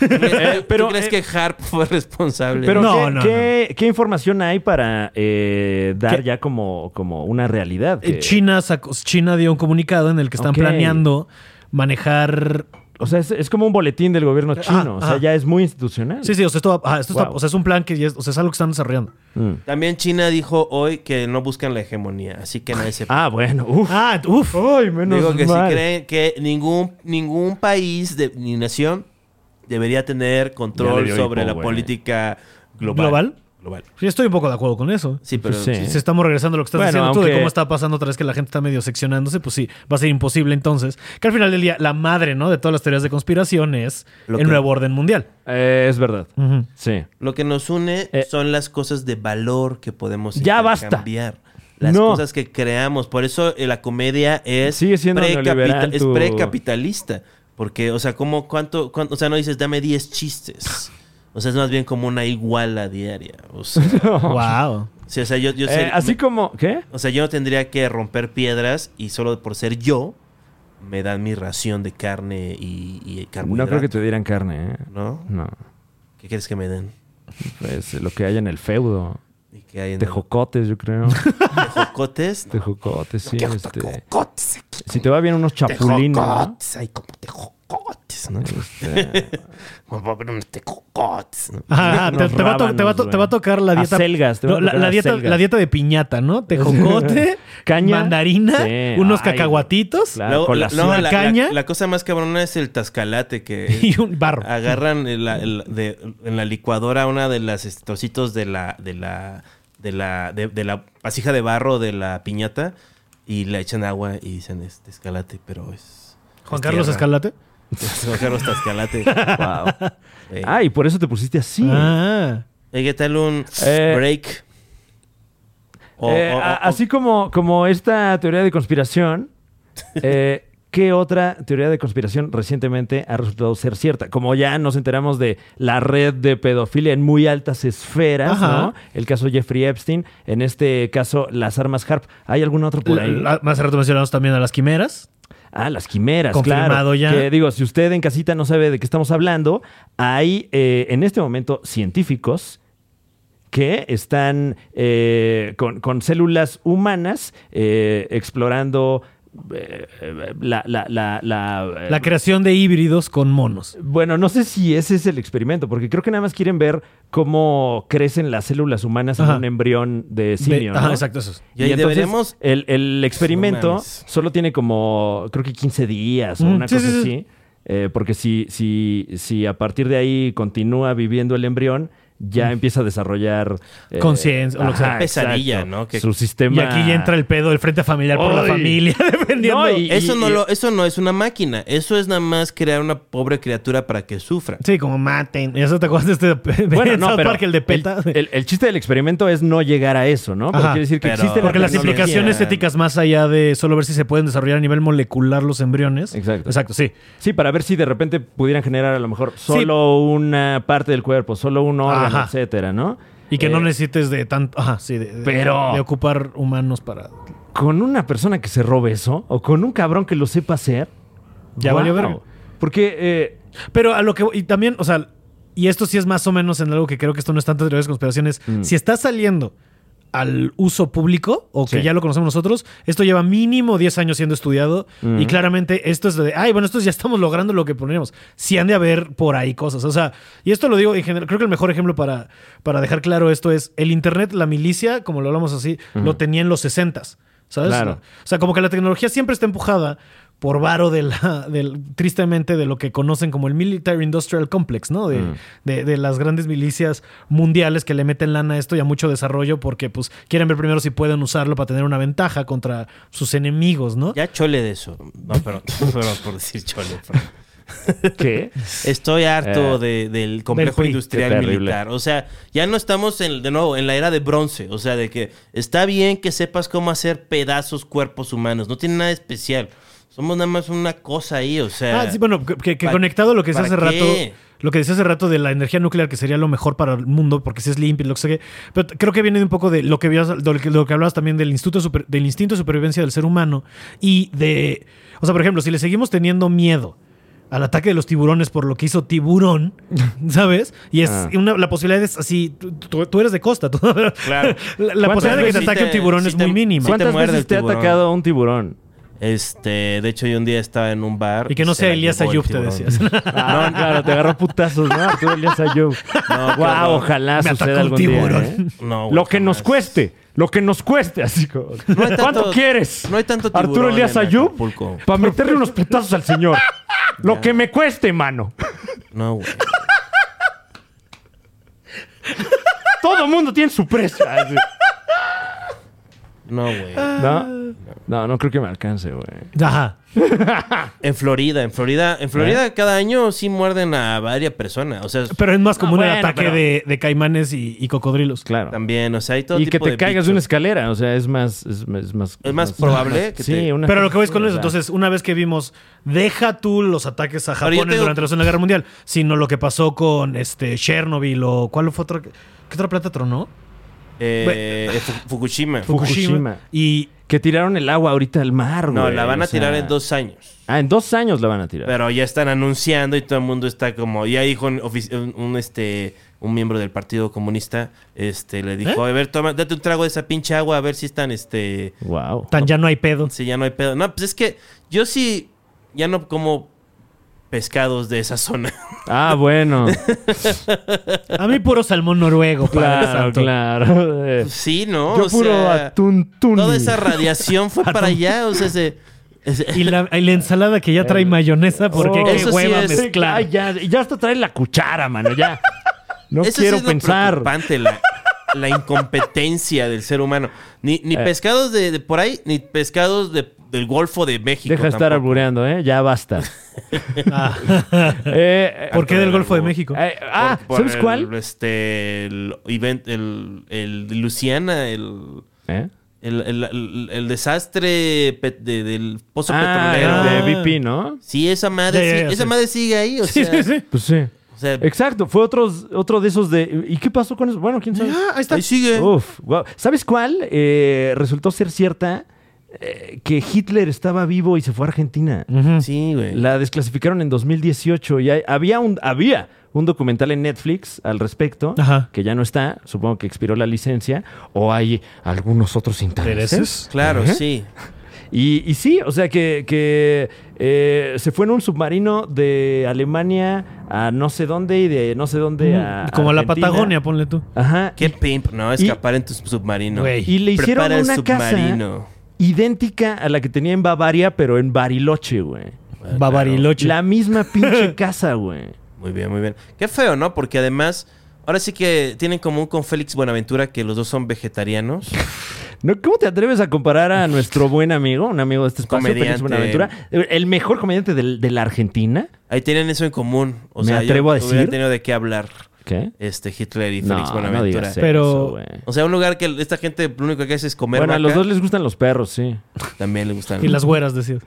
Speaker 4: ¿Tú crees-
Speaker 1: Eh,
Speaker 4: ¿Tú
Speaker 1: pero,
Speaker 4: crees
Speaker 1: eh,
Speaker 4: que Harp fue responsable?
Speaker 1: Pero
Speaker 5: No,
Speaker 1: ¿qué,
Speaker 5: no,
Speaker 1: qué, qué información hay para eh, dar
Speaker 5: ¿Qué?
Speaker 1: ya como, como una realidad?
Speaker 5: Eh,
Speaker 1: Que-
Speaker 5: China, sacó- China dio un comunicado en el que están
Speaker 1: Ok.
Speaker 5: planeando manejar
Speaker 1: O sea, es, es como un boletín del gobierno chino. o sea,
Speaker 5: ajá.
Speaker 1: ya es muy institucional.
Speaker 5: Ah, Sí, sí, o sea, esto, va- ajá, esto está-
Speaker 1: Wow.
Speaker 5: o sea, es un plan que ya es, o sea, es algo que están desarrollando.
Speaker 1: Mm.
Speaker 4: También China dijo hoy que no buscan la hegemonía, así que nadie se...
Speaker 1: Ah, bueno. Uf.
Speaker 5: Ah, uff.
Speaker 1: Ay, menos
Speaker 4: Digo que
Speaker 1: mal.
Speaker 4: si creen que ningún, ningún país de, ni nación debería tener
Speaker 1: Ya le
Speaker 4: control
Speaker 1: dio
Speaker 4: sobre
Speaker 1: hipo,
Speaker 4: la
Speaker 1: güey.
Speaker 4: política global.
Speaker 5: ¿Global?
Speaker 4: Global.
Speaker 5: Sí, estoy un poco de acuerdo con eso.
Speaker 4: Sí, pero...
Speaker 1: Pues sí.
Speaker 5: Si estamos regresando a lo que estás
Speaker 1: Bueno,
Speaker 5: diciendo tú
Speaker 1: aunque-
Speaker 5: de cómo está pasando otra vez que la gente está medio seccionándose, pues sí, va a ser imposible entonces. Que al final del día, la madre, ¿no? De todas las teorías de conspiración es
Speaker 4: Lo
Speaker 5: el
Speaker 4: que-
Speaker 5: nuevo orden mundial.
Speaker 1: Eh, es verdad.
Speaker 5: Ujú.
Speaker 1: Sí.
Speaker 4: Lo que nos une
Speaker 1: Eh.
Speaker 4: son las cosas de valor que podemos
Speaker 1: Ya basta.
Speaker 4: intercambiar. Las
Speaker 1: No.
Speaker 4: cosas que creamos. Por eso eh, la comedia es
Speaker 1: Sigue siendo
Speaker 4: precapita-
Speaker 1: neoliberal
Speaker 4: es
Speaker 1: tu-
Speaker 4: precapitalista. Porque, o sea, ¿cómo, cuánto, cuánto? O sea, no dices, dame 10 chistes. O sea, es más bien como una iguala diaria. O sea,
Speaker 5: Wow.
Speaker 4: sí, o sea, yo, yo
Speaker 1: Eh,
Speaker 4: sé-
Speaker 1: así
Speaker 4: me-
Speaker 1: como. ¿Qué?
Speaker 4: O sea, yo no tendría que romper piedras y solo por ser yo me dan mi ración de carne y, y
Speaker 1: No
Speaker 4: carbohidrato.
Speaker 1: creo que te dieran carne, ¿eh?
Speaker 4: ¿No?
Speaker 1: No.
Speaker 4: ¿Qué quieres que me den?
Speaker 1: Pues lo que hay en el feudo.
Speaker 4: ¿Y qué hay en el-
Speaker 1: Tejocotes, yo creo.
Speaker 4: tejocotes?
Speaker 1: Tejocotes, sí. este. Si te va bien, unos chapulines. ¿no?
Speaker 4: Ay, como tejocotes, ¿no?
Speaker 1: Este,
Speaker 4: Vamos a ver unos tejocotes, ¿no?
Speaker 5: Ajá,
Speaker 1: Unos
Speaker 5: te, te va a to- te va a to-
Speaker 1: rábanos,
Speaker 5: te va a tocar la dieta.
Speaker 1: Acelgas, te va a
Speaker 5: No, la,
Speaker 1: tocar
Speaker 5: la dieta
Speaker 1: acelgas.
Speaker 5: la dieta de piñata, ¿no? Tejocote,
Speaker 1: Caña.
Speaker 5: mandarina,
Speaker 1: Sí,
Speaker 5: unos
Speaker 1: ay,
Speaker 5: cacahuatitos
Speaker 1: claro,
Speaker 4: Luego,
Speaker 1: con
Speaker 4: la,
Speaker 1: la
Speaker 4: no,
Speaker 5: sal.
Speaker 4: la-
Speaker 5: caña.
Speaker 4: la- la cosa más cabrona es el tascalate que
Speaker 5: y un barro.
Speaker 1: Ah,
Speaker 4: agarran en la, el- de- en la licuadora una de las este, trocitos de la de la de la de, de la vasija de barro de la piñata y le echan agua y dicen es tascalate, pero es
Speaker 5: Juan
Speaker 4: es
Speaker 5: Carlos
Speaker 4: tierra.
Speaker 5: Escalate.
Speaker 4: Es Juan Carlos Tascalate.
Speaker 1: Wow.
Speaker 4: Ey.
Speaker 1: Ah, y por eso te pusiste así.
Speaker 5: Ah.
Speaker 4: Ey, ¿Qué tal un
Speaker 1: Eh,
Speaker 4: break? O-
Speaker 1: Eh,
Speaker 4: o- o-
Speaker 1: a- así como, como esta teoría de conspiración, eh, ¿qué otra teoría de conspiración recientemente ha resultado ser cierta? Como ya nos enteramos de la red de pedofilia en muy altas esferas,
Speaker 5: Ajá.
Speaker 1: ¿no? El caso Jeffrey Epstein, en este caso las armas Harp. ¿Hay algún otro por
Speaker 5: La-
Speaker 1: ahí?
Speaker 5: la- más rato mencionamos también a las quimeras.
Speaker 1: Ah, las quimeras,
Speaker 5: Confirmado
Speaker 1: claro.
Speaker 5: ya.
Speaker 1: Que digo, si usted en casita no sabe de qué estamos hablando, hay eh, en este momento científicos que están eh, con, con células humanas eh, explorando eh, eh, la, la- la- la- eh,
Speaker 5: La creación de híbridos con monos.
Speaker 1: bueno, no sé si ese es el experimento, porque creo que nada más quieren ver cómo crecen las células humanas en
Speaker 5: Ajá.
Speaker 1: un embrión de simio.
Speaker 5: De- ajá,
Speaker 1: ¿no?
Speaker 5: exacto, esos.
Speaker 4: Y ahí
Speaker 1: entonces,
Speaker 4: deberemos-
Speaker 1: El, el experimento
Speaker 4: No mames.
Speaker 1: solo tiene como, creo que 15 días o
Speaker 5: Mm,
Speaker 1: una
Speaker 5: sí,
Speaker 1: cosa
Speaker 5: sí, sí.
Speaker 1: así. Eh, porque si, si, si a partir de ahí continúa viviendo el embrión, ya empieza a desarrollar... eh,
Speaker 5: Mm. Conciencia, o lo que sea.
Speaker 1: ajá,
Speaker 4: Pesadilla,
Speaker 1: exacto.
Speaker 4: ¿no? Que-
Speaker 1: Su sistema...
Speaker 5: Y aquí ya entra el pedo del frente familiar por la
Speaker 1: Ay.
Speaker 5: familia, dependiendo.
Speaker 1: No, y-
Speaker 4: eso, no lo, eso no es una máquina. Eso es nada más crear una pobre criatura para que sufra.
Speaker 5: Sí, como maten. Ya se te acuerdas de este
Speaker 1: Bueno,
Speaker 5: de
Speaker 1: no,
Speaker 5: South
Speaker 1: pero
Speaker 5: Park, el de PETA.
Speaker 1: El, el- el chiste del experimento es no llegar a eso, ¿no? Pero
Speaker 5: Ajá,
Speaker 1: quiere decir que
Speaker 4: pero-
Speaker 1: existe
Speaker 5: porque las
Speaker 4: tecnología.
Speaker 5: implicaciones éticas más allá de solo ver si se pueden desarrollar a nivel molecular los embriones.
Speaker 1: Exacto.
Speaker 5: Exacto, sí.
Speaker 1: Sí, para ver si de repente pudieran generar a lo mejor solo una parte del cuerpo, solo un órgano,
Speaker 5: Ajá.
Speaker 1: etcétera, ¿no?
Speaker 5: Y que
Speaker 1: Eh,
Speaker 5: no necesites de tanto. Ajá, sí. De, de-
Speaker 1: Pero-
Speaker 5: de ocupar humanos para.
Speaker 1: con una persona que se robe eso o con un cabrón que lo sepa hacer.
Speaker 5: Ya
Speaker 1: ¡guau!
Speaker 5: valió verga.
Speaker 1: Porque eh,
Speaker 5: Pero a lo que. Y también, o sea, y esto sí es más o menos en algo que creo que esto no es tanto teoría de conspiraciones.
Speaker 1: Mm.
Speaker 5: Si está saliendo al uso público, o que
Speaker 1: Sí.
Speaker 5: ya lo conocemos nosotros, esto lleva mínimo 10 años siendo estudiado.
Speaker 1: Mm.
Speaker 5: Y claramente esto es de. Ay, bueno, estos ya estamos logrando lo que poníamos. Sí han de haber por ahí cosas. O sea, y esto lo digo en general. Creo que el mejor ejemplo para, para dejar claro esto es el Internet, la milicia, como lo hablamos así, lo tenía en los 60s. ¿Sabes?
Speaker 1: Claro.
Speaker 5: O sea, como que la tecnología siempre está empujada por varo de la, del, tristemente, de lo que conocen como el Military Industrial Complex, ¿no? De, de- de las grandes milicias mundiales que le meten lana a esto y a mucho desarrollo porque, pues, quieren ver primero si pueden usarlo para tener una ventaja contra sus enemigos, ¿no?
Speaker 4: Ya chole de eso. No, pero, pero por decir chole. pero-
Speaker 1: ¿Qué?
Speaker 4: Estoy harto
Speaker 1: Eh,
Speaker 4: de- del complejo
Speaker 1: PRI. Qué
Speaker 4: industrial
Speaker 1: terrible.
Speaker 4: militar. O sea, ya no estamos en, de nuevo en la era de bronce. O sea, de que está bien que sepas cómo hacer pedazos cuerpos humanos. No tiene nada de especial. Somos nada más una cosa ahí. O sea,
Speaker 5: Ah, sí, bueno, que, que- que
Speaker 4: Eh, ¿Para-
Speaker 5: conectado a lo que decía hace
Speaker 4: para
Speaker 5: rato.
Speaker 4: qué?
Speaker 5: Lo que decía hace rato de la energía nuclear, que sería lo mejor para el mundo, porque si es limpio, lo que sea. que- Pero t- creo que viene un poco de lo que, habías- de lo que, de lo que hablabas también del, instituto super- del instinto de supervivencia del ser humano y de. O sea, por ejemplo, si le seguimos teniendo miedo al ataque de los tiburones por lo que hizo tiburón, ¿sabes? Y es
Speaker 1: Ah.
Speaker 5: una- la posibilidad es así. Tú, tú- tú eres de costa, tú-
Speaker 4: Claro.
Speaker 5: La, la posibilidad de que te
Speaker 4: Sí
Speaker 5: ataque
Speaker 4: te-
Speaker 5: un tiburón
Speaker 4: sí
Speaker 5: es
Speaker 4: te-
Speaker 5: muy mínima.
Speaker 4: sí
Speaker 1: ¿Cuántas
Speaker 4: muerde
Speaker 1: veces
Speaker 4: el
Speaker 1: te ha
Speaker 4: tiburón.
Speaker 1: atacado un tiburón?
Speaker 4: Este, de hecho, yo un día estaba en un bar.
Speaker 5: Y que no
Speaker 4: se
Speaker 5: sea
Speaker 4: la
Speaker 5: Elías
Speaker 4: llevó el
Speaker 5: Ayub, te
Speaker 4: tiburón.
Speaker 5: decías.
Speaker 1: Ah, claro, te agarró putazos, ¿no? Arturo Elías Ayub.
Speaker 4: No,
Speaker 1: wow,
Speaker 4: claro.
Speaker 1: ojalá
Speaker 5: Me atacó
Speaker 1: suceda
Speaker 5: un
Speaker 1: algún día,
Speaker 5: tiburón.
Speaker 1: ¿eh?
Speaker 4: No, güey,
Speaker 1: Lo que nos
Speaker 4: jamás.
Speaker 1: cueste, lo que nos cueste, así como.
Speaker 4: hay tanto-
Speaker 1: ¿Cuánto quieres?
Speaker 4: no hay tanto
Speaker 1: Arturo
Speaker 4: tiburón
Speaker 1: Elías
Speaker 4: en
Speaker 1: Ayub
Speaker 4: Acapulco.
Speaker 1: para meterle unos putazos al señor. Lo que me cueste, mano.
Speaker 4: No, güey.
Speaker 1: Todo mundo tiene su precio. Así.
Speaker 4: No, güey.
Speaker 5: Ah,
Speaker 1: No, no, no creo que me alcance, güey.
Speaker 5: Ajá.
Speaker 4: En Florida, en Florida, en
Speaker 1: Eh.
Speaker 4: Florida cada año sí muerden a varias personas. O sea,
Speaker 5: Pero es más común
Speaker 1: Ah, bueno,
Speaker 5: el ataque
Speaker 1: pero-
Speaker 5: de, de caimanes y, y cocodrilos.
Speaker 1: Claro.
Speaker 4: también, o sea, hay todo
Speaker 1: Y
Speaker 4: tipo
Speaker 1: que te
Speaker 4: de
Speaker 1: caigas de una
Speaker 4: bichos.
Speaker 1: escalera, o sea, es más. Es, es más,
Speaker 4: Es más probable que
Speaker 1: sí,
Speaker 4: te-
Speaker 1: una
Speaker 5: Pero lo
Speaker 1: cosa
Speaker 5: que voy es con
Speaker 1: así,
Speaker 5: eso.
Speaker 1: o sea,
Speaker 5: Entonces, una vez que vimos, deja tú los ataques a
Speaker 4: Pero yo
Speaker 5: Japón
Speaker 4: tengo-
Speaker 5: durante la Segunda Guerra Mundial, sino lo que pasó con este Chernobyl o cuál fue otro. ¿Qué otra planta tronó?
Speaker 4: Eh, eh, Fu- Fukushima.
Speaker 1: Fukushima.
Speaker 5: Y
Speaker 1: Que tiraron el agua ahorita al mar, güey.
Speaker 4: no, la van a
Speaker 1: o sea-
Speaker 4: tirar en dos años.
Speaker 1: Ah, en dos años la van a tirar.
Speaker 4: Pero ya están anunciando y todo el mundo está como. Ya dijo un, ofici- un- un, este un miembro del Partido Comunista, este, le dijo,
Speaker 1: ¿Eh?
Speaker 4: a ver, toma, date un trago de esa pinche agua a ver si están, este,
Speaker 1: Wow.
Speaker 5: tan ya no hay pedo.
Speaker 4: si ya no hay pedo. No, pues es que yo sí ya no como pescados de esa zona.
Speaker 1: Ah, bueno.
Speaker 5: A mí puro salmón noruego, padre
Speaker 1: claro,
Speaker 5: santo.
Speaker 1: claro. Eh,
Speaker 4: Sí, ¿no?
Speaker 1: Yo
Speaker 4: O
Speaker 1: puro
Speaker 4: sea,
Speaker 1: atún tuni.
Speaker 4: Toda esa radiación fue para allá, o sea, se- se-
Speaker 5: Y la, y la ensalada que ya trae mayonesa, porque
Speaker 1: Oh,
Speaker 5: qué
Speaker 4: eso sí
Speaker 5: hueva
Speaker 4: es-
Speaker 5: mezclar.
Speaker 1: Ay, ya, ya hasta trae la cuchara, mano, ya. No
Speaker 4: Eso sí
Speaker 1: quiero
Speaker 4: es lo
Speaker 1: pensar.
Speaker 4: preocupante, la, la incompetencia del ser humano. Ni,
Speaker 1: Eh.
Speaker 4: ni pescados de, de por ahí, ni pescados de- del Golfo de México.
Speaker 1: Deja de estar
Speaker 4: tampoco.
Speaker 1: albureando, ¿eh? Ya basta.
Speaker 5: Ah,
Speaker 1: Eh, eh,
Speaker 5: ¿Por qué del Golfo de México?
Speaker 1: eh, ah,
Speaker 4: Por- por
Speaker 1: ¿sabes
Speaker 4: el,
Speaker 1: cuál?
Speaker 4: Este, el event, el, el de Luciana, el,
Speaker 1: ¿Eh?
Speaker 4: el, el- el- el desastre pe- de- del pozo
Speaker 1: Ah,
Speaker 4: petrolero.
Speaker 1: el
Speaker 5: Ah.
Speaker 1: de BP, ¿no?
Speaker 4: Sí, esa madre,
Speaker 5: Ya, ya,
Speaker 4: sí-
Speaker 5: ya,
Speaker 4: esa
Speaker 5: sí.
Speaker 4: madre sigue ahí, o
Speaker 5: Sí,
Speaker 4: sea,
Speaker 5: sí, sí.
Speaker 1: Pues sí.
Speaker 4: o sea,
Speaker 1: Exacto, fue otros, otro de esos de... ¿Y qué pasó con eso? Bueno, quién sabe.
Speaker 5: Ah, ahí está.
Speaker 4: ahí sigue.
Speaker 1: Uf, guau. ¿Sabes cuál? Eh, resultó ser cierta eh, que Hitler estaba vivo y se fue a Argentina.
Speaker 5: Ujú.
Speaker 4: Sí, güey.
Speaker 1: La desclasificaron en 2018 y hay- había, un, había un documental en Netflix al respecto,
Speaker 5: Ajá.
Speaker 1: que ya no está, supongo que expiró la licencia, o hay algunos otros intereses.
Speaker 5: ¿Intereses?
Speaker 4: Claro,
Speaker 1: Ajá.
Speaker 4: sí.
Speaker 1: Y, y sí, o sea que, que, eh, se fue en un submarino de Alemania a no sé dónde y de no sé dónde a...
Speaker 5: Como la
Speaker 1: Argentina. Ah,
Speaker 5: Patagonia, ponle tú.
Speaker 1: Ajá.
Speaker 4: Qué pimp, ¿no? Escapar en tu submarino.
Speaker 5: Güey.
Speaker 1: Y le hicieron
Speaker 4: Prepara el
Speaker 1: una casa
Speaker 4: submarino.
Speaker 1: idéntica a la que tenía en Bavaria, pero en Bariloche, güey.
Speaker 5: Bavariloche.
Speaker 1: La misma pinche casa, güey.
Speaker 4: Muy bien, muy bien. Qué feo, ¿no? Porque además, ahora sí que tienen común con Félix Buenaventura que los dos son vegetarianos.
Speaker 1: No, ¿Cómo te atreves a comparar a nuestro buen amigo, un amigo de este espacio, Félix
Speaker 4: Comediante.
Speaker 1: Buenaventura, el mejor comediante del- de la Argentina?
Speaker 4: Ahí tienen eso en común. O
Speaker 1: Me
Speaker 4: sea, yo
Speaker 1: atrevo a
Speaker 4: hubiera
Speaker 1: decir.
Speaker 4: tenido de qué hablar
Speaker 1: ¿Qué?
Speaker 4: este Hitler y
Speaker 1: No,
Speaker 4: Félix
Speaker 1: no
Speaker 4: Buenaventura.
Speaker 1: digas eso,
Speaker 5: Pero-
Speaker 1: güey.
Speaker 4: o sea, un lugar que esta gente lo único que hace es comer.
Speaker 1: Bueno, a los
Speaker 4: vaca.
Speaker 1: dos les gustan los perros, sí.
Speaker 4: también le gustan.
Speaker 5: Y las güeras, decías.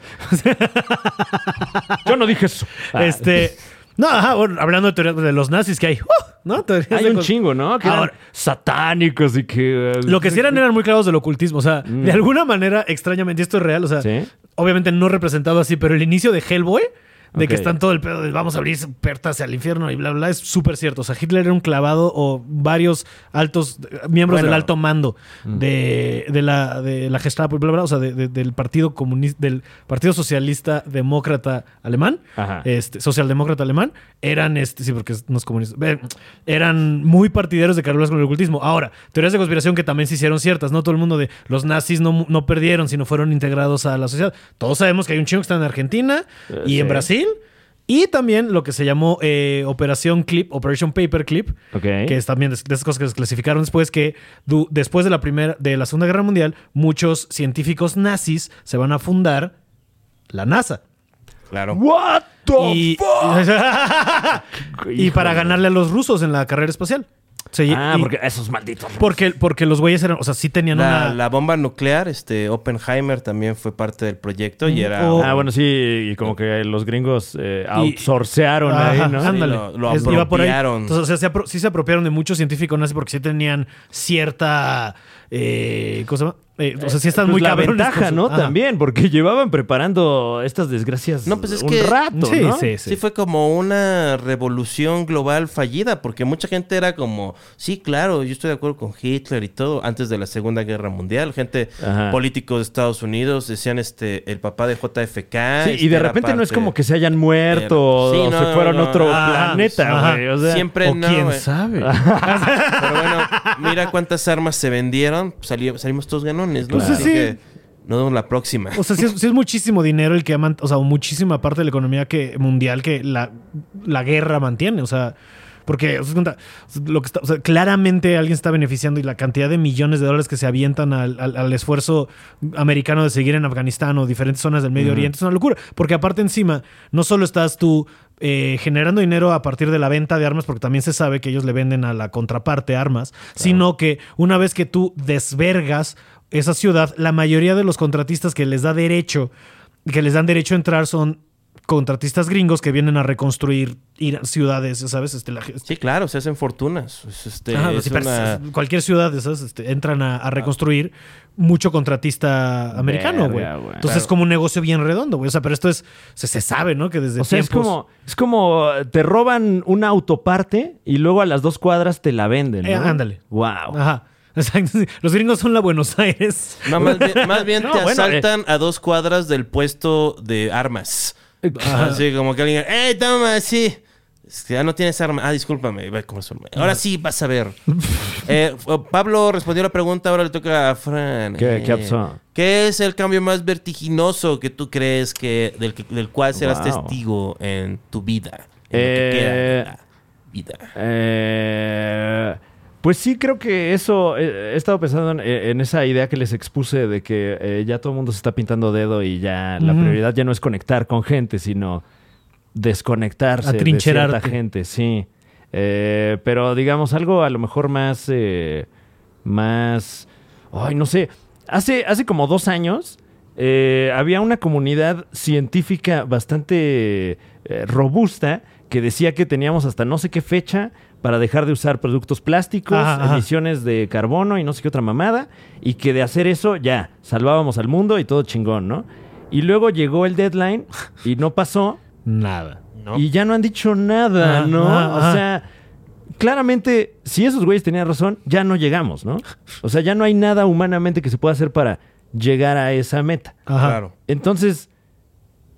Speaker 1: Yo no dije eso. Ah,
Speaker 5: Este. No, ajá, bueno, hablando de teorías de los nazis que hay. ¡uh! ¿no? Teorías
Speaker 1: Hay
Speaker 5: de
Speaker 1: un
Speaker 5: cons-
Speaker 1: chingo, ¿no? Que eran
Speaker 5: Ahora-
Speaker 1: satánicos y que... eh,
Speaker 5: Lo que sí eran eran muy claros del ocultismo. O sea, de alguna manera, extrañamente, y esto es real. O sea,
Speaker 1: Mm. Sí.
Speaker 5: obviamente no representado así, pero el inicio de Hellboy, de
Speaker 1: Ok.
Speaker 5: que están todo el pedo de vamos a abrir puertas al infierno y bla, bla, es súper cierto. O sea, Hitler era un clavado o varios altos eh, miembros
Speaker 4: Bueno.
Speaker 5: del alto mando
Speaker 1: Mm.
Speaker 5: de, de la, de la Gestapo y bla, bla, o sea, de- de- del Partido Comunista, del Partido Socialista Demócrata Alemán
Speaker 1: Ajá.
Speaker 5: este, socialdemócrata alemán, eran, este, sí, porque no es comunista, eh, eran muy partidarios de Carolas con el ocultismo. Ahora, teorías de conspiración que también se hicieron ciertas, ¿no? Todo el mundo de los nazis no, no perdieron, sino fueron integrados a la sociedad. Todos sabemos que hay un chingo que está en Argentina y
Speaker 1: Eh, sí.
Speaker 5: en Brasil. Y también lo que se llamó eh, Operación Clip, Operation Paperclip,
Speaker 1: Ok.
Speaker 5: que es también de de esas cosas que desclasificaron después, que du- después de la, primera, de la Segunda Guerra Mundial, muchos científicos nazis se van a fundar la NASA.
Speaker 7: Claro.
Speaker 1: What the
Speaker 5: Y, y para ganarle a los rusos en la carrera espacial. Se-
Speaker 1: Ah,
Speaker 5: y-
Speaker 1: porque esos malditos.
Speaker 5: porque, porque los güeyes eran, o sea, sí tenían
Speaker 4: La,
Speaker 5: una...
Speaker 4: la bomba nuclear, este Oppenheimer también fue parte del proyecto y era
Speaker 5: o-
Speaker 1: Ah, bueno, sí, y como que los gringos eh, outsourcearon
Speaker 5: Ajá,
Speaker 1: ahí, ¿no?
Speaker 5: ándale.
Speaker 4: Sí, lo- lo
Speaker 5: Es- iba por ahí.
Speaker 4: apropiaron.
Speaker 5: Entonces, o sea, se apro- sí se apropiaron de muchos científicos nazis porque sí tenían cierta... eh, ¿Cómo se llama? Eh, o sea, sí están
Speaker 1: Pues
Speaker 5: muy
Speaker 1: la
Speaker 5: cabrones con
Speaker 1: ventaja,
Speaker 5: su-
Speaker 1: ¿no?
Speaker 5: Ajá.
Speaker 1: También, porque llevaban preparando estas desgracias
Speaker 4: No, pues es
Speaker 1: un
Speaker 4: que-
Speaker 1: rato,
Speaker 5: Sí,
Speaker 1: ¿no?
Speaker 5: sí,
Speaker 4: Sí.
Speaker 5: sí.
Speaker 4: fue como una revolución global fallida, porque mucha gente era como, sí, claro, yo estoy de acuerdo con Hitler y todo, antes de la Segunda Guerra Mundial, gente
Speaker 1: Ajá.
Speaker 4: políticos de Estados Unidos decían, este, el papá de JFK.
Speaker 1: Sí, y
Speaker 4: este,
Speaker 1: de
Speaker 4: era
Speaker 1: repente no es
Speaker 4: parte-
Speaker 1: como que se hayan muerto
Speaker 4: Sí,
Speaker 1: o
Speaker 4: no,
Speaker 1: se fueron a
Speaker 4: no,
Speaker 1: otro
Speaker 4: no.
Speaker 5: Ajá,
Speaker 1: planeta,
Speaker 5: ajá.
Speaker 1: güey. O sea,
Speaker 4: Siempre
Speaker 5: o
Speaker 4: no,
Speaker 5: quién
Speaker 1: eh.
Speaker 4: güey.
Speaker 5: sabe.
Speaker 4: Pero bueno, mira cuántas armas se vendieron, sali- salimos todos ganones, ¿no?
Speaker 5: Pues
Speaker 4: Así
Speaker 5: sí.
Speaker 4: que nos vemos la próxima.
Speaker 5: O sea, sí es, sí es muchísimo dinero el que ha mant- o sea, muchísima parte de la economía que, mundial que la, la guerra mantiene. O sea, porque o sea, cuenta, lo que está- o sea, claramente alguien está beneficiando y la cantidad de millones de dólares que se avientan al, al- al esfuerzo americano de seguir en Afganistán o diferentes zonas del Medio Oriente es una locura. Porque aparte encima, no solo estás tú eh, generando dinero a partir de la venta de armas, porque también se sabe que ellos le venden a la contraparte armas, sino que una vez que tú desvergas esa ciudad, la mayoría de los contratistas que les da derecho, que les dan derecho a entrar son contratistas gringos que vienen a reconstruir ir- ciudades, ¿sabes? Este, la,
Speaker 4: Sí, claro, se hacen fortunas. Es, este,
Speaker 5: Ajá,
Speaker 4: es
Speaker 5: sí, pero
Speaker 4: una-
Speaker 5: es- cualquier ciudad, ¿sabes? Este, entran a,
Speaker 1: Ah.
Speaker 5: a reconstruir mucho contratista americano, güey.
Speaker 1: Verga, güey.
Speaker 5: Entonces
Speaker 1: Claro.
Speaker 5: es como un negocio bien redondo, güey. O sea, pero esto es, se, se sabe, ¿no? Que desde
Speaker 1: O sea, es
Speaker 5: tiempos-
Speaker 1: como, es como eh, te roban una autoparte y luego a las dos cuadras te la venden. ¿no?
Speaker 5: Eh, ándale.
Speaker 1: Wow.
Speaker 5: Ajá. Exacto. Los gringos son la Buenos Aires.
Speaker 4: No, más bien, más bien
Speaker 1: No,
Speaker 4: te
Speaker 1: bueno, eh.
Speaker 4: asaltan a dos cuadras del puesto de armas.
Speaker 5: Ah.
Speaker 4: Así como que alguien, ¡eh, toma, sí! Es que ya no tienes arma. Ah, discúlpame. Ve cómo son. Ahora sí, vas a ver. Eh, Pablo respondió la pregunta, ahora le toca a Fran.
Speaker 1: ¿Qué-
Speaker 4: Eh,
Speaker 1: qué pasó?
Speaker 4: ¿Qué es el cambio más vertiginoso que tú crees que del, que- del cual serás
Speaker 1: Wow.
Speaker 4: testigo en tu vida? En lo que queda de
Speaker 1: Eh,
Speaker 4: la vida.
Speaker 1: Eh, pues sí, creo que eso. eh, he estado pensando en, en esa idea que les expuse de que eh, ya todo el mundo se está pintando dedo y ya la
Speaker 5: Ujú.
Speaker 1: prioridad ya no es conectar con gente, sino desconectarse de cierta
Speaker 5: Atrincherarte.
Speaker 1: gente, sí. Eh, pero digamos, algo a lo mejor más. eh, más. Ay, no sé. Hace, hace como dos años eh, había una comunidad científica bastante eh, robusta que decía que teníamos hasta no sé qué fecha para dejar de usar productos plásticos,
Speaker 5: Ajá, ajá.
Speaker 1: emisiones de carbono y no sé qué otra mamada, y que de hacer eso ya salvábamos al mundo y todo chingón, ¿no? Y luego llegó el deadline y no pasó.
Speaker 5: Nada.
Speaker 1: Y ya no han dicho nada,
Speaker 5: Ah,
Speaker 1: ¿no?
Speaker 5: ah, ah.
Speaker 1: O sea, claramente, si esos güeyes tenían razón, ya no llegamos, ¿no? O sea, ya no hay nada humanamente que se pueda hacer para llegar a esa meta.
Speaker 5: Ajá.
Speaker 4: Claro.
Speaker 1: Entonces,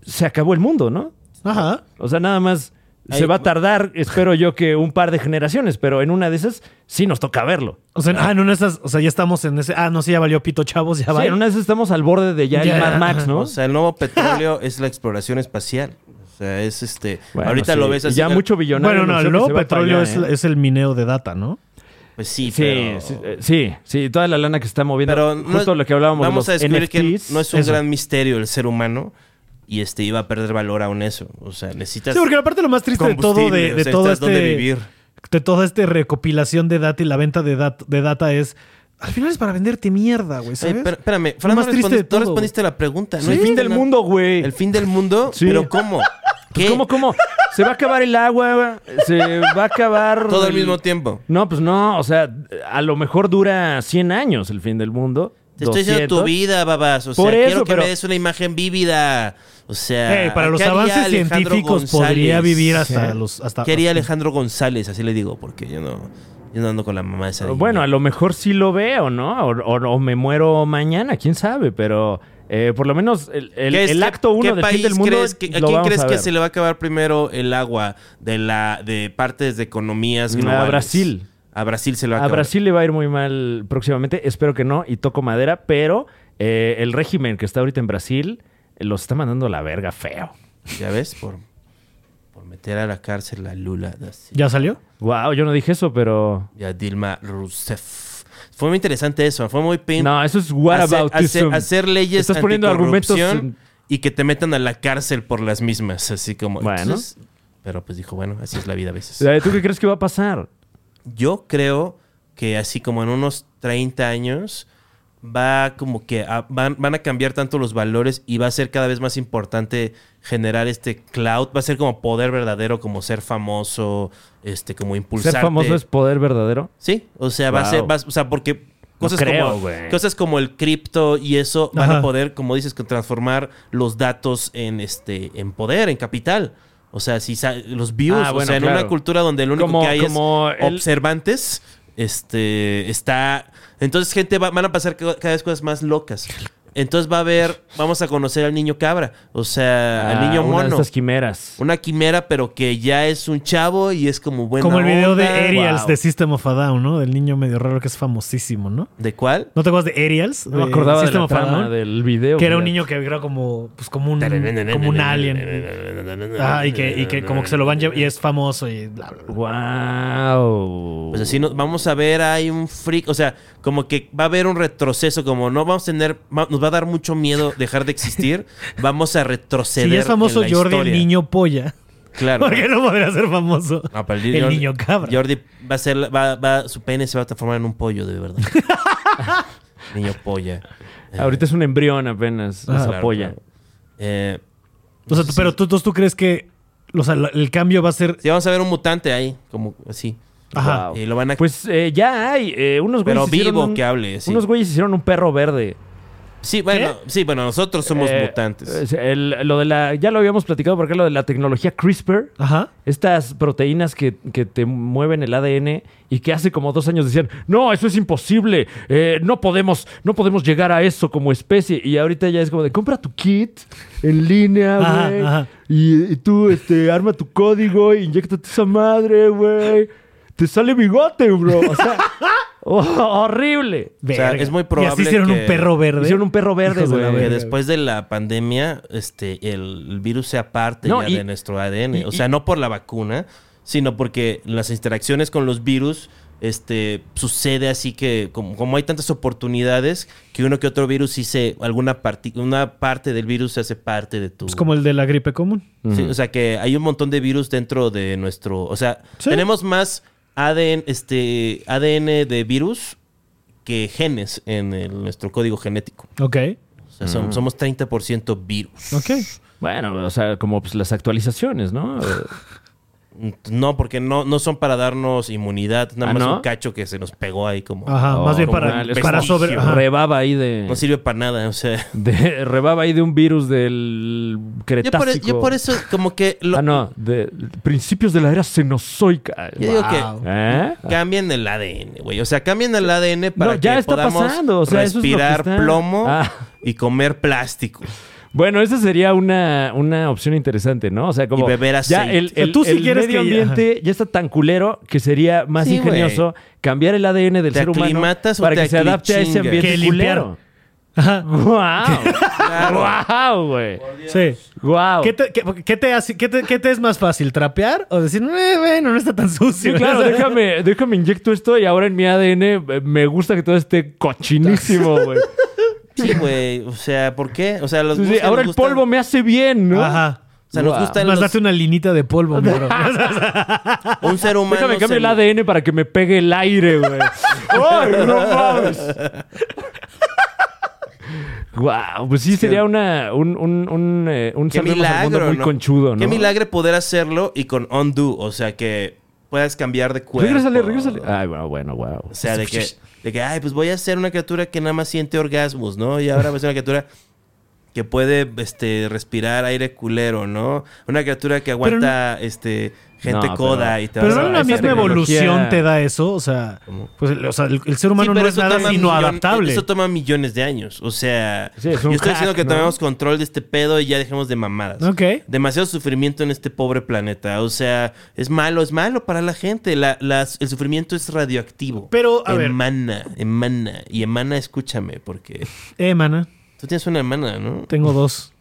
Speaker 1: se acabó el mundo, ¿no?
Speaker 5: Ajá.
Speaker 1: O sea, nada más se
Speaker 4: Ahí-
Speaker 1: va a tardar, espero yo, que un par de generaciones, pero en una de esas sí nos toca verlo.
Speaker 5: O sea, ah, no, no estás, o sea, ya estamos en ese. Ah, no, sí, ya valió pito, chavos, ya
Speaker 1: Sí,
Speaker 5: va.
Speaker 1: en una de esas estamos al borde de ya,
Speaker 5: Ya,
Speaker 1: el Mad Max,
Speaker 5: ajá.
Speaker 1: ¿no?
Speaker 4: O sea, el nuevo petróleo es la exploración espacial. O sea, es este.
Speaker 1: Bueno,
Speaker 4: ahorita
Speaker 1: sí.
Speaker 4: lo ves así.
Speaker 1: Ya
Speaker 4: el-
Speaker 1: mucho billonario.
Speaker 5: Bueno, no, el
Speaker 1: anunció que
Speaker 5: nuevo
Speaker 1: se va para
Speaker 5: petróleo
Speaker 1: allá,
Speaker 5: es,
Speaker 1: ¿eh?
Speaker 5: es el mineo de data, ¿no?
Speaker 4: Pues sí,
Speaker 1: Sí,
Speaker 4: pero-
Speaker 1: sí, eh, sí, sí, toda la lana que se está moviendo.
Speaker 4: Pero no
Speaker 1: justo
Speaker 4: es-
Speaker 1: lo que hablábamos
Speaker 4: Vamos a
Speaker 1: de los
Speaker 4: descubrir
Speaker 1: NFTs.
Speaker 4: que no es un
Speaker 5: eso.
Speaker 4: gran misterio el ser humano y este iba a perder valor aún eso. O sea, necesitas.
Speaker 5: Sí, porque la parte lo más triste de todo, de,
Speaker 4: combustible,
Speaker 5: de
Speaker 4: o sea,
Speaker 5: todo
Speaker 4: necesitas
Speaker 5: este.
Speaker 4: dónde vivir.
Speaker 5: De toda esta recopilación de data y la venta de, dat- de data es. Al final es para venderte mierda, güey,
Speaker 4: Oye,
Speaker 5: ¿sabes?
Speaker 4: Eh, pero- espérame, Fran, no,
Speaker 5: más triste de
Speaker 4: respondiste, no
Speaker 5: todo.
Speaker 4: respondiste la pregunta. ¿no?
Speaker 1: el fin del
Speaker 4: na-
Speaker 1: mundo, güey.
Speaker 4: El fin del mundo,
Speaker 1: Sí.
Speaker 4: pero ¿cómo? ¿Qué?
Speaker 1: Pues, ¿Cómo, cómo? Se va a acabar el agua, se va a acabar.
Speaker 4: Todo al mismo tiempo.
Speaker 1: No, pues no, o sea, a lo mejor dura 100 años el fin del mundo.
Speaker 4: Te estoy diciendo tu
Speaker 1: 200.
Speaker 4: vida, babas. O sea,
Speaker 1: Por eso,
Speaker 4: quiero que
Speaker 1: pero-
Speaker 4: me des una imagen vívida. O sea,
Speaker 5: Eh, para los
Speaker 4: ¿qué haría
Speaker 5: avances
Speaker 4: Alejandro
Speaker 5: científicos
Speaker 4: González?
Speaker 5: podría vivir hasta los. Hasta,
Speaker 4: ¿Qué haría Alejandro González? Así le digo, porque yo no, yo no ando con la mamá esa. de
Speaker 1: Bueno,
Speaker 4: niña.
Speaker 1: a lo mejor sí lo veo, ¿no? O, o- o me muero mañana, quién sabe, pero eh, por lo menos el, el-
Speaker 4: ¿Qué es-
Speaker 1: el
Speaker 4: qué-
Speaker 1: acto
Speaker 4: qué
Speaker 1: uno del fin
Speaker 4: país
Speaker 1: del mundo.
Speaker 4: crees que- ¿A
Speaker 1: lo
Speaker 4: quién
Speaker 1: vamos
Speaker 4: crees
Speaker 1: a
Speaker 4: que
Speaker 1: ver.
Speaker 4: se le va a acabar primero el agua de la de partes de economías globales?
Speaker 1: Brasil.
Speaker 4: A Brasil se le va a
Speaker 1: A
Speaker 4: acabar.
Speaker 1: Brasil le va a ir muy mal próximamente, espero que no, y toco madera, pero eh, el régimen que está ahorita en Brasil eh, los está mandando a la verga feo.
Speaker 4: Ya ves, por, por meter a la cárcel a Lula. da Silva
Speaker 5: ¿Ya salió?
Speaker 1: Wow, yo no dije eso, pero.
Speaker 4: Y a Dilma Rousseff. Fue muy interesante eso. Fue muy pin.
Speaker 1: No, eso es what
Speaker 4: hacer,
Speaker 1: about
Speaker 4: hacer- hacer leyes
Speaker 1: Estás poniendo argumentos
Speaker 4: anticorrupción y que te metan a la cárcel por las mismas, así como...
Speaker 1: Bueno.
Speaker 4: entonces- pero pues dijo, bueno, así es la vida a veces.
Speaker 1: Eh, ¿Tú qué crees que va a pasar?
Speaker 4: Yo creo que así como en unos 30 años va como que a- van, van a cambiar tanto los valores y va a ser cada vez más importante generar este cloud, va a ser como poder verdadero, como ser famoso, este como impulsarte.
Speaker 1: ¿Ser famoso es poder verdadero?
Speaker 4: Sí, o sea, va a
Speaker 1: Wow.
Speaker 4: ser, vas- o sea, porque cosas,
Speaker 1: creo,
Speaker 4: como,
Speaker 1: güey.
Speaker 4: cosas como el cripto y eso van
Speaker 5: Ajá.
Speaker 4: a poder, como dices, que transformar los datos en este, en poder, en capital. O sea, si sa- los views,
Speaker 1: Ah,
Speaker 4: o
Speaker 1: bueno,
Speaker 4: sea, en
Speaker 1: claro.
Speaker 4: una cultura donde lo único
Speaker 1: Como-
Speaker 4: que hay
Speaker 1: como
Speaker 4: es
Speaker 1: el-
Speaker 4: observantes, este, está, entonces gente va- van a pasar ca- cada vez cosas más locas. Entonces va a haber, vamos a conocer al niño cabra, o sea,
Speaker 1: Ah,
Speaker 4: al niño
Speaker 1: Una de
Speaker 4: mono.
Speaker 1: estas quimeras.
Speaker 4: Una quimera, pero que ya es un chavo y es como bueno.
Speaker 5: Como el video de Aerials
Speaker 4: Arias
Speaker 5: de System of a Down, ¿no? Del niño medio raro que es famosísimo, ¿no?
Speaker 4: ¿De cuál?
Speaker 5: ¿No te acuerdas de Aerials?
Speaker 1: No me
Speaker 5: De
Speaker 1: acordaba de
Speaker 5: System
Speaker 1: la
Speaker 5: of a
Speaker 1: trama
Speaker 5: Down,
Speaker 1: del video.
Speaker 5: Que era un
Speaker 1: fíjate.
Speaker 5: niño que era como, pues, como un, como un alien. Ah, y que, y que como que se lo van llevando y es famoso y bla, bla, bla.
Speaker 1: ¡Wow!
Speaker 4: Pues así nos, vamos a ver, hay un freak, o sea, como que va a haber un retroceso, como no vamos a tener, va- nos va a dar mucho miedo dejar de existir, vamos a retroceder.
Speaker 5: Si ya es famoso
Speaker 4: en la
Speaker 5: Jordi
Speaker 4: historia.
Speaker 5: el niño polla,
Speaker 4: Claro.
Speaker 5: ¿por qué no podrá ser famoso?
Speaker 4: No, pero
Speaker 5: el niño cabra.
Speaker 4: Jordi va a ser, va, va- su pene se va a transformar en un pollo, de verdad. niño polla.
Speaker 5: Ah,
Speaker 4: Eh,
Speaker 1: Ahorita es un embrión apenas. nos
Speaker 4: claro,
Speaker 1: apoya.
Speaker 4: claro. Eh,
Speaker 5: O sea, tú- pero tú, tú, tú crees que o sea, la- el cambio va a ser.
Speaker 4: sí, vamos a ver un mutante ahí, como así.
Speaker 5: Ajá.
Speaker 1: Wow.
Speaker 4: Y lo van a
Speaker 1: Pues eh, ya hay eh, unos
Speaker 4: Pero
Speaker 1: güeyes. hicieron
Speaker 4: vivo
Speaker 1: un-
Speaker 4: que hable, sí.
Speaker 1: Unos güeyes hicieron un perro verde.
Speaker 4: Sí, bueno, sí, bueno, nosotros somos
Speaker 1: Eh,
Speaker 4: mutantes.
Speaker 1: es el- lo de la, ya lo habíamos platicado porque lo de la tecnología CRISPR.
Speaker 5: Ajá.
Speaker 1: Estas proteínas que, que te mueven el ADN y que hace como dos años decían, no, eso es imposible, eh, no, podemos, no podemos llegar a eso como especie. Y ahorita ya es como de, compra tu kit en línea,
Speaker 5: Ajá,
Speaker 1: güey.
Speaker 5: ajá.
Speaker 1: Y, y tú este, arma tu código, e inyectate esa madre, güey. Te sale bigote, bro. O sea, oh, horrible.
Speaker 4: O sea,
Speaker 5: Verga.
Speaker 4: es muy
Speaker 5: Y así
Speaker 4: probable
Speaker 5: hicieron
Speaker 4: que-
Speaker 5: un perro verde.
Speaker 1: Hicieron un perro verde,
Speaker 5: Hijos de la
Speaker 1: güey.
Speaker 5: verga.
Speaker 4: que después de la pandemia, este, el virus sea parte
Speaker 1: No,
Speaker 4: ya
Speaker 1: y-
Speaker 4: de nuestro ADN. o sea, no por la vacuna, sino porque las interacciones con los virus, este, sucede así que, como, como hay tantas oportunidades, que uno que otro virus sí se, alguna parti- una parte del virus se hace parte de tu.
Speaker 5: Es como el de la gripe común.
Speaker 4: Sí, o sea que hay un montón de virus dentro de nuestro. O sea,
Speaker 5: Sí.
Speaker 4: tenemos más ADN, este, ADN de virus que genes en el- nuestro código genético.
Speaker 5: Ok.
Speaker 4: O sea, son- somos 30% virus.
Speaker 5: Ok.
Speaker 1: Bueno, o sea, como pues, las actualizaciones, ¿no?
Speaker 4: No, porque no, no son para darnos inmunidad, nada
Speaker 1: ¿Ah,
Speaker 4: más
Speaker 1: no?
Speaker 4: un cacho que se nos pegó ahí como.
Speaker 5: Ajá.
Speaker 1: Oh,
Speaker 5: Ah, Más bien
Speaker 1: como
Speaker 5: para,
Speaker 1: una- es
Speaker 5: para
Speaker 1: como
Speaker 5: sobre. ajá.
Speaker 1: Rebaba ahí de...
Speaker 4: No sirve para nada, o sea.
Speaker 1: De, rebaba ahí de un virus del
Speaker 4: Yo
Speaker 1: Cretácico.
Speaker 4: por, e-, yo por eso, como que. Lo,
Speaker 1: Ah, no, de, principios de la era cenozoica.
Speaker 4: Yo digo que
Speaker 5: Wow.
Speaker 1: ¿Eh?
Speaker 4: Cambien el ADN, güey. O sea, cambien el ADN para
Speaker 1: No, ya
Speaker 4: que
Speaker 1: está
Speaker 4: podamos
Speaker 1: pasando, o sea, eso es lo que
Speaker 4: respirar
Speaker 1: está.
Speaker 4: plomo
Speaker 1: Ah.
Speaker 4: y comer plástico.
Speaker 1: Bueno, esa sería una, una opción interesante, ¿no? O sea, como
Speaker 4: Y beber
Speaker 1: ya
Speaker 4: aceite.
Speaker 1: el,
Speaker 5: O sea,
Speaker 1: el-
Speaker 5: tú sí
Speaker 1: el
Speaker 5: quieres
Speaker 1: medio
Speaker 5: que ya-
Speaker 1: ambiente ya, está tan culero que sería más
Speaker 4: Sí,
Speaker 1: ingenioso cambiar el ADN del
Speaker 4: ¿Te
Speaker 1: ser humano
Speaker 4: aclimatas o
Speaker 1: para
Speaker 4: te
Speaker 1: que se adapte a ese
Speaker 4: aclichingas?
Speaker 1: ambiente
Speaker 5: Que
Speaker 1: culero.
Speaker 5: limpiar. Ajá.
Speaker 1: ¡Wow! ¡Wow, güey!
Speaker 5: Sí.
Speaker 1: ¡Wow!
Speaker 5: ¿Qué te, qué, qué te hace- qué te- qué te es más fácil? ¿Trapear? O decir, "Eh, bueno, no está tan
Speaker 1: Sí,
Speaker 5: sucio.
Speaker 1: claro, déjame, déjame inyecto esto y ahora en mi ADN eh, me gusta que todo esté cochinísimo, güey.
Speaker 4: Sí, güey. O sea, ¿por qué? O sea, los
Speaker 1: Sí, sí,
Speaker 4: gustan-
Speaker 1: ahora el
Speaker 4: gustan-
Speaker 1: polvo me hace bien, ¿no?
Speaker 5: Ajá.
Speaker 4: O sea, nos
Speaker 1: Wow.
Speaker 4: gustan
Speaker 5: Más
Speaker 4: los-
Speaker 5: date una linita de polvo, mi bro.
Speaker 4: un ser humano.
Speaker 1: Déjame
Speaker 4: se-
Speaker 1: cambio el ADN para que me pegue el aire, güey. ¡Ay, no mames! Wow, pues sí, sería una, un, un, un, eh, un
Speaker 4: Qué
Speaker 1: salvemos al mundo
Speaker 4: milagro,
Speaker 1: muy
Speaker 4: ¿no?
Speaker 1: conchudo, ¿no?
Speaker 4: Qué milagre poder hacerlo y con undo. O sea, que puedas cambiar de cuerpo.
Speaker 1: Regrésale, regrésale. Ay, bueno, bueno, wow.
Speaker 4: O sea, de que, de que, ay, pues voy a ser una criatura que nada más siente orgasmos, ¿no? Y ahora voy a ser una criatura que puede este, respirar aire culero, ¿no? Una criatura que aguanta este, gente
Speaker 1: No,
Speaker 4: coda
Speaker 1: pero-
Speaker 4: y te
Speaker 5: Pero
Speaker 4: vas a-
Speaker 5: no la
Speaker 4: esa
Speaker 5: misma
Speaker 4: tecnología-
Speaker 5: evolución te da eso. O sea, pues, el- o sea, el, el ser humano
Speaker 4: Sí,
Speaker 5: no
Speaker 4: pero
Speaker 5: es nada
Speaker 4: toma
Speaker 5: sino
Speaker 4: millón-
Speaker 5: adaptable.
Speaker 4: Eso toma millones de años. O sea,
Speaker 1: Sí, es
Speaker 4: yo
Speaker 1: un
Speaker 4: estoy
Speaker 1: hack,
Speaker 4: diciendo que
Speaker 1: ¿no?
Speaker 4: tomemos control de este pedo y ya dejemos de mamadas.
Speaker 5: Ok.
Speaker 4: Demasiado sufrimiento en este pobre planeta. O sea, es malo, es malo para la gente. La- las- el sufrimiento es radioactivo.
Speaker 5: Pero, a ver.
Speaker 4: Emana, emana. Y emana, escúchame, porque
Speaker 5: Eh, mana,
Speaker 4: tú tienes una hermana, ¿no?
Speaker 5: tengo dos.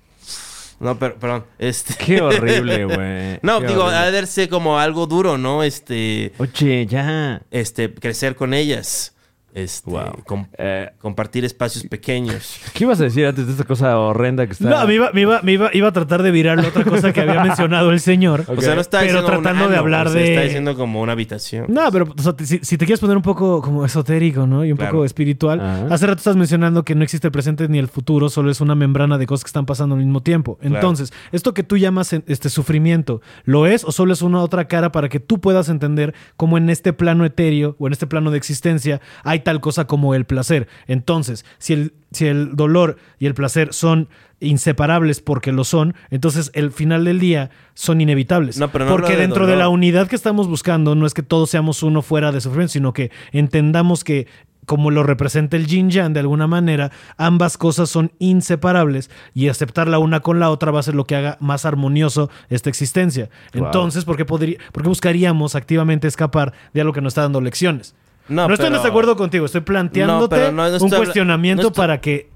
Speaker 4: No, pero, perdón. Este...
Speaker 1: Qué horrible, güey.
Speaker 4: No,
Speaker 1: Qué
Speaker 4: digo,
Speaker 1: horrible.
Speaker 4: ha de verse como algo duro, ¿no? Este,
Speaker 1: Oye, ya.
Speaker 4: este, crecer con ellas. este,
Speaker 1: Wow.
Speaker 4: com-
Speaker 1: Eh,
Speaker 4: compartir espacios pequeños.
Speaker 1: ¿Qué ibas a decir antes de esta cosa horrenda que está?
Speaker 5: No, me iba, me iba- me iba- iba a tratar de virar la otra cosa que había mencionado el señor.
Speaker 4: O sea, no está
Speaker 5: Pero
Speaker 4: diciendo un
Speaker 5: tratando de
Speaker 4: ano,
Speaker 5: hablar
Speaker 4: o sea,
Speaker 5: de-
Speaker 4: Está diciendo como una habitación.
Speaker 5: No, pero o sea, te- si, si te quieres poner un poco como esotérico, ¿no? Y un
Speaker 4: Claro.
Speaker 5: poco espiritual.
Speaker 1: Ajá.
Speaker 5: Hace rato estás mencionando que no existe el presente ni el futuro, solo es una membrana de cosas que están pasando al mismo tiempo. Entonces, esto que tú llamas en- este sufrimiento, ¿lo es o solo es una otra cara para que tú puedas entender cómo en este plano etéreo o en este plano de existencia hay tal cosa como el placer? Entonces, si el, si el dolor y el placer son inseparables porque lo son, entonces el final del día son inevitables.
Speaker 4: No, pero no
Speaker 5: porque
Speaker 4: hablo de
Speaker 5: dentro de la
Speaker 4: dolor.
Speaker 5: unidad que estamos buscando no es que todos seamos uno fuera de sufrimiento, sino que entendamos que como lo representa el yin yang de alguna manera, ambas cosas son inseparables y aceptar la una con la otra va a ser lo que haga más armonioso esta existencia.
Speaker 1: Wow.
Speaker 5: Entonces, ¿por qué, podría, por qué buscaríamos activamente escapar de algo que nos está dando lecciones? No,
Speaker 4: No,
Speaker 5: estoy en
Speaker 4: pero-
Speaker 5: desacuerdo contigo, estoy
Speaker 4: No,
Speaker 5: planteándote
Speaker 4: pero no, no estoy
Speaker 5: un
Speaker 4: habla-
Speaker 5: cuestionamiento
Speaker 4: no estoy-
Speaker 5: para que...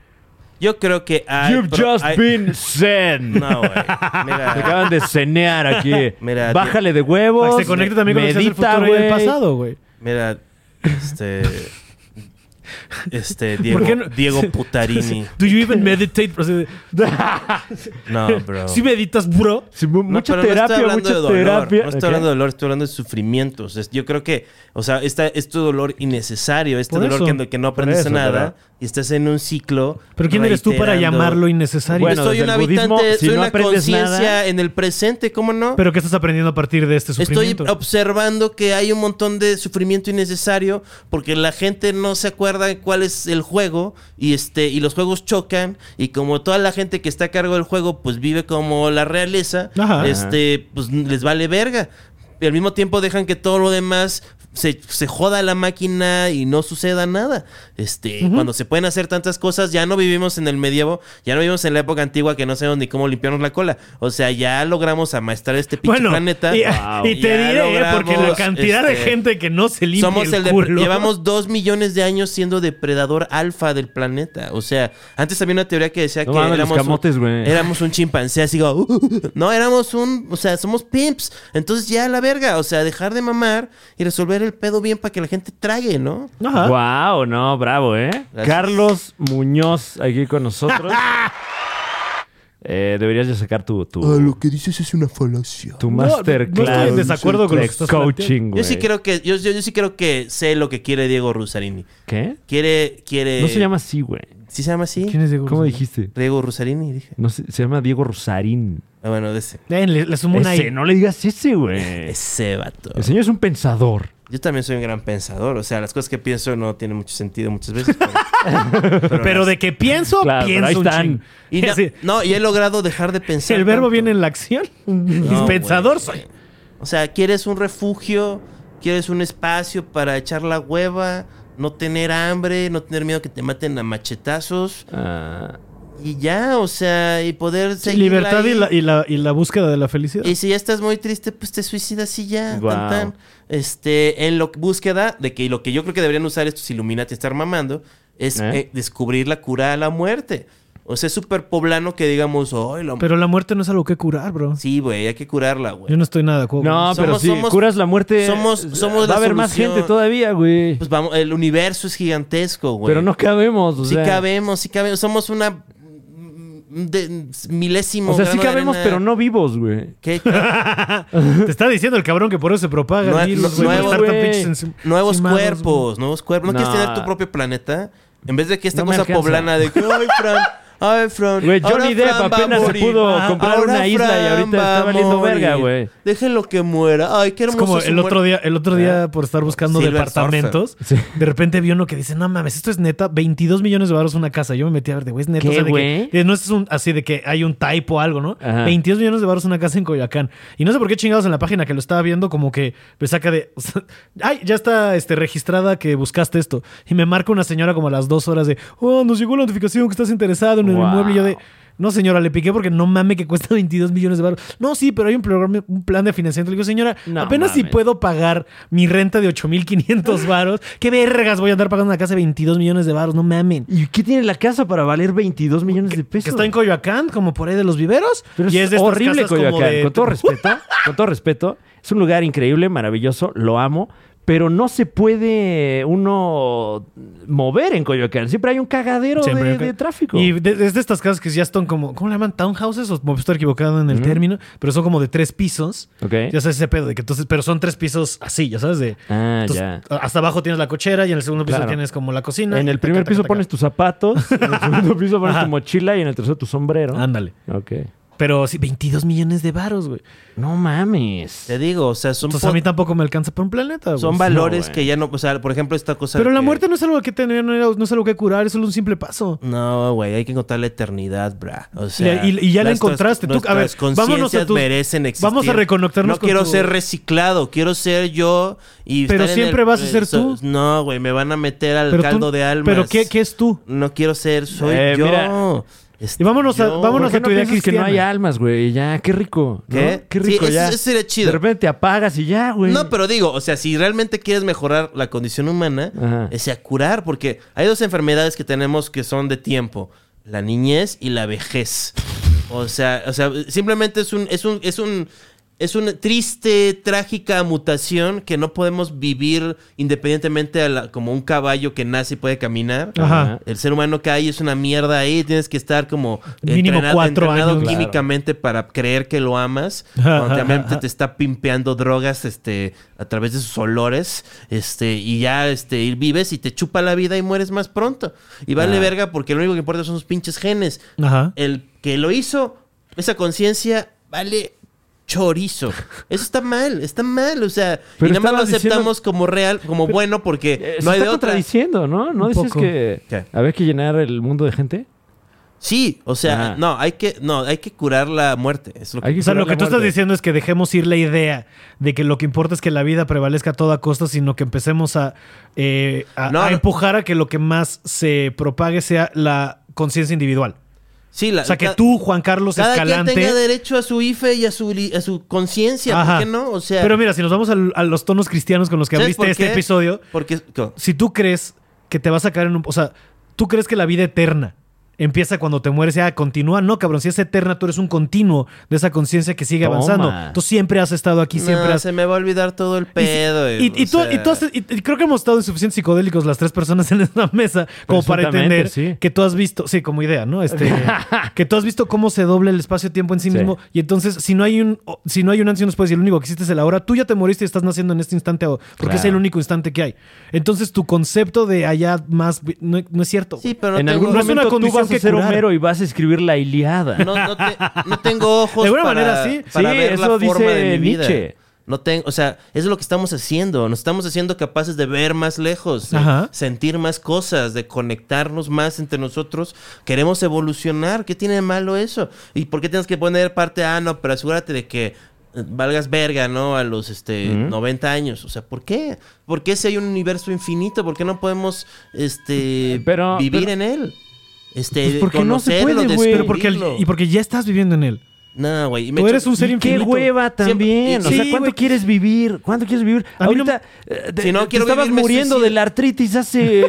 Speaker 4: Yo creo que hay...
Speaker 1: You've
Speaker 4: pro-
Speaker 1: just
Speaker 4: hay-
Speaker 1: been zen.
Speaker 4: No, güey.
Speaker 1: Te
Speaker 4: Mira,
Speaker 1: acaban de cenear aquí.
Speaker 4: Mira,
Speaker 1: Bájale de
Speaker 5: para
Speaker 4: Pues,
Speaker 1: huevos.
Speaker 5: que Ah, se conecte también con lo que es el
Speaker 1: medita,
Speaker 5: futuro y el
Speaker 1: güey.
Speaker 5: pasado, güey.
Speaker 4: mira, este... Este, Diego,
Speaker 5: ¿Por qué no-
Speaker 4: Diego Putarini.
Speaker 5: Do you even meditate? O sea,
Speaker 4: No, bro.
Speaker 5: Si meditas, bro.
Speaker 1: Sí, mu-
Speaker 4: No,
Speaker 1: mucha
Speaker 4: pero
Speaker 1: terapia,
Speaker 4: no estoy hablando
Speaker 1: mucha
Speaker 4: de dolor,
Speaker 1: terapia.
Speaker 4: No estoy hablando de dolor, estoy hablando de sufrimientos. Es- Yo creo que, o sea, esta, este dolor innecesario, este
Speaker 5: Por
Speaker 4: dolor
Speaker 5: eso.
Speaker 4: que, no- que no aprendes
Speaker 1: eso,
Speaker 4: nada
Speaker 1: ¿verdad?
Speaker 4: y estás en un ciclo.
Speaker 5: Pero ¿quién eres tú para
Speaker 4: reiterando-
Speaker 5: llamarlo innecesario?
Speaker 1: Bueno,
Speaker 4: soy
Speaker 1: desde
Speaker 4: un
Speaker 1: el
Speaker 4: habitante,
Speaker 1: budismo, si
Speaker 4: soy
Speaker 1: no
Speaker 4: una
Speaker 1: aprendes nada-
Speaker 4: conciencia en el presente, ¿cómo no?
Speaker 5: Pero ¿qué estás aprendiendo a partir de este
Speaker 4: Estoy
Speaker 5: sufrimiento?
Speaker 4: observando que hay un montón de sufrimiento innecesario porque la gente no se acuerda de cuál es el juego y este y los juegos chocan y como toda la gente que está a cargo del juego pues vive como la realeza,
Speaker 5: Ajá.
Speaker 4: este pues les vale verga. Y al mismo tiempo dejan que todo lo demás se, se joda la máquina y no suceda nada. Este, cuando se pueden hacer tantas cosas, ya no vivimos en el medievo, ya no vivimos en la época antigua que no sabemos ni cómo limpiarnos la cola. O sea, ya logramos amaestrar este pinche
Speaker 5: bueno,
Speaker 4: planeta. Ah.
Speaker 5: y,
Speaker 4: Wow.
Speaker 5: y te
Speaker 4: Ya
Speaker 5: diré, eh, porque la
Speaker 4: logramos,
Speaker 5: cantidad de
Speaker 4: este,
Speaker 5: gente que no se limpia
Speaker 4: somos el
Speaker 5: el,
Speaker 4: depre-
Speaker 5: culo.
Speaker 4: llevamos dos millones de años siendo depredador alfa del planeta. O sea, antes había una teoría que decía
Speaker 1: No
Speaker 4: que
Speaker 1: mames, los
Speaker 4: éramos,
Speaker 1: camotes,
Speaker 4: un,
Speaker 1: güey.
Speaker 4: éramos un chimpancé así. como, "Uh, uh, uh". no, éramos un, o sea, somos pimps. Entonces ya la verga, o sea, dejar de mamar y resolver el pedo bien para que la gente trague, ¿no?
Speaker 5: Ajá.
Speaker 1: Wow, no, bravo, ¿eh?
Speaker 4: Gracias.
Speaker 1: Carlos Muñoz aquí con nosotros. Eh, deberías de sacar tu, tu,
Speaker 4: Ah, que dices es una falacia.
Speaker 1: tu
Speaker 5: No,
Speaker 1: masterclass.
Speaker 5: no estoy en desacuerdo con lo
Speaker 1: de
Speaker 5: que estás
Speaker 1: coaching, güey.
Speaker 4: Yo sí creo que, yo, yo- yo sí creo que sé lo que quiere Diego Rusarini.
Speaker 1: ¿Qué?
Speaker 4: Quiere, quiere.
Speaker 1: No se llama así, güey.
Speaker 4: ¿Sí se llama así?
Speaker 5: ¿Quién es Diego
Speaker 1: ¿Cómo
Speaker 5: Rosario?
Speaker 1: dijiste?
Speaker 4: Diego Rusarini, dije.
Speaker 1: No, se, se llama Diego Rosarín.
Speaker 4: Ah, bueno, de ese.
Speaker 5: Eh, le, le sumo una
Speaker 1: Ese,
Speaker 5: I.
Speaker 1: no le digas ese, güey.
Speaker 4: Ese vato.
Speaker 1: El señor es un pensador.
Speaker 4: Yo también soy un gran pensador. O sea, las cosas que pienso no tienen mucho sentido muchas veces. Pero, pero
Speaker 5: Pero
Speaker 4: las-
Speaker 5: de que pienso,
Speaker 1: Claro,
Speaker 5: pienso
Speaker 1: ahí
Speaker 5: un
Speaker 1: están.
Speaker 5: chingo.
Speaker 4: Y no,
Speaker 5: Sí,
Speaker 4: no, y he logrado dejar de pensar.
Speaker 5: el verbo
Speaker 4: tanto.
Speaker 5: viene en la acción.
Speaker 4: No,
Speaker 5: Pensador
Speaker 4: güey.
Speaker 5: soy.
Speaker 4: O sea, quieres un refugio, quieres un espacio para echar la hueva, no tener hambre, no tener miedo que te maten a machetazos.
Speaker 1: Ah,
Speaker 4: Y ya, o sea, y poder seguir
Speaker 5: Libertad y
Speaker 4: ahí.
Speaker 5: la, y, la, y la búsqueda de la felicidad.
Speaker 4: Y si ya estás muy triste, pues te suicidas y ya.
Speaker 1: Guau.
Speaker 4: Tan, tan. Este, en lo, búsqueda de que lo que yo creo que deberían usar estos Illuminati estar mamando es
Speaker 1: ¿Eh?
Speaker 4: eh, descubrir la cura a la muerte. O sea, es súper poblano que digamos, ay, la
Speaker 5: Pero la muerte no es algo que curar, bro.
Speaker 4: Sí, güey, hay que curarla, güey.
Speaker 5: Yo no estoy nada de acuerdo.
Speaker 1: No,
Speaker 4: Somos-
Speaker 1: pero si
Speaker 4: somos-
Speaker 1: curas la muerte, eh,
Speaker 4: somos- somos
Speaker 1: va
Speaker 4: la
Speaker 1: a haber más
Speaker 4: solución.
Speaker 1: gente todavía, güey.
Speaker 4: Pues vamos, el universo es gigantesco, güey.
Speaker 1: pero no cabemos, o
Speaker 4: Sí
Speaker 1: sea.
Speaker 4: cabemos, sí cabemos. Somos una mm, de- milésimo.
Speaker 1: O sea, sí
Speaker 4: grano de
Speaker 1: cabemos,
Speaker 4: arena.
Speaker 1: pero no vivos, güey.
Speaker 4: ¿Qué?
Speaker 5: Te está diciendo el cabrón que por eso se propaga
Speaker 4: Nue-
Speaker 5: el virus,
Speaker 4: nu-
Speaker 5: güey, por
Speaker 4: nuevo-
Speaker 5: estar tan
Speaker 1: güey.
Speaker 5: pinches encim-
Speaker 4: Nuevos
Speaker 5: encimados,
Speaker 4: cuerpos, nuevos cuerpos. ¿No,
Speaker 1: No.
Speaker 4: quieres tener tu propio planeta? En vez de que esta
Speaker 1: No me
Speaker 4: cosa
Speaker 1: alcanza.
Speaker 4: poblana de que, ay, Fran, ay, Fran.
Speaker 1: Güey,
Speaker 4: ahora
Speaker 1: Johnny Depp
Speaker 4: Fran va a
Speaker 1: apenas se
Speaker 4: morir.
Speaker 1: pudo
Speaker 4: Ah,
Speaker 1: comprar
Speaker 4: ahora
Speaker 1: una isla y
Speaker 4: Fran
Speaker 1: ahorita
Speaker 4: va
Speaker 1: está
Speaker 4: a
Speaker 1: valiendo
Speaker 4: morir.
Speaker 1: verga, güey.
Speaker 4: Déjenlo que muera. Ay, qué
Speaker 5: Es
Speaker 4: hermoso.
Speaker 5: como
Speaker 4: su
Speaker 5: el otro
Speaker 4: muerte.
Speaker 5: día, el otro
Speaker 1: Ah,
Speaker 5: día por estar buscando
Speaker 4: Silver
Speaker 5: departamentos, de repente vi uno que dice, no mames, esto es neta, 22 millones de baros una casa. Yo me metí a ver de güey, es neta.
Speaker 1: ¿Qué,
Speaker 5: o sea, de que-
Speaker 1: güey?
Speaker 5: de- no es un, así de que hay un typo o algo, ¿no?
Speaker 1: Ajá.
Speaker 5: 22 millones de baros una casa en Coyoacán. Y no sé por qué chingados en la página que lo estaba viendo, como que me saca de, o sea, ay, ya está este, registrada que buscaste esto. Y me marca una señora como a las dos horas de, oh, nos llegó la notificación que estás interesado en el
Speaker 1: Wow.
Speaker 5: inmueble. Y yo de, no, señora, le piqué porque no mame que cuesta 22 millones de baros. No, sí, pero hay un programa, un plan de financiamiento. Le digo, señora,
Speaker 1: No
Speaker 5: apenas si
Speaker 1: mames.
Speaker 5: puedo pagar mi renta de 8500 varos, ¿qué vergas voy a andar pagando una casa de 22 millones de varos? No mamen.
Speaker 1: ¿Y qué tiene la casa para valer 22 millones de pesos?
Speaker 5: Que está en Coyoacán, como por ahí de los viveros.
Speaker 1: Pero
Speaker 5: y es, de estas
Speaker 1: horrible
Speaker 5: casas como
Speaker 1: Coyoacán.
Speaker 5: de-
Speaker 1: Con todo respeto, con todo respeto, es un lugar increíble, maravilloso, lo amo, pero no se puede uno mover en Coyoacán. Siempre hay un cagadero
Speaker 5: Siempre
Speaker 1: de,
Speaker 5: hay un ca-
Speaker 1: de tráfico.
Speaker 5: Y de- es de estas casas que ya están como, ¿cómo le llaman? ¿Townhouses? O me estoy equivocado en el término, pero son como de tres pisos.
Speaker 1: Ok.
Speaker 5: Ya sabes ese pedo de que entonces, pero son tres pisos así, ya sabes, de
Speaker 1: Ah,
Speaker 5: entonces,
Speaker 1: ya.
Speaker 5: a- hasta abajo tienes la cochera y en el segundo piso
Speaker 1: Claro.
Speaker 5: tienes como la cocina.
Speaker 1: En
Speaker 5: y
Speaker 1: el
Speaker 5: taca,
Speaker 1: primer
Speaker 5: taca,
Speaker 1: piso
Speaker 5: taca.
Speaker 1: pones tus zapatos, en el segundo piso pones tu
Speaker 5: Ajá.
Speaker 1: mochila y en el tercero tu sombrero.
Speaker 5: Ándale.
Speaker 1: Ok.
Speaker 5: Pero sí, 22 millones de varos, güey.
Speaker 1: No mames.
Speaker 4: Te digo, o sea, son,
Speaker 1: Pues
Speaker 5: Entonces a
Speaker 4: po-
Speaker 5: mí tampoco me alcanza para un planeta, güey.
Speaker 4: son
Speaker 5: No,
Speaker 4: valores
Speaker 1: güey.
Speaker 4: que ya no. O sea, por ejemplo, esta cosa.
Speaker 5: Pero la
Speaker 4: que-
Speaker 5: muerte no es algo que tener, no, era- no es algo que curar, es solo un simple paso.
Speaker 4: No, güey, hay que encontrar la eternidad, bra. O sea,
Speaker 5: y- y ya la
Speaker 4: nuestras-
Speaker 5: encontraste. Tú- a ver,
Speaker 4: nuestras
Speaker 5: vámonos a
Speaker 4: conciencias
Speaker 5: tus-
Speaker 4: merecen existir.
Speaker 5: vamos a reconectarnos
Speaker 4: No
Speaker 5: con
Speaker 4: quiero
Speaker 5: tu-
Speaker 4: ser reciclado, quiero ser yo y
Speaker 5: Pero
Speaker 4: estar en
Speaker 5: siempre vas a ser tú.
Speaker 4: No, güey, me van a meter al
Speaker 5: Pero tú-
Speaker 4: caldo de almas.
Speaker 5: Pero ¿qué, qué es tú?
Speaker 4: No quiero ser, soy
Speaker 1: Eh,
Speaker 4: yo.
Speaker 1: mira.
Speaker 4: Es-
Speaker 5: Y vámonos a-
Speaker 4: yo.
Speaker 1: ¿Por
Speaker 5: vámonos
Speaker 1: qué
Speaker 5: a tu idea
Speaker 1: piensas que no
Speaker 5: cristiana?
Speaker 1: hay almas, güey? Ya, qué rico. ¿no?
Speaker 4: ¿Qué?
Speaker 1: Qué
Speaker 4: Sí,
Speaker 1: rico
Speaker 4: eso-
Speaker 1: ya.
Speaker 4: eso sería chido.
Speaker 1: De repente te apagas y ya, güey.
Speaker 4: No, pero digo, o sea, si realmente quieres mejorar la condición humana,
Speaker 1: Ajá.
Speaker 4: es a curar, porque hay dos enfermedades que tenemos que son de tiempo: la niñez y la vejez. O sea, o sea, simplemente es un, es un, es un. Es una triste, trágica mutación que no podemos vivir independientemente a la- como un caballo que nace y puede caminar.
Speaker 5: Ajá.
Speaker 4: El ser humano que hay es una mierda ahí. Tienes que estar como
Speaker 5: Mínimo cuatro
Speaker 4: entrenado
Speaker 5: años.
Speaker 4: químicamente para creer que lo amas. Cuando te aman, te- te está pimpeando drogas este, a través de sus olores. Este, y ya este, y vives y te chupa la vida y mueres más pronto. Y vale verga porque lo único que importa son sus pinches genes.
Speaker 5: Ajá.
Speaker 4: El que lo hizo, esa conciencia, vale chorizo. Eso está mal, está mal. O sea,
Speaker 1: Pero
Speaker 4: y nada más lo
Speaker 1: estabas diciendo-
Speaker 4: aceptamos como real, como bueno, porque
Speaker 1: Eh, se
Speaker 4: no hay de otra.
Speaker 1: está contradiciendo, ¿no? ¿No
Speaker 5: Un
Speaker 1: dices
Speaker 5: poco.
Speaker 1: que
Speaker 4: ¿Qué?
Speaker 1: había que llenar el mundo de gente?
Speaker 4: Sí, o sea,
Speaker 1: Ajá.
Speaker 4: no, hay que, no, hay que curar la muerte. Es lo que-
Speaker 1: Hay que
Speaker 5: O sea, lo
Speaker 1: curar la
Speaker 5: que tú estás
Speaker 1: muerte.
Speaker 5: diciendo es que dejemos ir la idea de que lo que importa es que la vida prevalezca a toda costa, sino que empecemos a, eh, a-
Speaker 4: No,
Speaker 5: a
Speaker 4: no.
Speaker 5: empujar a que lo que más se propague sea la conciencia individual.
Speaker 4: sí, la-
Speaker 5: O sea, que
Speaker 4: ca-
Speaker 5: tú, Juan Carlos
Speaker 4: cada
Speaker 5: Escalante...
Speaker 4: quien tenga derecho a su IFE y a su, li- a su conciencia, ¿por
Speaker 5: Ajá.
Speaker 4: qué no? O sea,
Speaker 5: Pero mira, si nos vamos al- a los tonos cristianos con los que
Speaker 4: ¿sabes
Speaker 5: abriste
Speaker 4: por
Speaker 5: este
Speaker 4: qué?
Speaker 5: episodio,
Speaker 4: Porque, co-
Speaker 5: si tú crees que te vas a caer en un... O sea, tú crees que la vida eterna empieza cuando te mueres, ya continúa. No, cabrón, si es eterna, tú eres un continuo de esa conciencia que sigue
Speaker 1: Toma.
Speaker 5: avanzando. Tú siempre has estado aquí, siempre
Speaker 4: no,
Speaker 5: has...
Speaker 4: se me va a olvidar todo el pedo. eh,
Speaker 5: Y, y-
Speaker 4: o
Speaker 5: y tú,
Speaker 4: sea,
Speaker 5: y tú has- y- y creo que hemos estado en suficientes psicodélicos las tres personas en esta mesa como para
Speaker 1: Presuntamente,
Speaker 5: entender
Speaker 1: sí.
Speaker 5: que tú has visto, sí, como idea, ¿no? Este, que tú has visto cómo se dobla el espacio-tiempo en sí
Speaker 1: Sí.
Speaker 5: mismo. Y entonces, si no hay un, o- si no hay un antes y un después y el único que existe es el ahora, tú ya te moriste y estás naciendo en este instante o- porque es
Speaker 1: Claro.
Speaker 5: el único instante que hay. Entonces, tu concepto de allá más vi- no, no es cierto.
Speaker 4: Sí, pero no
Speaker 1: en
Speaker 4: tengo-
Speaker 1: algún
Speaker 5: no es una
Speaker 1: momento tú vas
Speaker 5: condición
Speaker 1: a
Speaker 5: que
Speaker 1: ser
Speaker 5: curar.
Speaker 1: Homero y vas a escribir la Ilíada.
Speaker 4: No, no, te- no tengo ojos
Speaker 5: De alguna
Speaker 4: para,
Speaker 5: manera, sí.
Speaker 4: para
Speaker 1: Sí,
Speaker 4: ver
Speaker 1: eso
Speaker 4: la forma
Speaker 1: dice
Speaker 4: de mi vida.
Speaker 1: Nietzsche.
Speaker 4: No tengo, o sea, es lo que estamos haciendo. Nos estamos haciendo capaces de ver más lejos, de
Speaker 5: Ajá.
Speaker 4: sentir más cosas, de conectarnos más entre nosotros. Queremos evolucionar. ¿Qué tiene de malo eso? ¿Y por qué tienes que poner parte, ah, no, pero asegúrate de que eh, valgas verga, ¿no? A los este 90 años. O sea, ¿por qué? ¿Por qué si hay un universo infinito? ¿Por qué no podemos este
Speaker 1: Pero-
Speaker 4: vivir
Speaker 1: pero-
Speaker 4: en él? Este,
Speaker 1: Pues porque no se
Speaker 4: conocerlo,
Speaker 1: puede, güey.
Speaker 5: Pero porque el-
Speaker 4: descubrirlo.
Speaker 5: y porque ya estás viviendo en él.
Speaker 4: No, güey. y me
Speaker 5: Tú
Speaker 4: echo-
Speaker 5: eres un ser
Speaker 1: Y qué
Speaker 5: infinito.
Speaker 1: hueva también.
Speaker 4: Siempre-
Speaker 1: o sea,
Speaker 5: Sí,
Speaker 1: ¿cuánto
Speaker 5: güey.
Speaker 1: quieres vivir? ¿Cuánto quieres vivir?
Speaker 5: A mí no-
Speaker 1: Ahorita eh, te-
Speaker 4: Si no
Speaker 1: te
Speaker 4: quiero
Speaker 1: estabas
Speaker 4: vivir, me
Speaker 1: muriendo
Speaker 4: suicido.
Speaker 1: de la artritis hace eh,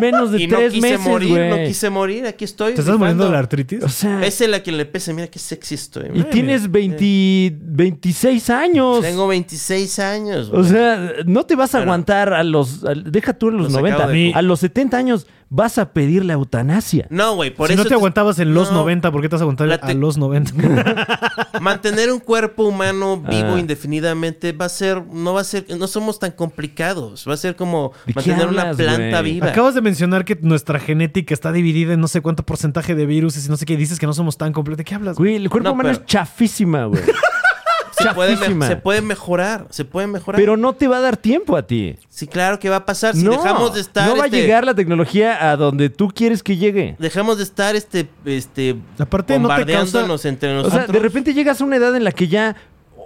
Speaker 1: menos de
Speaker 4: Y no
Speaker 1: tres
Speaker 4: quise
Speaker 1: meses,
Speaker 4: morir, no
Speaker 1: güey.
Speaker 4: quise morir. Aquí estoy.
Speaker 5: ¿Te estás
Speaker 4: rifando.
Speaker 5: muriendo de la artritis?
Speaker 1: O sea,
Speaker 4: Pese a quien le pese. Mira qué sexy estoy.
Speaker 1: y
Speaker 4: man.
Speaker 1: tienes 20 26 años.
Speaker 4: Tengo 26 años,
Speaker 1: O
Speaker 4: güey.
Speaker 1: sea, no te vas a aguantar a los. al- deja tú a los
Speaker 4: Los acabo
Speaker 1: 90.
Speaker 4: de-
Speaker 1: A los 70 años vas a pedir la eutanasia.
Speaker 4: No, güey. Por
Speaker 5: si
Speaker 4: eso
Speaker 5: no te aguantabas en los 90, ¿por qué te vas a aguantar
Speaker 4: La
Speaker 5: a
Speaker 4: te-
Speaker 5: los 90?
Speaker 4: Mantener un cuerpo humano vivo
Speaker 1: Ah.
Speaker 4: indefinidamente va a ser... No va a ser... No somos tan complicados. Va a ser como
Speaker 1: ¿De qué
Speaker 4: mantener una
Speaker 1: hablas,
Speaker 4: planta
Speaker 1: güey?
Speaker 4: viva.
Speaker 5: Acabas de mencionar que nuestra genética está dividida en no sé cuánto porcentaje de virus y no sé qué. y Dices que no somos tan completos. ¿De qué hablas? güey?
Speaker 1: Güey, el cuerpo
Speaker 4: No,
Speaker 1: humano
Speaker 4: pero-
Speaker 1: es chafísima, güey.
Speaker 4: se, puede me-
Speaker 1: Chafísima.
Speaker 4: se puede mejorar. Se puede mejorar.
Speaker 1: Pero no te va a dar tiempo a ti.
Speaker 4: sí, claro que va a pasar. Si
Speaker 1: no,
Speaker 4: dejamos de estar...
Speaker 1: no va
Speaker 4: este,
Speaker 1: a llegar la tecnología a donde tú quieres que llegue.
Speaker 4: Dejamos de estar este... este
Speaker 5: Aparte, no te causa-
Speaker 4: bombardeándonos entre
Speaker 1: O
Speaker 4: nosotros.
Speaker 1: sea, de repente llegas a una edad en la que ya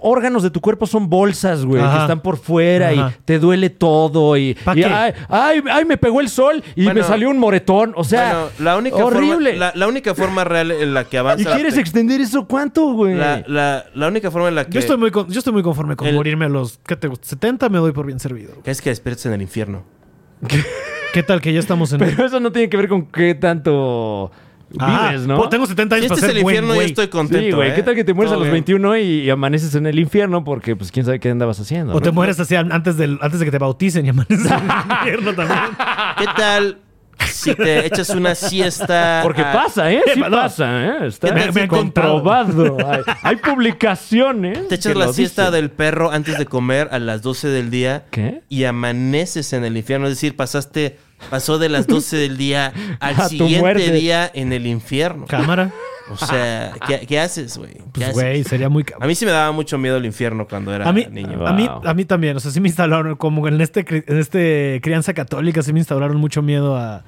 Speaker 1: órganos de tu cuerpo son bolsas, güey, que
Speaker 5: Ajá.
Speaker 1: están por fuera
Speaker 5: Ajá.
Speaker 1: y te duele todo y,
Speaker 5: ¿Pa
Speaker 1: y
Speaker 5: qué?
Speaker 1: ay, ay, ay, me pegó el sol y
Speaker 4: Bueno,
Speaker 1: me salió un moretón, o sea,
Speaker 4: Bueno, la única
Speaker 1: horrible.
Speaker 4: Forma, la, la única forma real en la que avanza.
Speaker 1: ¿Y
Speaker 4: la
Speaker 1: quieres
Speaker 4: tec-
Speaker 1: extender eso cuánto, güey?
Speaker 4: la, la- la única forma en la que.
Speaker 5: Yo estoy, muy con- yo estoy muy conforme con
Speaker 4: El-
Speaker 5: morirme a los ¿qué te gusta? 70, me doy por bien servido. güey.
Speaker 4: Que es que despiertes en el infierno.
Speaker 5: ¿Qué tal que ya estamos en...
Speaker 1: Pero eso no tiene que ver con qué tanto
Speaker 5: Ah,
Speaker 1: vives, ¿no?
Speaker 5: pues, Tengo 70 años
Speaker 4: Este
Speaker 5: para
Speaker 4: es
Speaker 5: ser
Speaker 4: el
Speaker 5: buen
Speaker 4: infierno y
Speaker 5: güey.
Speaker 4: estoy contento.
Speaker 1: Sí, güey.
Speaker 4: ¿eh?
Speaker 1: ¿Qué tal que te mueres
Speaker 4: Todo
Speaker 1: a los
Speaker 4: bien.
Speaker 1: 21 y, y amaneces en el infierno? Porque, pues, quién sabe qué andabas haciendo.
Speaker 5: O Pues te
Speaker 1: ¿no?
Speaker 5: mueres así an- antes, del, antes de que te bauticen y amaneces en el infierno también.
Speaker 4: ¿Qué tal si te echas una siesta?
Speaker 1: Porque
Speaker 4: a-
Speaker 1: pasa, ¿eh? Sí
Speaker 5: no.
Speaker 1: pasa, ¿eh? Está
Speaker 5: Me- me han
Speaker 1: comprobado. Hay, hay publicaciones.
Speaker 4: Te echas
Speaker 1: que
Speaker 4: la
Speaker 1: lo
Speaker 4: siesta
Speaker 1: dicen.
Speaker 4: del perro antes de comer a las 12 del día.
Speaker 1: ¿Qué?
Speaker 4: Y amaneces en el infierno. Es decir, pasaste. Pasó de las 12 del día al
Speaker 1: A tu muerte.
Speaker 4: siguiente día en el infierno.
Speaker 5: Cámara.
Speaker 4: O sea, ¿qué, qué haces, güey? ¿Qué
Speaker 5: Pues,
Speaker 4: haces?
Speaker 5: güey, sería muy cabrón.
Speaker 4: A mí sí me daba mucho miedo el infierno cuando era
Speaker 5: A mí,
Speaker 4: niño.
Speaker 5: a, mí,
Speaker 1: Wow.
Speaker 5: a mí también, o sea, sí me instalaron, como en este, cri- en este crianza católica, sí me instalaron mucho miedo a-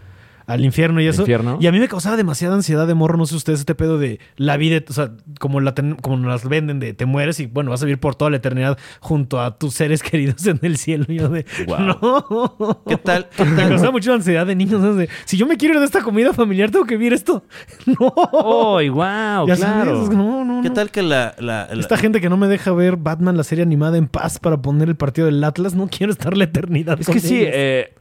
Speaker 5: al infierno y eso.
Speaker 1: infierno?
Speaker 5: Y a mí me causaba demasiada ansiedad de morro, no sé ustedes, este pedo de la vida, o sea, como, la ten- como nos las venden, de te mueres y bueno, vas a vivir por toda la eternidad junto a tus seres queridos en el cielo. Y yo de, no.
Speaker 4: ¿Qué tal? ¿Qué
Speaker 5: Me
Speaker 4: tal?
Speaker 5: causaba mucha ansiedad de niños. ¿sabes? De, si yo me quiero ir de esta comida familiar, tengo que vivir esto. No.
Speaker 1: ¡Ay, wow!
Speaker 5: Ya
Speaker 1: Oh, claro.
Speaker 5: sabes, no, no,
Speaker 4: ¿Qué
Speaker 5: no.
Speaker 4: tal que la, la- la-
Speaker 5: Esta gente que no me deja ver Batman, la serie animada, en paz para poner el partido del Atlas, no quiero estar la eternidad.
Speaker 1: Es
Speaker 5: con
Speaker 1: que sí,
Speaker 5: ellos.
Speaker 1: eh,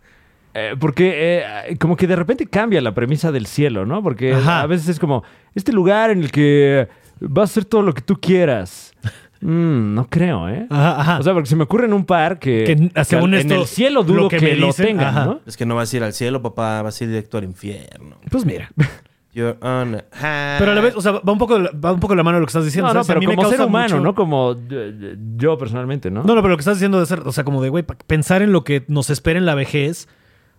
Speaker 1: eh, porque eh, como que de repente cambia la premisa del cielo, ¿no? Porque
Speaker 5: Ajá.
Speaker 1: a veces es como, este lugar en el que vas a hacer todo lo que tú quieras. Mm, no creo, ¿eh?
Speaker 5: Ajá, ajá.
Speaker 1: O sea, porque se me ocurre en un par que,
Speaker 5: Que,
Speaker 1: que
Speaker 5: según
Speaker 1: al- en
Speaker 5: esto,
Speaker 1: el cielo
Speaker 5: lo
Speaker 1: dudo
Speaker 5: que
Speaker 1: que,
Speaker 5: me
Speaker 1: lo
Speaker 5: dicen,
Speaker 1: tengan,
Speaker 5: ajá.
Speaker 1: ¿no?
Speaker 4: Es que no vas a ir al cielo, papá. Vas a ir directo al infierno.
Speaker 5: pues mira.
Speaker 4: You're on a high.
Speaker 5: Pero a la vez, o sea, va un poco, de la- va un poco de la mano de lo que estás diciendo.
Speaker 1: eh, No, no,
Speaker 5: ¿sabes?
Speaker 1: pero
Speaker 5: A mí me
Speaker 1: como ser
Speaker 5: causa
Speaker 1: humano,
Speaker 5: mucho-
Speaker 1: ¿no? Como eh, yo personalmente, ¿no?
Speaker 5: No, no, pero lo que estás diciendo de ser, o sea, como de, güey, pa- pensar en lo que nos espera en la vejez.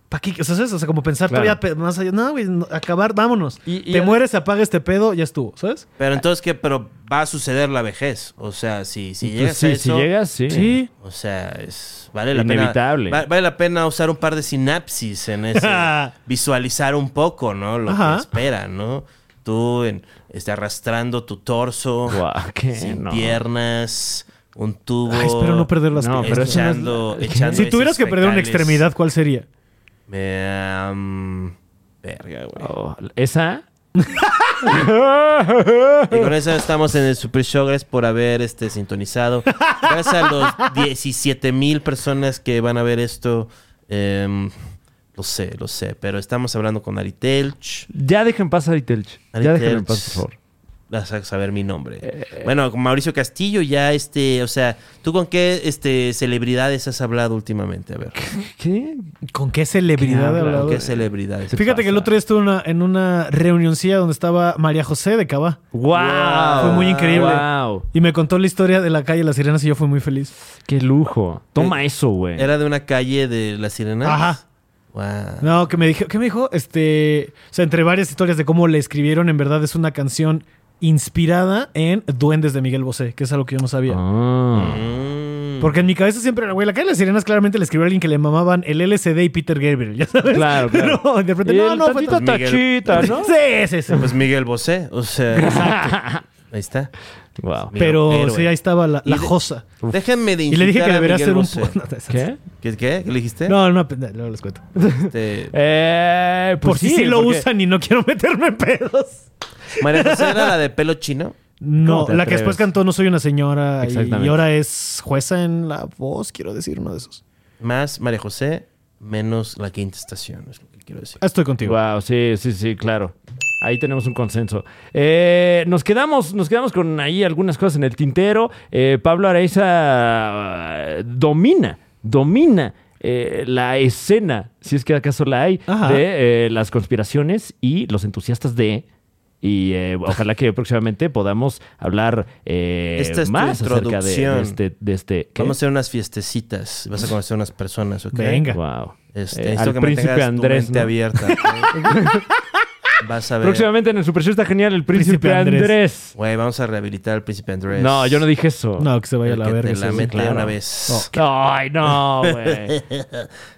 Speaker 5: ¿Para qué? O sea, ¿sabes? O sea, como pensar
Speaker 1: Claro.
Speaker 5: todavía pe- más allá. No, güey, no, acabar, vámonos.
Speaker 1: Y- y-
Speaker 5: Te mueres, se apaga este pedo, ya estuvo, ¿sabes?
Speaker 4: Pero entonces, ¿qué? Pero va a suceder la vejez. O sea, si, si
Speaker 1: Pues
Speaker 4: llegas
Speaker 1: sí,
Speaker 4: a eso...
Speaker 1: si llegas, sí.
Speaker 5: Sí.
Speaker 4: O sea, es, vale la
Speaker 1: Inevitable.
Speaker 4: pena. va- vale la pena usar un par de sinapsis en ese. visualizar un poco, ¿no? Lo
Speaker 5: Ajá.
Speaker 4: que espera, ¿no? Tú en- este, arrastrando tu torso,
Speaker 1: Guau, ¿qué?
Speaker 4: sin
Speaker 1: No.
Speaker 4: piernas, un tubo.
Speaker 5: Ay, espero no perder las
Speaker 1: No,
Speaker 5: piernas.
Speaker 1: pero eso no es-
Speaker 4: echando, echando
Speaker 5: Si tuvieras
Speaker 4: esas
Speaker 5: que perder una
Speaker 4: fecales.
Speaker 5: extremidad, ¿cuál sería?
Speaker 4: Me, um, verga, güey.
Speaker 1: Oh, esa.
Speaker 4: Y con eso estamos en el Super Show. Gracias por haber este, sintonizado. Gracias a los 17 mil personas que van a ver esto. Em, lo sé, lo sé. Pero estamos hablando con Ari Telch.
Speaker 1: Ya dejen pasar y Telch.
Speaker 4: Ari
Speaker 1: Ya dejen en
Speaker 4: Telch.
Speaker 1: paz, por favor.
Speaker 4: Vas a saber mi
Speaker 5: Eh,
Speaker 4: nombre. Bueno, con Mauricio Castillo ya, este, o sea, ¿tú con qué este, celebridades has hablado últimamente? A ver,
Speaker 1: ¿Qué?
Speaker 5: ¿Con qué celebridad
Speaker 1: habla?
Speaker 5: he hablado?
Speaker 4: ¿con qué celebridades?
Speaker 5: Fíjate que el otro día estuve en una- en una reunioncilla donde estaba María José de Cava.
Speaker 1: ¡Wow!
Speaker 5: Fue muy increíble.
Speaker 1: ¡Wow!
Speaker 5: Y me contó la historia de la calle Las Sirenas y yo fui muy feliz.
Speaker 1: ¡Qué lujo! Toma eso, güey.
Speaker 4: ¿Era de una calle de La Sirena?
Speaker 5: Ajá.
Speaker 4: Wow.
Speaker 5: No, que me dijo, ¿qué me dijo? Este, o sea, entre varias historias de cómo le escribieron, en verdad es una canción inspirada en Duendes de Miguel Bosé, que es algo que yo no sabía.
Speaker 1: Ah.
Speaker 4: Mm.
Speaker 5: Porque en mi cabeza siempre era, güey, la calle Las Sirenas claramente le escribió a alguien que le mamaban el LCD y Peter Gabriel, ¿ya sabes?
Speaker 1: Claro, claro.
Speaker 5: Pero de repente,
Speaker 1: Y
Speaker 5: no,
Speaker 1: el
Speaker 5: no, fue
Speaker 1: tantito
Speaker 4: Miguel.
Speaker 1: tachita, ¿no?
Speaker 5: Sí, sí, sí.
Speaker 4: Pues Miguel Bosé, o sea, ahí está. Miguel,
Speaker 1: Wow.
Speaker 5: Pero
Speaker 4: héroe.
Speaker 5: sí, ahí estaba la, la
Speaker 4: Y de-
Speaker 5: josa.
Speaker 4: Déjenme de
Speaker 5: Y le dije
Speaker 4: insultar
Speaker 5: que
Speaker 4: a
Speaker 5: debería
Speaker 4: Miguel
Speaker 5: hacer un...
Speaker 4: Bosé.
Speaker 1: ¿Qué?
Speaker 4: ¿Qué, ¿Qué? ¿Qué le dijiste?
Speaker 5: No, no, no, no les cuento.
Speaker 4: Este,
Speaker 1: Eh, pues
Speaker 5: Por si sí, lo
Speaker 1: porque-
Speaker 5: usan y no quiero meterme en pedos.
Speaker 4: María José era la de pelo chino.
Speaker 5: No,
Speaker 1: ¿Cómo te
Speaker 5: la que después
Speaker 1: atreves?
Speaker 5: cantó No soy una señora y,
Speaker 1: Exactamente.
Speaker 5: y ahora es jueza en la voz, quiero decir, uno de esos.
Speaker 4: Más María José, menos la quinta estación, es lo que quiero decir.
Speaker 5: Ah, Estoy contigo.
Speaker 1: Wow, sí, sí, sí, claro. Ahí tenemos un consenso. Eh, nos, quedamos, nos quedamos con ahí algunas cosas en el tintero. Eh, Pablo Areiza eh, domina, domina eh, la escena, si es que acaso la hay,
Speaker 5: Ajá.
Speaker 1: de eh, las conspiraciones y los entusiastas de... Y eh, ojalá que próximamente podamos hablar eh,
Speaker 4: Esta es tu
Speaker 1: más acerca de- de,
Speaker 4: introducción.
Speaker 1: este... De este ¿qué?
Speaker 4: Vamos a hacer unas fiestecitas. Vas a conocer unas personas, ¿ok?
Speaker 5: Venga.
Speaker 1: Wow.
Speaker 4: Este,
Speaker 1: Eh,
Speaker 4: necesito
Speaker 1: al
Speaker 4: que
Speaker 1: príncipe
Speaker 4: mantengas
Speaker 1: Andrés.
Speaker 4: tu mente
Speaker 1: ¿no?
Speaker 4: abierta. ¿ok? Vas a ver.
Speaker 1: Próximamente en el Super Show está genial el príncipe,
Speaker 5: Príncipe Andrés.
Speaker 1: Andrés.
Speaker 4: Güey, vamos a rehabilitar al príncipe Andrés.
Speaker 1: No, yo no dije eso.
Speaker 5: Pues, No, que se vaya a
Speaker 4: El
Speaker 5: la
Speaker 4: que
Speaker 5: verga.
Speaker 4: te
Speaker 5: sí,
Speaker 4: la
Speaker 5: sí,
Speaker 4: mete
Speaker 5: claro.
Speaker 4: una vez.
Speaker 1: Ay, no, güey.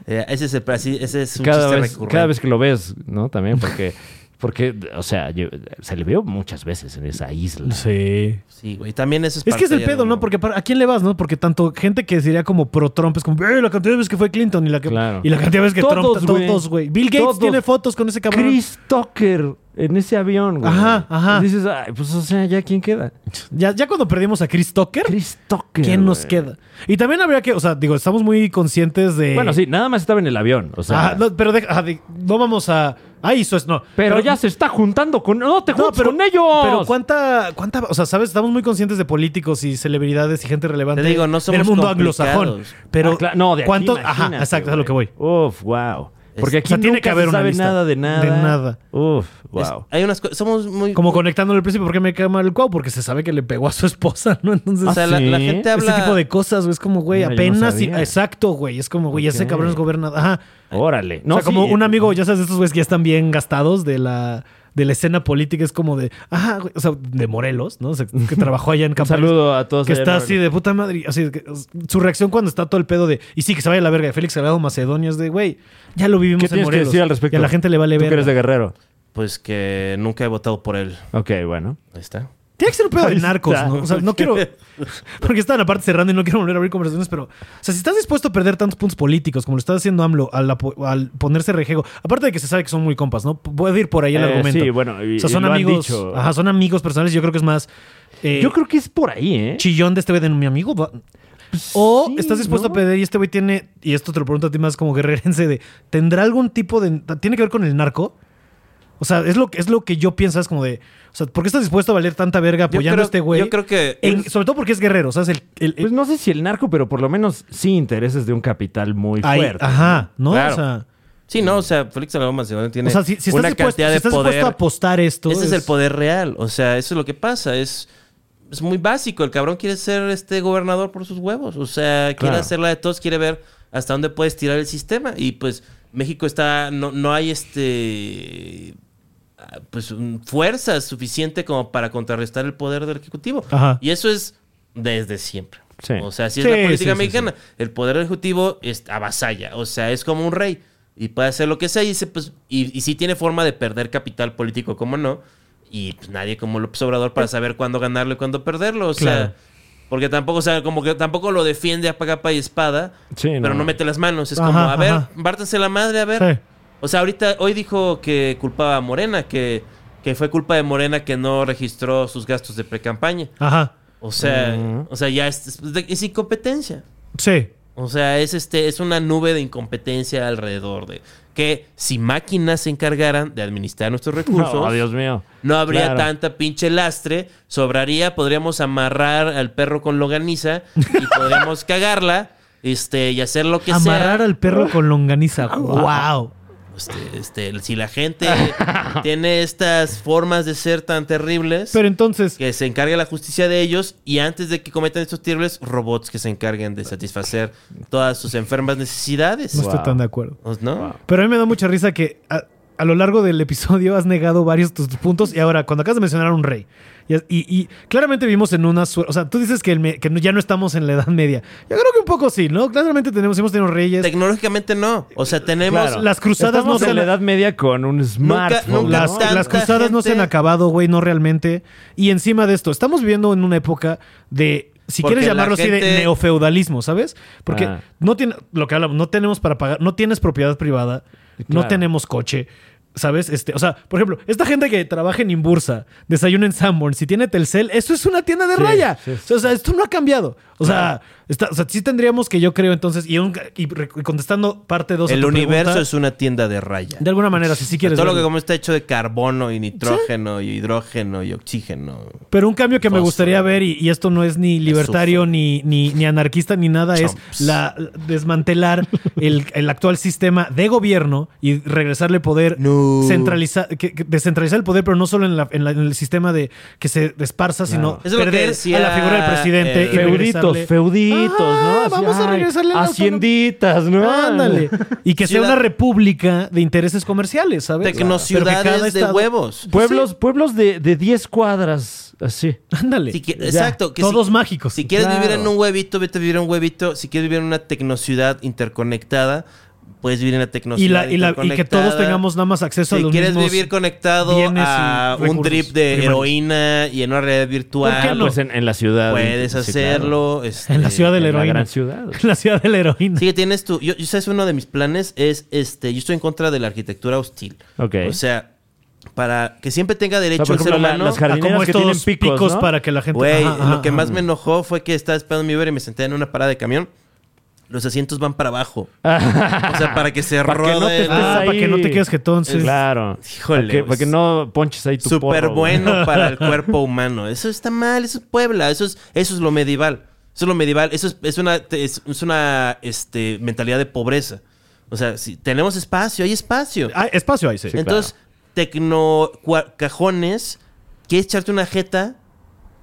Speaker 4: Eh, ese, es el, así- ese es un
Speaker 1: Cada
Speaker 4: chiste
Speaker 1: vez,
Speaker 4: recurrente.
Speaker 1: cada vez que lo ves, ¿no? También porque, porque o sea, yo- se le veo muchas veces en esa isla.
Speaker 5: Sí.
Speaker 4: Sí, güey. También eso es
Speaker 5: Es que es
Speaker 4: parte
Speaker 5: el
Speaker 4: ya de
Speaker 5: pedo,
Speaker 4: un-
Speaker 5: ¿no? Porque para- ¿a quién le vas, no? Porque tanto gente que sería como pro Trump es como, "Ey, la cantidad de veces que fue Clinton y la, que-
Speaker 1: Claro.
Speaker 5: y la cantidad de veces que
Speaker 1: Todos,
Speaker 5: Trump,
Speaker 1: güey.
Speaker 5: todos, güey. Bill Gates
Speaker 1: Todos.
Speaker 5: tiene fotos con ese cabrón.
Speaker 1: Chris Tucker en ese avión, güey.
Speaker 5: Ajá, ajá.
Speaker 1: Dices, ay, pues, o sea, ¿ya quién queda?
Speaker 5: Ya, ya cuando perdimos a Chris Tucker,
Speaker 1: Chris Tucker.
Speaker 5: ¿quién nos
Speaker 1: güey.
Speaker 5: queda? Y también habría que, o sea, digo, estamos muy conscientes de. Ah,
Speaker 1: Bueno, sí, nada más estaba en el avión. O sea,
Speaker 5: Ajá, no, pero deja- ajá, de- no vamos a, Ahí eso es, no.
Speaker 1: Pero, ya se está juntando con. ¡No te
Speaker 5: No,
Speaker 1: juntes con ellos!
Speaker 5: Pero cuánta, cuánta, o sea, sabes, estamos muy conscientes de políticos y celebridades y gente relevante
Speaker 4: Te digo, no somos
Speaker 5: del mundo anglosajón.
Speaker 4: complicados.
Speaker 5: Pero
Speaker 1: Ah, cla- no, de aquí,
Speaker 5: ¿cuántos?
Speaker 1: imagínate,
Speaker 5: Ajá, exacto, es a lo que voy.
Speaker 1: güey. Uf, wow. Porque
Speaker 5: O
Speaker 1: aquí
Speaker 5: sea,
Speaker 1: tiene que haber
Speaker 5: una
Speaker 1: sabe
Speaker 5: lista.
Speaker 1: nada de nada.
Speaker 5: De nada.
Speaker 1: Uf,
Speaker 4: Es-
Speaker 1: wow.
Speaker 4: hay unas cosas. Somos muy.
Speaker 5: Como conectándolo al principio, ¿por qué me cae mal el cuau? Porque se sabe que le pegó a su esposa, ¿no? Entonces,
Speaker 4: o sea, la,
Speaker 1: ¿sí?
Speaker 4: la gente
Speaker 5: este
Speaker 4: habla.
Speaker 5: tipo de cosas, güey, es como, güey,
Speaker 1: Mira, yo no
Speaker 5: apenas. y-
Speaker 1: sabía.
Speaker 5: exacto, güey, es como, güey, ese
Speaker 1: Ok.
Speaker 5: cabrón es gobernador. Ajá.
Speaker 1: Órale. No,
Speaker 5: o sea, como
Speaker 1: sí,
Speaker 5: un amigo, ya sabes, estos güeyes que ya están bien gastados de la, de la escena política, es como de, ajá, güey, o sea, de Morelos, ¿no? O sea, que trabajó allá en
Speaker 1: Un
Speaker 5: Campaña.
Speaker 1: saludo a todos.
Speaker 5: Que
Speaker 1: allá en
Speaker 5: está
Speaker 1: Oregon.
Speaker 5: así de puta madre. Así, que, su reacción cuando está todo el pedo de. Y sí, que se vaya a la verga de Félix Salgado Macedonio es de, güey, ya lo vivimos
Speaker 1: ¿Qué
Speaker 5: en
Speaker 1: tienes que
Speaker 5: Morelos.
Speaker 1: decir al respecto?
Speaker 5: Y a la gente le vale
Speaker 1: Tú que eres de
Speaker 5: ver.
Speaker 1: Guerrero.
Speaker 4: Pues que nunca he votado por él.
Speaker 1: Ok, bueno.
Speaker 4: Ahí está.
Speaker 5: Tiene que ser un pedo
Speaker 1: Ahí
Speaker 5: de
Speaker 1: está.
Speaker 5: narcos, ¿no? O sea, no quiero. Porque están aparte cerrando y no quiero volver a abrir conversaciones, pero. O sea, si estás dispuesto a perder tantos puntos políticos como lo está haciendo AMLO al, apo- al ponerse rejego, aparte de que se sabe que son muy compas, ¿no? P- Puede ir por ahí el
Speaker 1: Eh,
Speaker 5: argumento.
Speaker 1: sí, bueno, y-
Speaker 5: o sea,
Speaker 1: y
Speaker 5: son
Speaker 1: lo han
Speaker 5: amigos.
Speaker 1: dicho.
Speaker 5: Ajá, son amigos personales. Yo creo que es más. eh,
Speaker 1: Yo creo que es por ahí, ¿eh?
Speaker 5: chillón de este güey de mi amigo. va- O
Speaker 1: sí,
Speaker 5: estás dispuesto
Speaker 1: ¿no?
Speaker 5: a pedir y este güey tiene, y esto te lo pregunto a ti más como guerrerense, de ¿tendrá algún tipo de... ¿Tiene que ver con el narco? O sea, es lo, que- es lo que yo pienso, es como de... O sea, ¿por qué estás dispuesto a valer tanta verga
Speaker 4: Yo
Speaker 5: apoyando
Speaker 4: creo-
Speaker 5: a este güey?
Speaker 4: Yo creo que.
Speaker 5: En- sobre todo porque es guerrero, o sea, es el... el- el-
Speaker 1: Pues no sé si el narco, pero por lo menos sí intereses de un capital muy
Speaker 5: ahí- ah,
Speaker 1: fuerte.
Speaker 5: ajá, ¿no?
Speaker 4: Claro.
Speaker 5: O sea,
Speaker 4: Sí, no, o sea, Félix Salgado Macedonio tiene
Speaker 5: Mm. o sea, si, si estás,
Speaker 4: una
Speaker 5: dispuesto,
Speaker 4: cantidad
Speaker 5: si
Speaker 4: de
Speaker 5: estás
Speaker 4: poder.
Speaker 5: dispuesto a apostar esto...
Speaker 4: Ese es el poder real. O sea, eso es lo que pasa. Es, es muy básico. El cabrón quiere ser este gobernador por sus huevos. O sea, quiere
Speaker 1: Claro.
Speaker 4: hacerla de todos, quiere ver hasta dónde puedes tirar el sistema. Y pues México está. No, no hay este. ah, Pues un- fuerza suficiente como para contrarrestar el poder del Ejecutivo.
Speaker 5: Ajá.
Speaker 4: Y eso es desde siempre.
Speaker 1: Sí.
Speaker 4: O sea, así
Speaker 5: Sí,
Speaker 4: es la política
Speaker 5: sí, sí,
Speaker 4: mexicana. El poder ejecutivo es avasalla. O sea, es como un rey. Y puede hacer lo que sea. Y, si pues, y, y sí tiene forma de perder capital político, como no. Y pues, nadie como López Obrador para saber cuándo ganarlo y cuándo perderlo. O sea,
Speaker 5: Pues Claro.
Speaker 4: porque tampoco, o sea, como que tampoco lo defiende a capa y espada.
Speaker 1: Sí,
Speaker 4: pero
Speaker 1: no.
Speaker 4: no. mete las manos. Es
Speaker 5: Ajá,
Speaker 4: como, a ver,
Speaker 5: ajá.
Speaker 4: bártanse la madre, a ver.
Speaker 5: Sí.
Speaker 4: O sea, ahorita, hoy dijo que culpaba a Morena, que, que fue culpa de Morena que no registró sus gastos de precampaña.
Speaker 5: Ajá,
Speaker 4: O sea, o sea, ya es, es- es incompetencia.
Speaker 5: sí.
Speaker 4: O sea, es este, es una nube de incompetencia alrededor de que si máquinas se encargaran de administrar nuestros recursos,
Speaker 1: No,
Speaker 4: no,
Speaker 1: oh, Dios mío.
Speaker 4: habría
Speaker 1: Claro.
Speaker 4: tanta pinche lastre, sobraría, podríamos amarrar al perro con loganiza y podríamos cagarla, este, y hacer lo que
Speaker 5: Amarrar
Speaker 4: sea.
Speaker 5: al perro con longaniza. wow.
Speaker 4: Este, este, si la gente tiene estas formas de ser tan terribles,
Speaker 5: Pero entonces...
Speaker 4: que se encargue la justicia de ellos y antes de que cometan estos terribles robots que se encarguen de satisfacer todas sus enfermas necesidades.
Speaker 5: No estoy
Speaker 1: Wow.
Speaker 5: tan de acuerdo.
Speaker 4: ¿O ¿No?
Speaker 5: Pero a mí me da mucha risa que a, a lo largo del episodio has negado varios tus puntos y ahora cuando acabas de mencionar a un rey. Y, y- y claramente vivimos en una... sue- O sea, tú dices que, el me- que no- ya no estamos en la Edad Media. Yo creo que un poco sí, ¿no? Claramente tenemos, hemos tenido reyes.
Speaker 4: Tecnológicamente no. O sea, tenemos...
Speaker 1: Claro.
Speaker 5: Las cruzadas
Speaker 1: Estamos
Speaker 5: Pues, no se
Speaker 1: en la
Speaker 5: la-
Speaker 1: edad media con un smartphone.
Speaker 4: nunca
Speaker 5: Las,
Speaker 1: ¿no?
Speaker 4: tanta
Speaker 5: las cruzadas no se han
Speaker 4: gente-
Speaker 5: acabado, güey, no realmente. Y encima de esto, estamos viviendo en una época de... Si
Speaker 4: Porque
Speaker 5: quieres
Speaker 4: la
Speaker 5: llamarlo así de
Speaker 4: gente-
Speaker 5: neofeudalismo, ¿sabes? Porque
Speaker 1: Ah.
Speaker 5: no tiene, lo que hablamos, no tenemos para pagar, no tienes propiedad privada, no
Speaker 1: Claro.
Speaker 5: tenemos coche. ¿Sabes? Este, o sea, por ejemplo, esta gente que trabaja en Imbursa, desayuna en Sanborns, si tiene Telcel, eso es una tienda de
Speaker 1: Sí,
Speaker 5: raya.
Speaker 1: sí,
Speaker 5: O sea, esto no ha cambiado. O sea, está- o sea, sí tendríamos que yo creo entonces, y, un- y re- y contestando parte 2
Speaker 4: El universo es una tienda de raya.
Speaker 5: De alguna manera, si sí quieres.
Speaker 4: Todo lo
Speaker 5: verlo.
Speaker 4: que como está hecho de carbono y nitrógeno y hidrógeno y oxígeno.
Speaker 5: Pero un cambio que me
Speaker 4: Fósforo.
Speaker 5: gustaría ver, y, y esto no es ni libertario,
Speaker 4: azufre.
Speaker 5: ni, ni, ni anarquista, ni nada, es
Speaker 4: Chomps.
Speaker 5: la desmantelar el, el actual sistema de gobierno y regresarle poder,
Speaker 4: No.
Speaker 5: centralizar, que- que descentralizar el poder, pero no solo en, la- en la- en el sistema de que se esparza, sino
Speaker 4: Eso es lo que
Speaker 5: perder
Speaker 4: decía
Speaker 5: a la figura del presidente.
Speaker 4: el-
Speaker 5: y
Speaker 1: Feuditos,
Speaker 5: regresarle-
Speaker 1: feuditos,
Speaker 5: Ajá,
Speaker 1: ¿no? Así,
Speaker 5: vamos a
Speaker 1: ay,
Speaker 5: regresarle a la
Speaker 1: Hacienditas, ¿no?
Speaker 5: Ándale. Y que sea
Speaker 4: Ciudad-
Speaker 5: una república de intereses comerciales, ¿sabes? Pues, Pero que cada
Speaker 4: Tecnociudades de
Speaker 5: estado-
Speaker 4: huevos.
Speaker 1: Pueblos, pueblos de de 10 cuadras, así.
Speaker 5: Ándale.
Speaker 4: Si qui- exacto. que si-
Speaker 5: Todos mágicos.
Speaker 4: Si quieres
Speaker 1: Claro.
Speaker 4: vivir en un huevito, vete a vivir en un huevito. Si quieres vivir en una tecnociudad interconectada, puedes vivir en una
Speaker 5: y,
Speaker 4: tecnociudad
Speaker 5: la, y, la- y que todos
Speaker 4: interconectada.
Speaker 5: tengamos nada más acceso a
Speaker 4: Si
Speaker 5: los
Speaker 4: quieres
Speaker 5: mismos-
Speaker 4: vivir conectado
Speaker 5: bienes
Speaker 4: a un
Speaker 5: y recursos
Speaker 4: trip de
Speaker 5: primarios.
Speaker 4: heroína y en una red virtual,
Speaker 5: ¿Por qué no?
Speaker 1: Pues en, en la ciudad.
Speaker 4: puedes
Speaker 1: Sí, claro.
Speaker 4: hacerlo. este,
Speaker 5: en la ciudad de la
Speaker 1: En la
Speaker 5: heroína.
Speaker 1: gran ciudad.
Speaker 5: En la ciudad de la heroína.
Speaker 4: Sí, tienes tu. Yo, yo- ¿sabes? Uno de mis planes es este. Yo estoy en contra de la arquitectura hostil.
Speaker 1: Ok.
Speaker 4: O sea, para que siempre tenga derecho
Speaker 1: O sea, por
Speaker 4: el ser
Speaker 1: ejemplo, la-
Speaker 4: humano.
Speaker 1: las
Speaker 5: Ah,
Speaker 1: jardineras
Speaker 5: como
Speaker 1: que
Speaker 5: estos
Speaker 1: tienen picos, ¿no?
Speaker 5: para que la gente.
Speaker 4: Güey,
Speaker 5: Ajá, ajá,
Speaker 4: lo que
Speaker 5: ajá.
Speaker 4: más me enojó fue que estaba esperando mi Uber y me senté en una parada de camión. los asientos van para abajo. O sea, para que se
Speaker 1: Para que no te
Speaker 4: ruede. el-
Speaker 5: Ah, para que no te quedes jetón, sí.
Speaker 1: Claro.
Speaker 4: Híjole,
Speaker 1: Para que, para
Speaker 4: pues.
Speaker 1: que no ponches ahí tu porro.
Speaker 4: Súper
Speaker 1: güey.
Speaker 4: bueno para el cuerpo humano. Eso está mal, eso es Puebla, eso es, eso es lo medieval. Eso es lo medieval, eso es, es una, es, es una este, mentalidad de pobreza. O sea, si tenemos espacio, hay espacio.
Speaker 5: Ah, espacio ahí, sí.
Speaker 4: Entonces, tecno cua- cajones, ¿quieres echarte una jeta?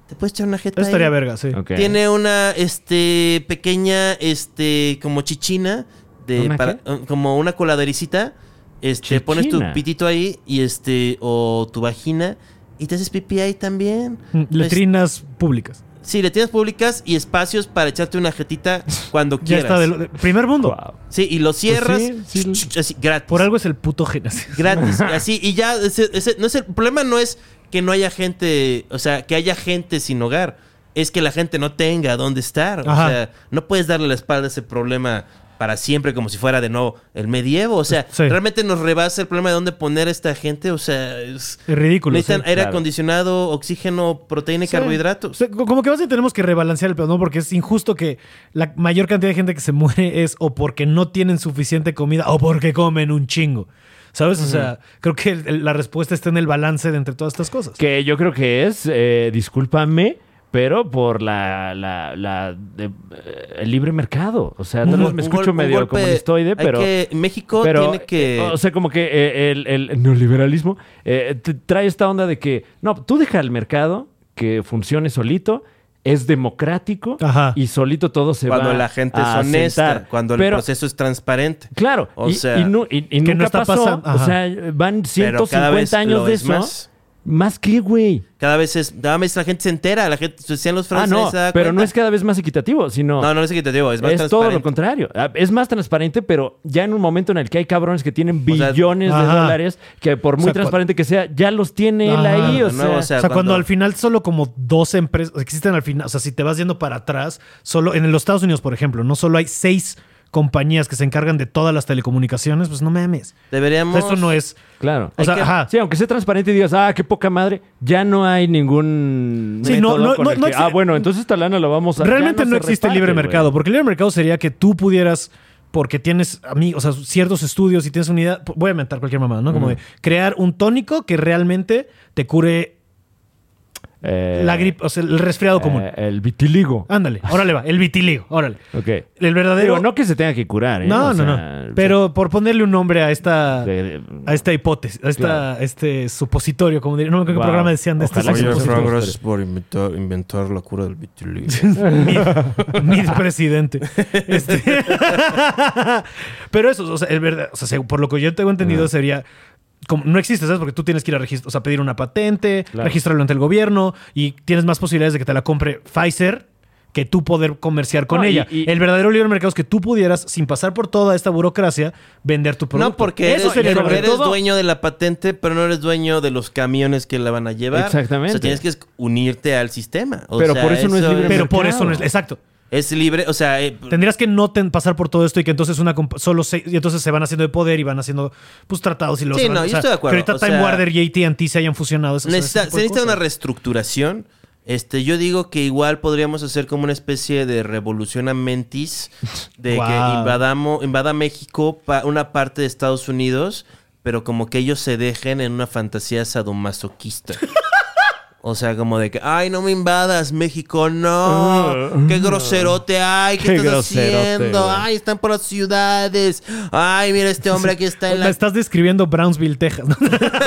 Speaker 4: Te puedes echar una jeta.
Speaker 5: Eso estaría
Speaker 4: ahí?
Speaker 5: verga, sí.
Speaker 1: Ok.
Speaker 4: Tiene una este pequeña este como chichina de
Speaker 1: ¿Una
Speaker 4: para- um, como una coladericita. Este pones tu
Speaker 1: Chichina.
Speaker 4: pitito ahí y este o tu vagina y te haces pipí ahí también.
Speaker 5: Mm,
Speaker 4: Pues,
Speaker 5: Letrinas públicas.
Speaker 4: sí, letrinas públicas y espacios para echarte una jetita cuando
Speaker 5: Ya
Speaker 4: quieras.
Speaker 5: está del del primer mundo.
Speaker 1: Wow.
Speaker 4: Sí, y lo cierras
Speaker 1: sí, sí.
Speaker 4: ch- ch- así, gratis.
Speaker 5: Por algo es el puto gen. así.
Speaker 4: Gratis, y así, y ya, ese- ese- no es el, el problema no es que no haya gente, o sea, que haya gente sin hogar, es que la gente no tenga dónde estar,
Speaker 5: Ajá.
Speaker 4: o sea, no puedes darle la espalda a ese problema para siempre como si fuera de nuevo el medievo, o sea,
Speaker 5: Sí.
Speaker 4: realmente nos rebasa el problema de dónde poner a esta gente, o sea, es-
Speaker 5: Es ridículo.
Speaker 4: necesitan
Speaker 5: sí.
Speaker 4: aire
Speaker 1: claro.
Speaker 4: acondicionado, oxígeno, proteína y
Speaker 5: O
Speaker 4: carbohidratos.
Speaker 5: sea, co- como que básicamente tenemos que rebalancear el pedo, ¿no? Porque es injusto que la mayor cantidad de gente que se muere es o porque no tienen suficiente comida o porque comen un chingo. ¿Sabes? O sea, creo que el- el- la respuesta está en el balance de entre todas estas cosas.
Speaker 1: Que yo creo que es, eh, discúlpame, pero por la, la, la de- eh, el libre mercado. O sea, tal vez
Speaker 4: Un
Speaker 1: me escucho
Speaker 4: gol- un
Speaker 1: medio
Speaker 4: golpe-
Speaker 1: comunistoide,
Speaker 4: hay
Speaker 1: pero...
Speaker 4: que- México
Speaker 1: pero,
Speaker 4: tiene que...
Speaker 1: eh, O sea, como que eh, el, el neoliberalismo eh, te trae esta onda de que, no, tú deja al mercado que funcione solito, es democrático
Speaker 5: Ajá.
Speaker 1: y solito todo se va
Speaker 4: cuando la gente es
Speaker 1: a
Speaker 4: honesta,
Speaker 1: sentar.
Speaker 4: cuando el
Speaker 1: Pero-
Speaker 4: proceso es transparente.
Speaker 1: Claro,
Speaker 4: O
Speaker 1: y,
Speaker 4: sea,
Speaker 1: y nu- y- y
Speaker 5: que
Speaker 1: nunca
Speaker 5: no está
Speaker 1: pasó.
Speaker 5: pasando,
Speaker 1: O
Speaker 5: ajá.
Speaker 1: sea, van
Speaker 4: Pero cada
Speaker 1: 150
Speaker 4: vez
Speaker 1: años
Speaker 4: lo
Speaker 1: de
Speaker 4: es
Speaker 1: eso.
Speaker 4: más.
Speaker 1: Más, que, güey.
Speaker 4: Cada vez es, cada vez la gente se entera, la gente, decían los
Speaker 1: Ah,
Speaker 4: franceses.
Speaker 1: no,
Speaker 4: se da
Speaker 1: pero
Speaker 4: cuenta.
Speaker 1: no es cada vez más equitativo, sino
Speaker 4: No, no es que te digo, es más
Speaker 1: es todo
Speaker 4: transparente.
Speaker 1: lo contrario. Ah, Es más transparente, pero ya en un momento en el que hay cabrones que tienen
Speaker 4: O sea,
Speaker 1: billones de
Speaker 5: Ajá.
Speaker 1: dólares, que por muy
Speaker 5: sea,
Speaker 1: transparente que sea, ya los tiene él
Speaker 5: Ajá.
Speaker 1: ahí. O
Speaker 4: De nuevo,
Speaker 1: sea,
Speaker 4: o sea,
Speaker 5: O sea, cuando
Speaker 4: cuando-
Speaker 5: al final solo como dos empresas existen al final, o sea, si te vas yendo para atrás, solo en los Estados Unidos, por ejemplo, no solo hay seis compañías que se encargan de todas las telecomunicaciones, pues no mames. O
Speaker 4: Deberíamos.
Speaker 5: sea, eso no es.
Speaker 1: claro.
Speaker 5: O sea,
Speaker 4: que-
Speaker 5: ajá.
Speaker 1: Sí, aunque sea transparente y digas, ah, qué poca madre, ya no hay ningún.
Speaker 5: Sí, no,
Speaker 1: método
Speaker 5: no,
Speaker 1: con
Speaker 5: no,
Speaker 1: el
Speaker 5: no
Speaker 1: que,
Speaker 5: existe-
Speaker 1: Ah, bueno, entonces esta lana la vamos a. ya
Speaker 5: Realmente no,
Speaker 1: se
Speaker 5: existe
Speaker 1: reparte,
Speaker 5: libre
Speaker 1: güey.
Speaker 5: mercado, porque el libre mercado sería que tú pudieras, porque tienes amigos, o sea, ciertos estudios y tienes unidad, voy a inventar cualquier mamada, ¿no? Como de crear un tónico que realmente te cure
Speaker 1: Eh,
Speaker 5: la gripe, o sea, el resfriado común. Ah,
Speaker 1: eh, el vitiligo.
Speaker 5: Ándale, órale va, el vitiligo, órale.
Speaker 1: Ok.
Speaker 5: El verdadero.
Speaker 1: Digo, no que se tenga que curar, ¿eh?
Speaker 5: no,
Speaker 1: O
Speaker 5: no,
Speaker 1: sea,
Speaker 5: no. Pero por ponerle un nombre a esta.
Speaker 1: de- de-
Speaker 5: A esta hipótesis, a esta,
Speaker 1: Claro.
Speaker 5: este supositorio, como diría. No me acuerdo qué
Speaker 1: Wow.
Speaker 5: programa decían de este
Speaker 1: Ojalá que no fuera
Speaker 5: supositorio.
Speaker 4: gracias por inventar, inventar la cura del vitiligo.
Speaker 5: Mi presidente. Este- Pero eso, o sea, el verdad, o sea, se- por lo que yo tengo entendido sería como no existe, ¿sabes? Porque tú tienes que ir a registrar, o sea, pedir una patente, registrarlo ante el gobierno y tienes más posibilidades de que te la compre Pfizer que tú poder comerciar con
Speaker 1: No, y-
Speaker 5: ella.
Speaker 1: y-
Speaker 5: el verdadero libre mercado es que tú pudieras, sin pasar por toda esta burocracia, vender tu producto.
Speaker 4: No, porque
Speaker 5: eso
Speaker 4: eres,
Speaker 5: sería
Speaker 4: pero
Speaker 5: sobre
Speaker 4: eres
Speaker 5: todo-
Speaker 4: dueño de la patente, pero no eres dueño de los camiones que la van a llevar.
Speaker 1: Exactamente.
Speaker 4: O sea, tienes que unirte al sistema. O
Speaker 1: Pero
Speaker 4: sea,
Speaker 1: por eso no es libre
Speaker 5: Pero por
Speaker 1: mercado.
Speaker 5: eso no es. Exacto.
Speaker 4: Es libre, o sea, eh,
Speaker 5: Tendrías que no ten- pasar por todo esto y que entonces una compa- solo se, y entonces se van haciendo de poder y van haciendo pues tratados y los
Speaker 4: Sí, no, yo estoy de acuerdo,
Speaker 5: Que ahorita
Speaker 4: o
Speaker 5: Time
Speaker 4: sea,
Speaker 5: Warner y AT&T se hayan fusionado. eso-
Speaker 4: necesita-
Speaker 5: ese tipo
Speaker 4: se
Speaker 5: de
Speaker 4: necesita una
Speaker 5: cosas.
Speaker 4: reestructuración. Este, yo digo que igual podríamos hacer como una especie de revolución a mentis de que
Speaker 5: Guau.
Speaker 4: invadamos, invada México pa- una parte de Estados Unidos, pero como que ellos se dejen en una fantasía sadomasoquista. O sea, como de que, ay, no me invadas, México, no.
Speaker 5: Uh.
Speaker 4: Qué groserote, ay, ¿qué,
Speaker 1: Qué
Speaker 4: estás
Speaker 1: groserote,
Speaker 4: haciendo?
Speaker 1: güey.
Speaker 4: Ay, están por las ciudades. Ay, mira este hombre aquí está en
Speaker 5: Me
Speaker 4: la...
Speaker 5: estás describiendo Brownsville, Texas. ¿no?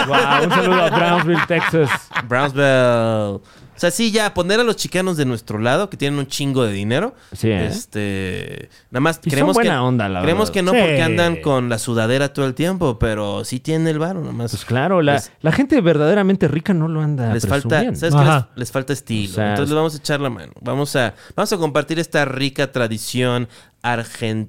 Speaker 1: Guau, un saludo a Brownsville, Texas.
Speaker 4: Brownsville. O sea, sí, ya poner a los chicanos de nuestro lado, que tienen un chingo de dinero.
Speaker 1: Sí, ¿eh?
Speaker 4: Este. Nada más
Speaker 1: Y son
Speaker 4: creemos que.
Speaker 1: buena onda, la
Speaker 4: creemos
Speaker 1: verdad.
Speaker 4: que no,
Speaker 5: Sí.
Speaker 4: porque andan con la sudadera todo el tiempo, pero sí tienen el varo, nada más.
Speaker 1: Pues claro, la,
Speaker 4: Les-
Speaker 1: la gente verdaderamente rica no lo anda
Speaker 4: les falta,
Speaker 1: presumiendo.
Speaker 4: ¿sabes qué? Les,
Speaker 5: Ajá.
Speaker 4: les falta estilo.
Speaker 1: Ah, O sea,
Speaker 4: Entonces les vamos a echar la mano. Vamos a, vamos a compartir esta rica tradición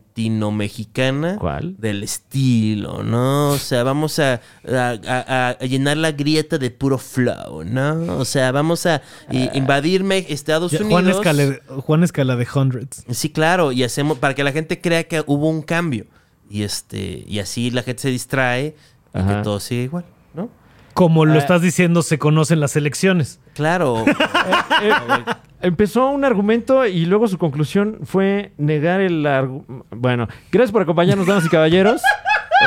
Speaker 4: argentino-mexicana.
Speaker 1: ¿Cuál?
Speaker 4: Del estilo, ¿no? O sea, vamos a, a- a- a llenar la grieta de puro flow, ¿no? O sea, vamos a
Speaker 1: Ah.
Speaker 4: i- invadir Me- Estados
Speaker 5: Ya,
Speaker 4: Unidos.
Speaker 5: Juan, Escala, Juan Escala de Hundreds.
Speaker 4: Sí, claro, y hacemos para que la gente crea que hubo un cambio. Y este, y así la gente se distrae y
Speaker 1: Ajá.
Speaker 4: que todo sigue igual, ¿no?
Speaker 5: como lo estás diciendo, se conocen las elecciones.
Speaker 4: Claro.
Speaker 1: Eh, empezó un argumento y luego su conclusión fue negar el argu- Bueno, gracias por acompañarnos, damas y caballeros,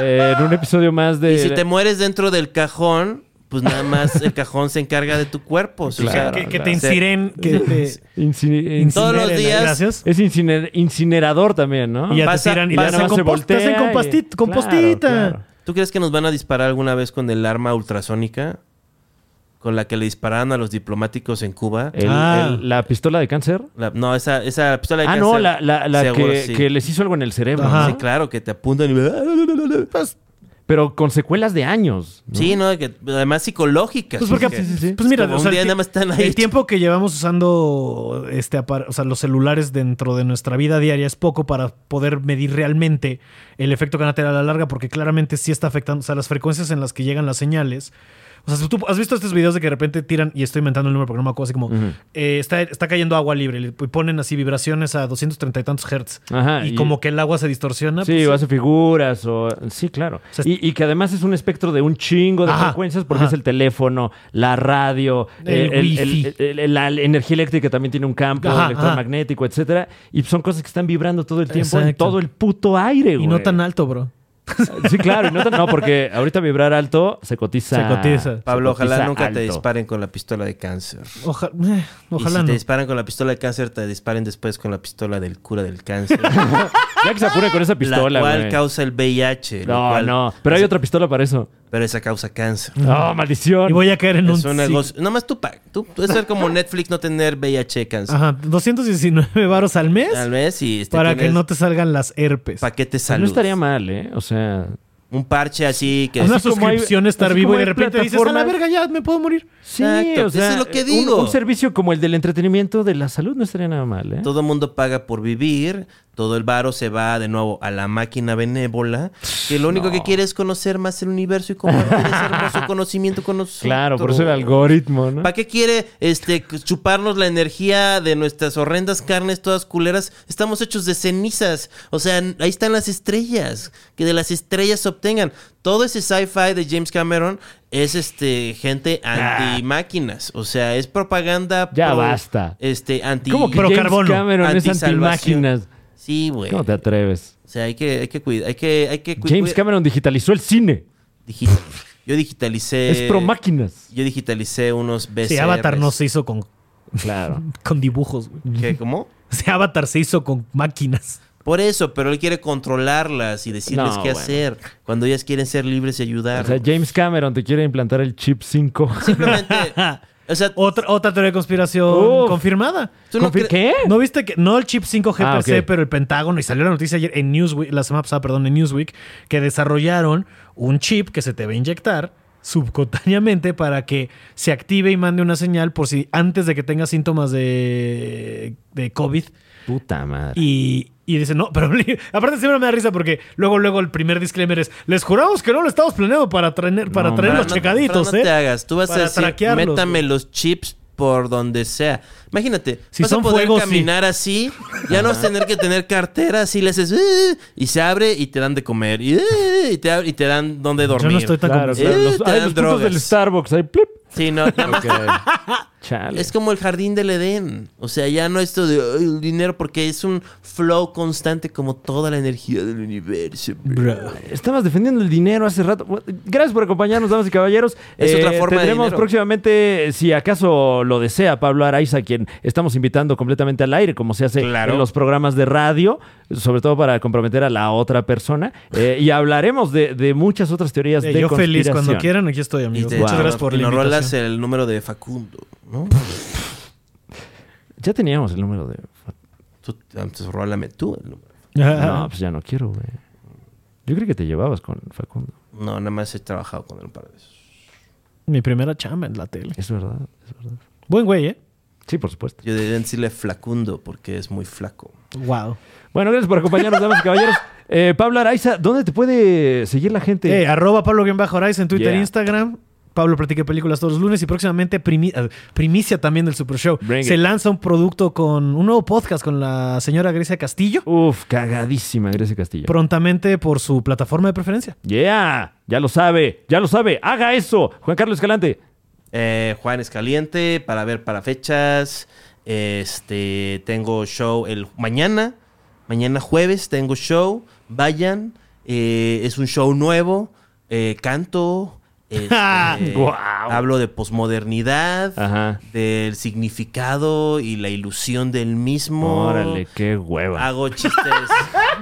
Speaker 1: eh, en un episodio más de...
Speaker 4: Y si te mueres dentro del cajón, pues nada más el cajón se encarga de tu cuerpo. o sea,
Speaker 5: que, que
Speaker 4: o
Speaker 5: te
Speaker 4: sea,
Speaker 5: inciren, que te
Speaker 1: Incine-
Speaker 5: incineren,
Speaker 4: Todos los días.
Speaker 5: Gracias.
Speaker 1: Es inciner- incinerador también, ¿no?
Speaker 5: Y ya
Speaker 4: Pasa-
Speaker 5: te tiran y
Speaker 4: pasa-
Speaker 5: te hacen
Speaker 4: nada más
Speaker 1: se
Speaker 5: compost- te hacen
Speaker 1: voltea y-
Speaker 5: compasti-
Speaker 1: Claro,
Speaker 5: compostita.
Speaker 1: claro.
Speaker 4: ¿Tú crees que nos van a disparar alguna vez con el arma ultrasónica? Con la que le dispararon a los diplomáticos en Cuba.
Speaker 1: El-
Speaker 5: Ah.
Speaker 1: el- la pistola de cáncer.
Speaker 4: La- no, esa, esa pistola de
Speaker 1: Ah,
Speaker 4: cáncer.
Speaker 1: no, la, la- la
Speaker 4: Seguro,
Speaker 1: que,
Speaker 4: sí.
Speaker 1: que les hizo algo en el cerebro.
Speaker 5: Ajá.
Speaker 4: Sí,
Speaker 1: ¿no?
Speaker 4: claro, que te apuntan y... ah,
Speaker 1: Pero con secuelas de años. ¿no?
Speaker 4: Sí, no, que además psicológicas.
Speaker 5: Pues porque,
Speaker 4: Es que-
Speaker 5: pues mira,
Speaker 4: Como
Speaker 5: o
Speaker 4: un
Speaker 5: sea,
Speaker 4: día
Speaker 5: el,
Speaker 4: nada más están ahí.
Speaker 5: el tiempo que llevamos usando este apar- o sea, los celulares dentro de nuestra vida diaria es poco para poder medir realmente el efecto que van a tener a la larga, porque claramente sí está afectando, o sea, las frecuencias en las que llegan las señales. O sea, si tú has visto estos videos de que de repente tiran, y estoy inventando el número porque no me acuerdo, así como, eh, está, está cayendo agua libre y le- y ponen así vibraciones a 230 y tantos hertz.
Speaker 1: Ajá,
Speaker 5: y,
Speaker 1: y-
Speaker 5: como que el agua se distorsiona.
Speaker 1: Sí,
Speaker 5: pues,
Speaker 1: o hace figuras o... Sí, claro.
Speaker 5: sea,
Speaker 1: y, y que además es un espectro de un chingo de
Speaker 5: Ajá,
Speaker 1: frecuencias porque
Speaker 5: ajá.
Speaker 1: es el teléfono, la radio,
Speaker 5: El wifi.
Speaker 1: el- el- la energía eléctrica también tiene un campo
Speaker 5: Ajá,
Speaker 1: electromagnético, etcétera. Y son cosas que están vibrando todo el tiempo en
Speaker 5: Exacto.
Speaker 1: todo el puto aire, güey.
Speaker 5: y no tan alto, bro.
Speaker 1: Sí, claro. y no, tan- no, porque ahorita vibrar alto se cotiza.
Speaker 5: Se cotiza.
Speaker 4: Pablo,
Speaker 1: se cotiza
Speaker 4: ojalá nunca te
Speaker 1: alto.
Speaker 4: disparen con la pistola de cáncer.
Speaker 5: Oja- eh,
Speaker 4: y si
Speaker 5: ojalá
Speaker 4: te
Speaker 5: no.
Speaker 4: disparan con la pistola de cáncer, te disparen después con la pistola del cura del cáncer.
Speaker 1: Ya que se apure con esa pistola,
Speaker 4: la cual
Speaker 1: güey.
Speaker 4: causa el VIH. lo
Speaker 1: No,
Speaker 4: cual-
Speaker 1: no. Pero hay otra pistola para eso.
Speaker 4: Pero esa causa cáncer.
Speaker 1: No,
Speaker 5: Y
Speaker 1: maldición.
Speaker 5: voy a caer en
Speaker 4: es
Speaker 5: un
Speaker 4: un negocio. Nada más tú pagas. Tú puedes ser como Netflix no tener VIH cáncer.
Speaker 5: Ajá, 219 varos al mes
Speaker 4: Tal vez y este,
Speaker 5: para que
Speaker 4: tienes
Speaker 5: no te salgan las herpes.
Speaker 4: paquete salud.
Speaker 1: Pues No estaría mal, ¿eh? O sea,
Speaker 4: Un parche así que
Speaker 5: Es una
Speaker 1: Así como
Speaker 5: suscripción
Speaker 1: hay-
Speaker 5: estar
Speaker 1: así
Speaker 5: vivo
Speaker 1: como
Speaker 5: y de
Speaker 1: hay
Speaker 5: repente dices, a la
Speaker 1: plataformas-
Speaker 5: verga, ya me puedo morir.
Speaker 1: sí,
Speaker 4: Exacto,
Speaker 1: o sea,
Speaker 4: eso es lo que
Speaker 1: un-
Speaker 4: digo.
Speaker 1: Un, servicio como el del entretenimiento de la salud no estaría nada mal, ¿eh?
Speaker 4: todo el mundo paga por vivir, todo el varo se va de nuevo a la máquina benévola, que lo único que quiere es conocer más el universo y compartir ese hermoso conocimiento con nosotros.
Speaker 1: Claro, por eso el algoritmo, ¿no?
Speaker 4: ¿Para qué quiere este, chuparnos la energía de nuestras horrendas carnes todas culeras? Estamos hechos de cenizas. O sea, n- ahí están las estrellas. Que de las estrellas se obtengan. Todo ese sci-fi de James Cameron es este gente anti-máquinas. O sea, es propaganda.
Speaker 1: Ah. Ya basta.
Speaker 4: Este, anti.
Speaker 1: ¿Cómo que
Speaker 5: Pro
Speaker 1: James
Speaker 5: carbono.
Speaker 1: Cameron es
Speaker 4: Antisalvación.
Speaker 1: antimáquinas?
Speaker 4: Sí, güey.
Speaker 1: ¿Cómo te
Speaker 4: O
Speaker 1: atreves?
Speaker 4: sea, hay que, hay que cuidar. Hay que, hay que cuidar.
Speaker 1: James Cameron digitalizó el cine.
Speaker 4: Yo digitalicé.
Speaker 1: es pro máquinas.
Speaker 4: Yo digitalicé unos BCRs.
Speaker 5: Sí, Avatar no se hizo con,
Speaker 1: Claro.
Speaker 5: con dibujos. güey.
Speaker 4: ¿Qué? ¿Cómo?
Speaker 5: O sea, Avatar se hizo con máquinas.
Speaker 4: Por eso, pero él quiere controlarlas y decirles
Speaker 1: No,
Speaker 4: qué
Speaker 1: bueno.
Speaker 4: hacer cuando ellas quieren ser libres y ayudar.
Speaker 1: O sea, James Cameron te quiere implantar el chip 5.
Speaker 4: Simplemente, o sea,
Speaker 5: Otra, otra teoría de conspiración
Speaker 1: Uf.
Speaker 5: confirmada.
Speaker 4: tú no
Speaker 1: Confi-
Speaker 4: crees...
Speaker 1: ¿Qué?
Speaker 5: ¿No viste que no el chip 5G
Speaker 1: Ah,
Speaker 5: per se,
Speaker 1: ok.
Speaker 5: pero el Pentágono y salió la noticia ayer en Newsweek, la semana pasada, perdón, en Newsweek, que desarrollaron un chip que se te va a inyectar subcutáneamente para que se active y mande una señal por si antes de que tengas síntomas de, de COVID
Speaker 1: Puta madre.
Speaker 5: y, y dice, no, pero li- aparte siempre me da risa porque luego, luego el primer disclaimer es, les juramos que no lo estamos planeando para traer, para
Speaker 1: No,
Speaker 5: traer
Speaker 4: Fran,
Speaker 5: los
Speaker 4: no-
Speaker 5: checaditos,
Speaker 4: Fran, no te
Speaker 5: ¿eh?
Speaker 4: hagas. Tú vas
Speaker 5: Para
Speaker 4: a decir,
Speaker 5: traquearlos,
Speaker 4: métame
Speaker 5: güey.
Speaker 4: los chips por donde sea. Imagínate,
Speaker 5: Si
Speaker 4: vas
Speaker 5: son
Speaker 4: a poder
Speaker 5: fuego, sí.
Speaker 4: caminar así, ya no vas a tener que tener cartera, así le haces "Eh", y se abre y te dan de comer y, "Eh", y te, ab- y te dan donde dormir.
Speaker 5: Yo no estoy tan
Speaker 1: Claro,
Speaker 5: convencido.
Speaker 1: claro.
Speaker 4: Eh,
Speaker 1: Los,
Speaker 4: te
Speaker 1: ay,
Speaker 4: dan
Speaker 1: los puntos
Speaker 4: drogas.
Speaker 1: del Starbucks. Ahí, plip.
Speaker 4: Sí, no, nada más
Speaker 1: Chale.
Speaker 4: Es como el jardín del Edén. O sea, ya no esto de "Ay, el dinero, porque es un flow constante como toda la energía del universo. bro.
Speaker 1: Estabas defendiendo el dinero hace rato. Gracias por acompañarnos, damas y caballeros. Eh,
Speaker 4: Es otra forma de
Speaker 1: Tendremos
Speaker 4: dinero.
Speaker 1: próximamente, si acaso lo desea, Pablo Araiza, quien estamos invitando completamente al aire, como se hace
Speaker 4: Claro.
Speaker 1: en los programas de radio, sobre todo para comprometer a la otra persona. Eh, y hablaremos de, de muchas otras teorías
Speaker 5: Eh,
Speaker 1: de
Speaker 5: yo feliz, cuando
Speaker 1: conspiración.
Speaker 5: quieran, aquí estoy, amigos.
Speaker 4: te-
Speaker 5: Muchas gracias por
Speaker 4: y
Speaker 5: la
Speaker 4: nos
Speaker 5: invitación.
Speaker 4: rolas el número de Facundo, ¿no?
Speaker 1: Ya teníamos el número de...
Speaker 4: Tú, antes rólame tú el número.
Speaker 5: Ah.
Speaker 1: No, pues ya no quiero, güey. Yo creo que te llevabas con Facundo.
Speaker 4: No, nada más he trabajado con él un par de veces.
Speaker 5: Mi primera chamba en la tele.
Speaker 1: Es verdad, es verdad.
Speaker 5: Buen güey, ¿eh?
Speaker 1: Sí, por supuesto.
Speaker 4: Yo debería decirle Flacundo porque es muy flaco.
Speaker 5: Wow.
Speaker 1: Bueno, gracias por acompañarnos, damas y caballeros. Eh, Pablo Araiza, ¿dónde te puede seguir la gente?
Speaker 5: Eh, arroba Pablo Guión Bajo Araiza en Twitter
Speaker 1: Yeah.
Speaker 5: e Instagram. Pablo Platica Películas todos los lunes y próximamente primi- eh, primicia también del Super Show.
Speaker 1: Bring
Speaker 5: Se
Speaker 1: it.
Speaker 5: lanza un producto con un nuevo podcast con la señora Grecia Castillo.
Speaker 1: Uf, cagadísima Grecia Castillo.
Speaker 5: Prontamente por su plataforma de preferencia.
Speaker 1: Yeah, ya lo sabe, ya lo sabe, haga eso. Juan Carlos Escalante.
Speaker 4: Eh, Juan es caliente para ver para fechas. Este tengo show el mañana. Mañana jueves tengo show. Vayan. Eh, es un show nuevo. Eh, canto. este,
Speaker 1: Guau.
Speaker 4: Hablo de posmodernidad,
Speaker 1: Ajá.
Speaker 4: del significado y la ilusión del mismo.
Speaker 1: Órale, qué hueva.
Speaker 4: Hago chistes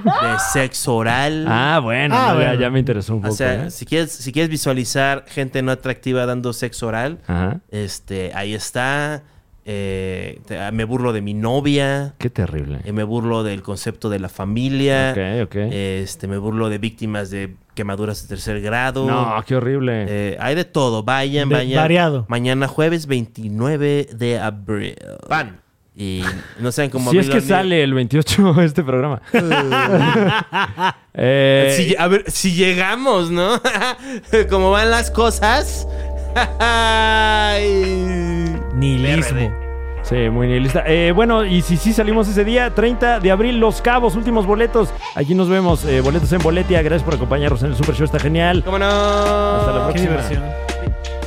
Speaker 4: de sexo oral.
Speaker 1: Ah, bueno,
Speaker 5: Ah,
Speaker 1: no, ya-
Speaker 5: bueno.
Speaker 1: ya me interesó un
Speaker 4: o
Speaker 1: poco.
Speaker 4: sea,
Speaker 1: ¿eh?
Speaker 4: si, quieres, si quieres visualizar gente no atractiva dando sexo oral,
Speaker 1: Ajá.
Speaker 4: este, ahí está. Eh, te- me burlo de mi novia.
Speaker 1: Qué terrible.
Speaker 4: eh, me burlo del concepto de la familia.
Speaker 1: Ok, ok.
Speaker 4: Este, me burlo de víctimas de quemaduras de tercer grado.
Speaker 1: No, qué horrible.
Speaker 4: Eh, hay de todo. Vayan,
Speaker 5: De-
Speaker 4: vayan.
Speaker 5: variado.
Speaker 4: Mañana jueves 29 de abril. Pan. Y no saben cómo
Speaker 1: si es
Speaker 4: abrirlo
Speaker 1: que
Speaker 4: ni-
Speaker 1: sale el 28 este programa. Eh,
Speaker 4: Si lle- a ver, si llegamos, ¿no? Como van las cosas. Ay.
Speaker 5: Nihilismo.
Speaker 1: Sí, muy nihilista. Eh, bueno, y si sí salimos ese día, 30 de abril, Los Cabos, últimos boletos. Allí nos vemos, eh, boletos en Boletia. Gracias por acompañarnos en el Super Show, está genial.
Speaker 4: ¿Cómo no?
Speaker 1: Hasta la próxima.
Speaker 5: Qué diversión.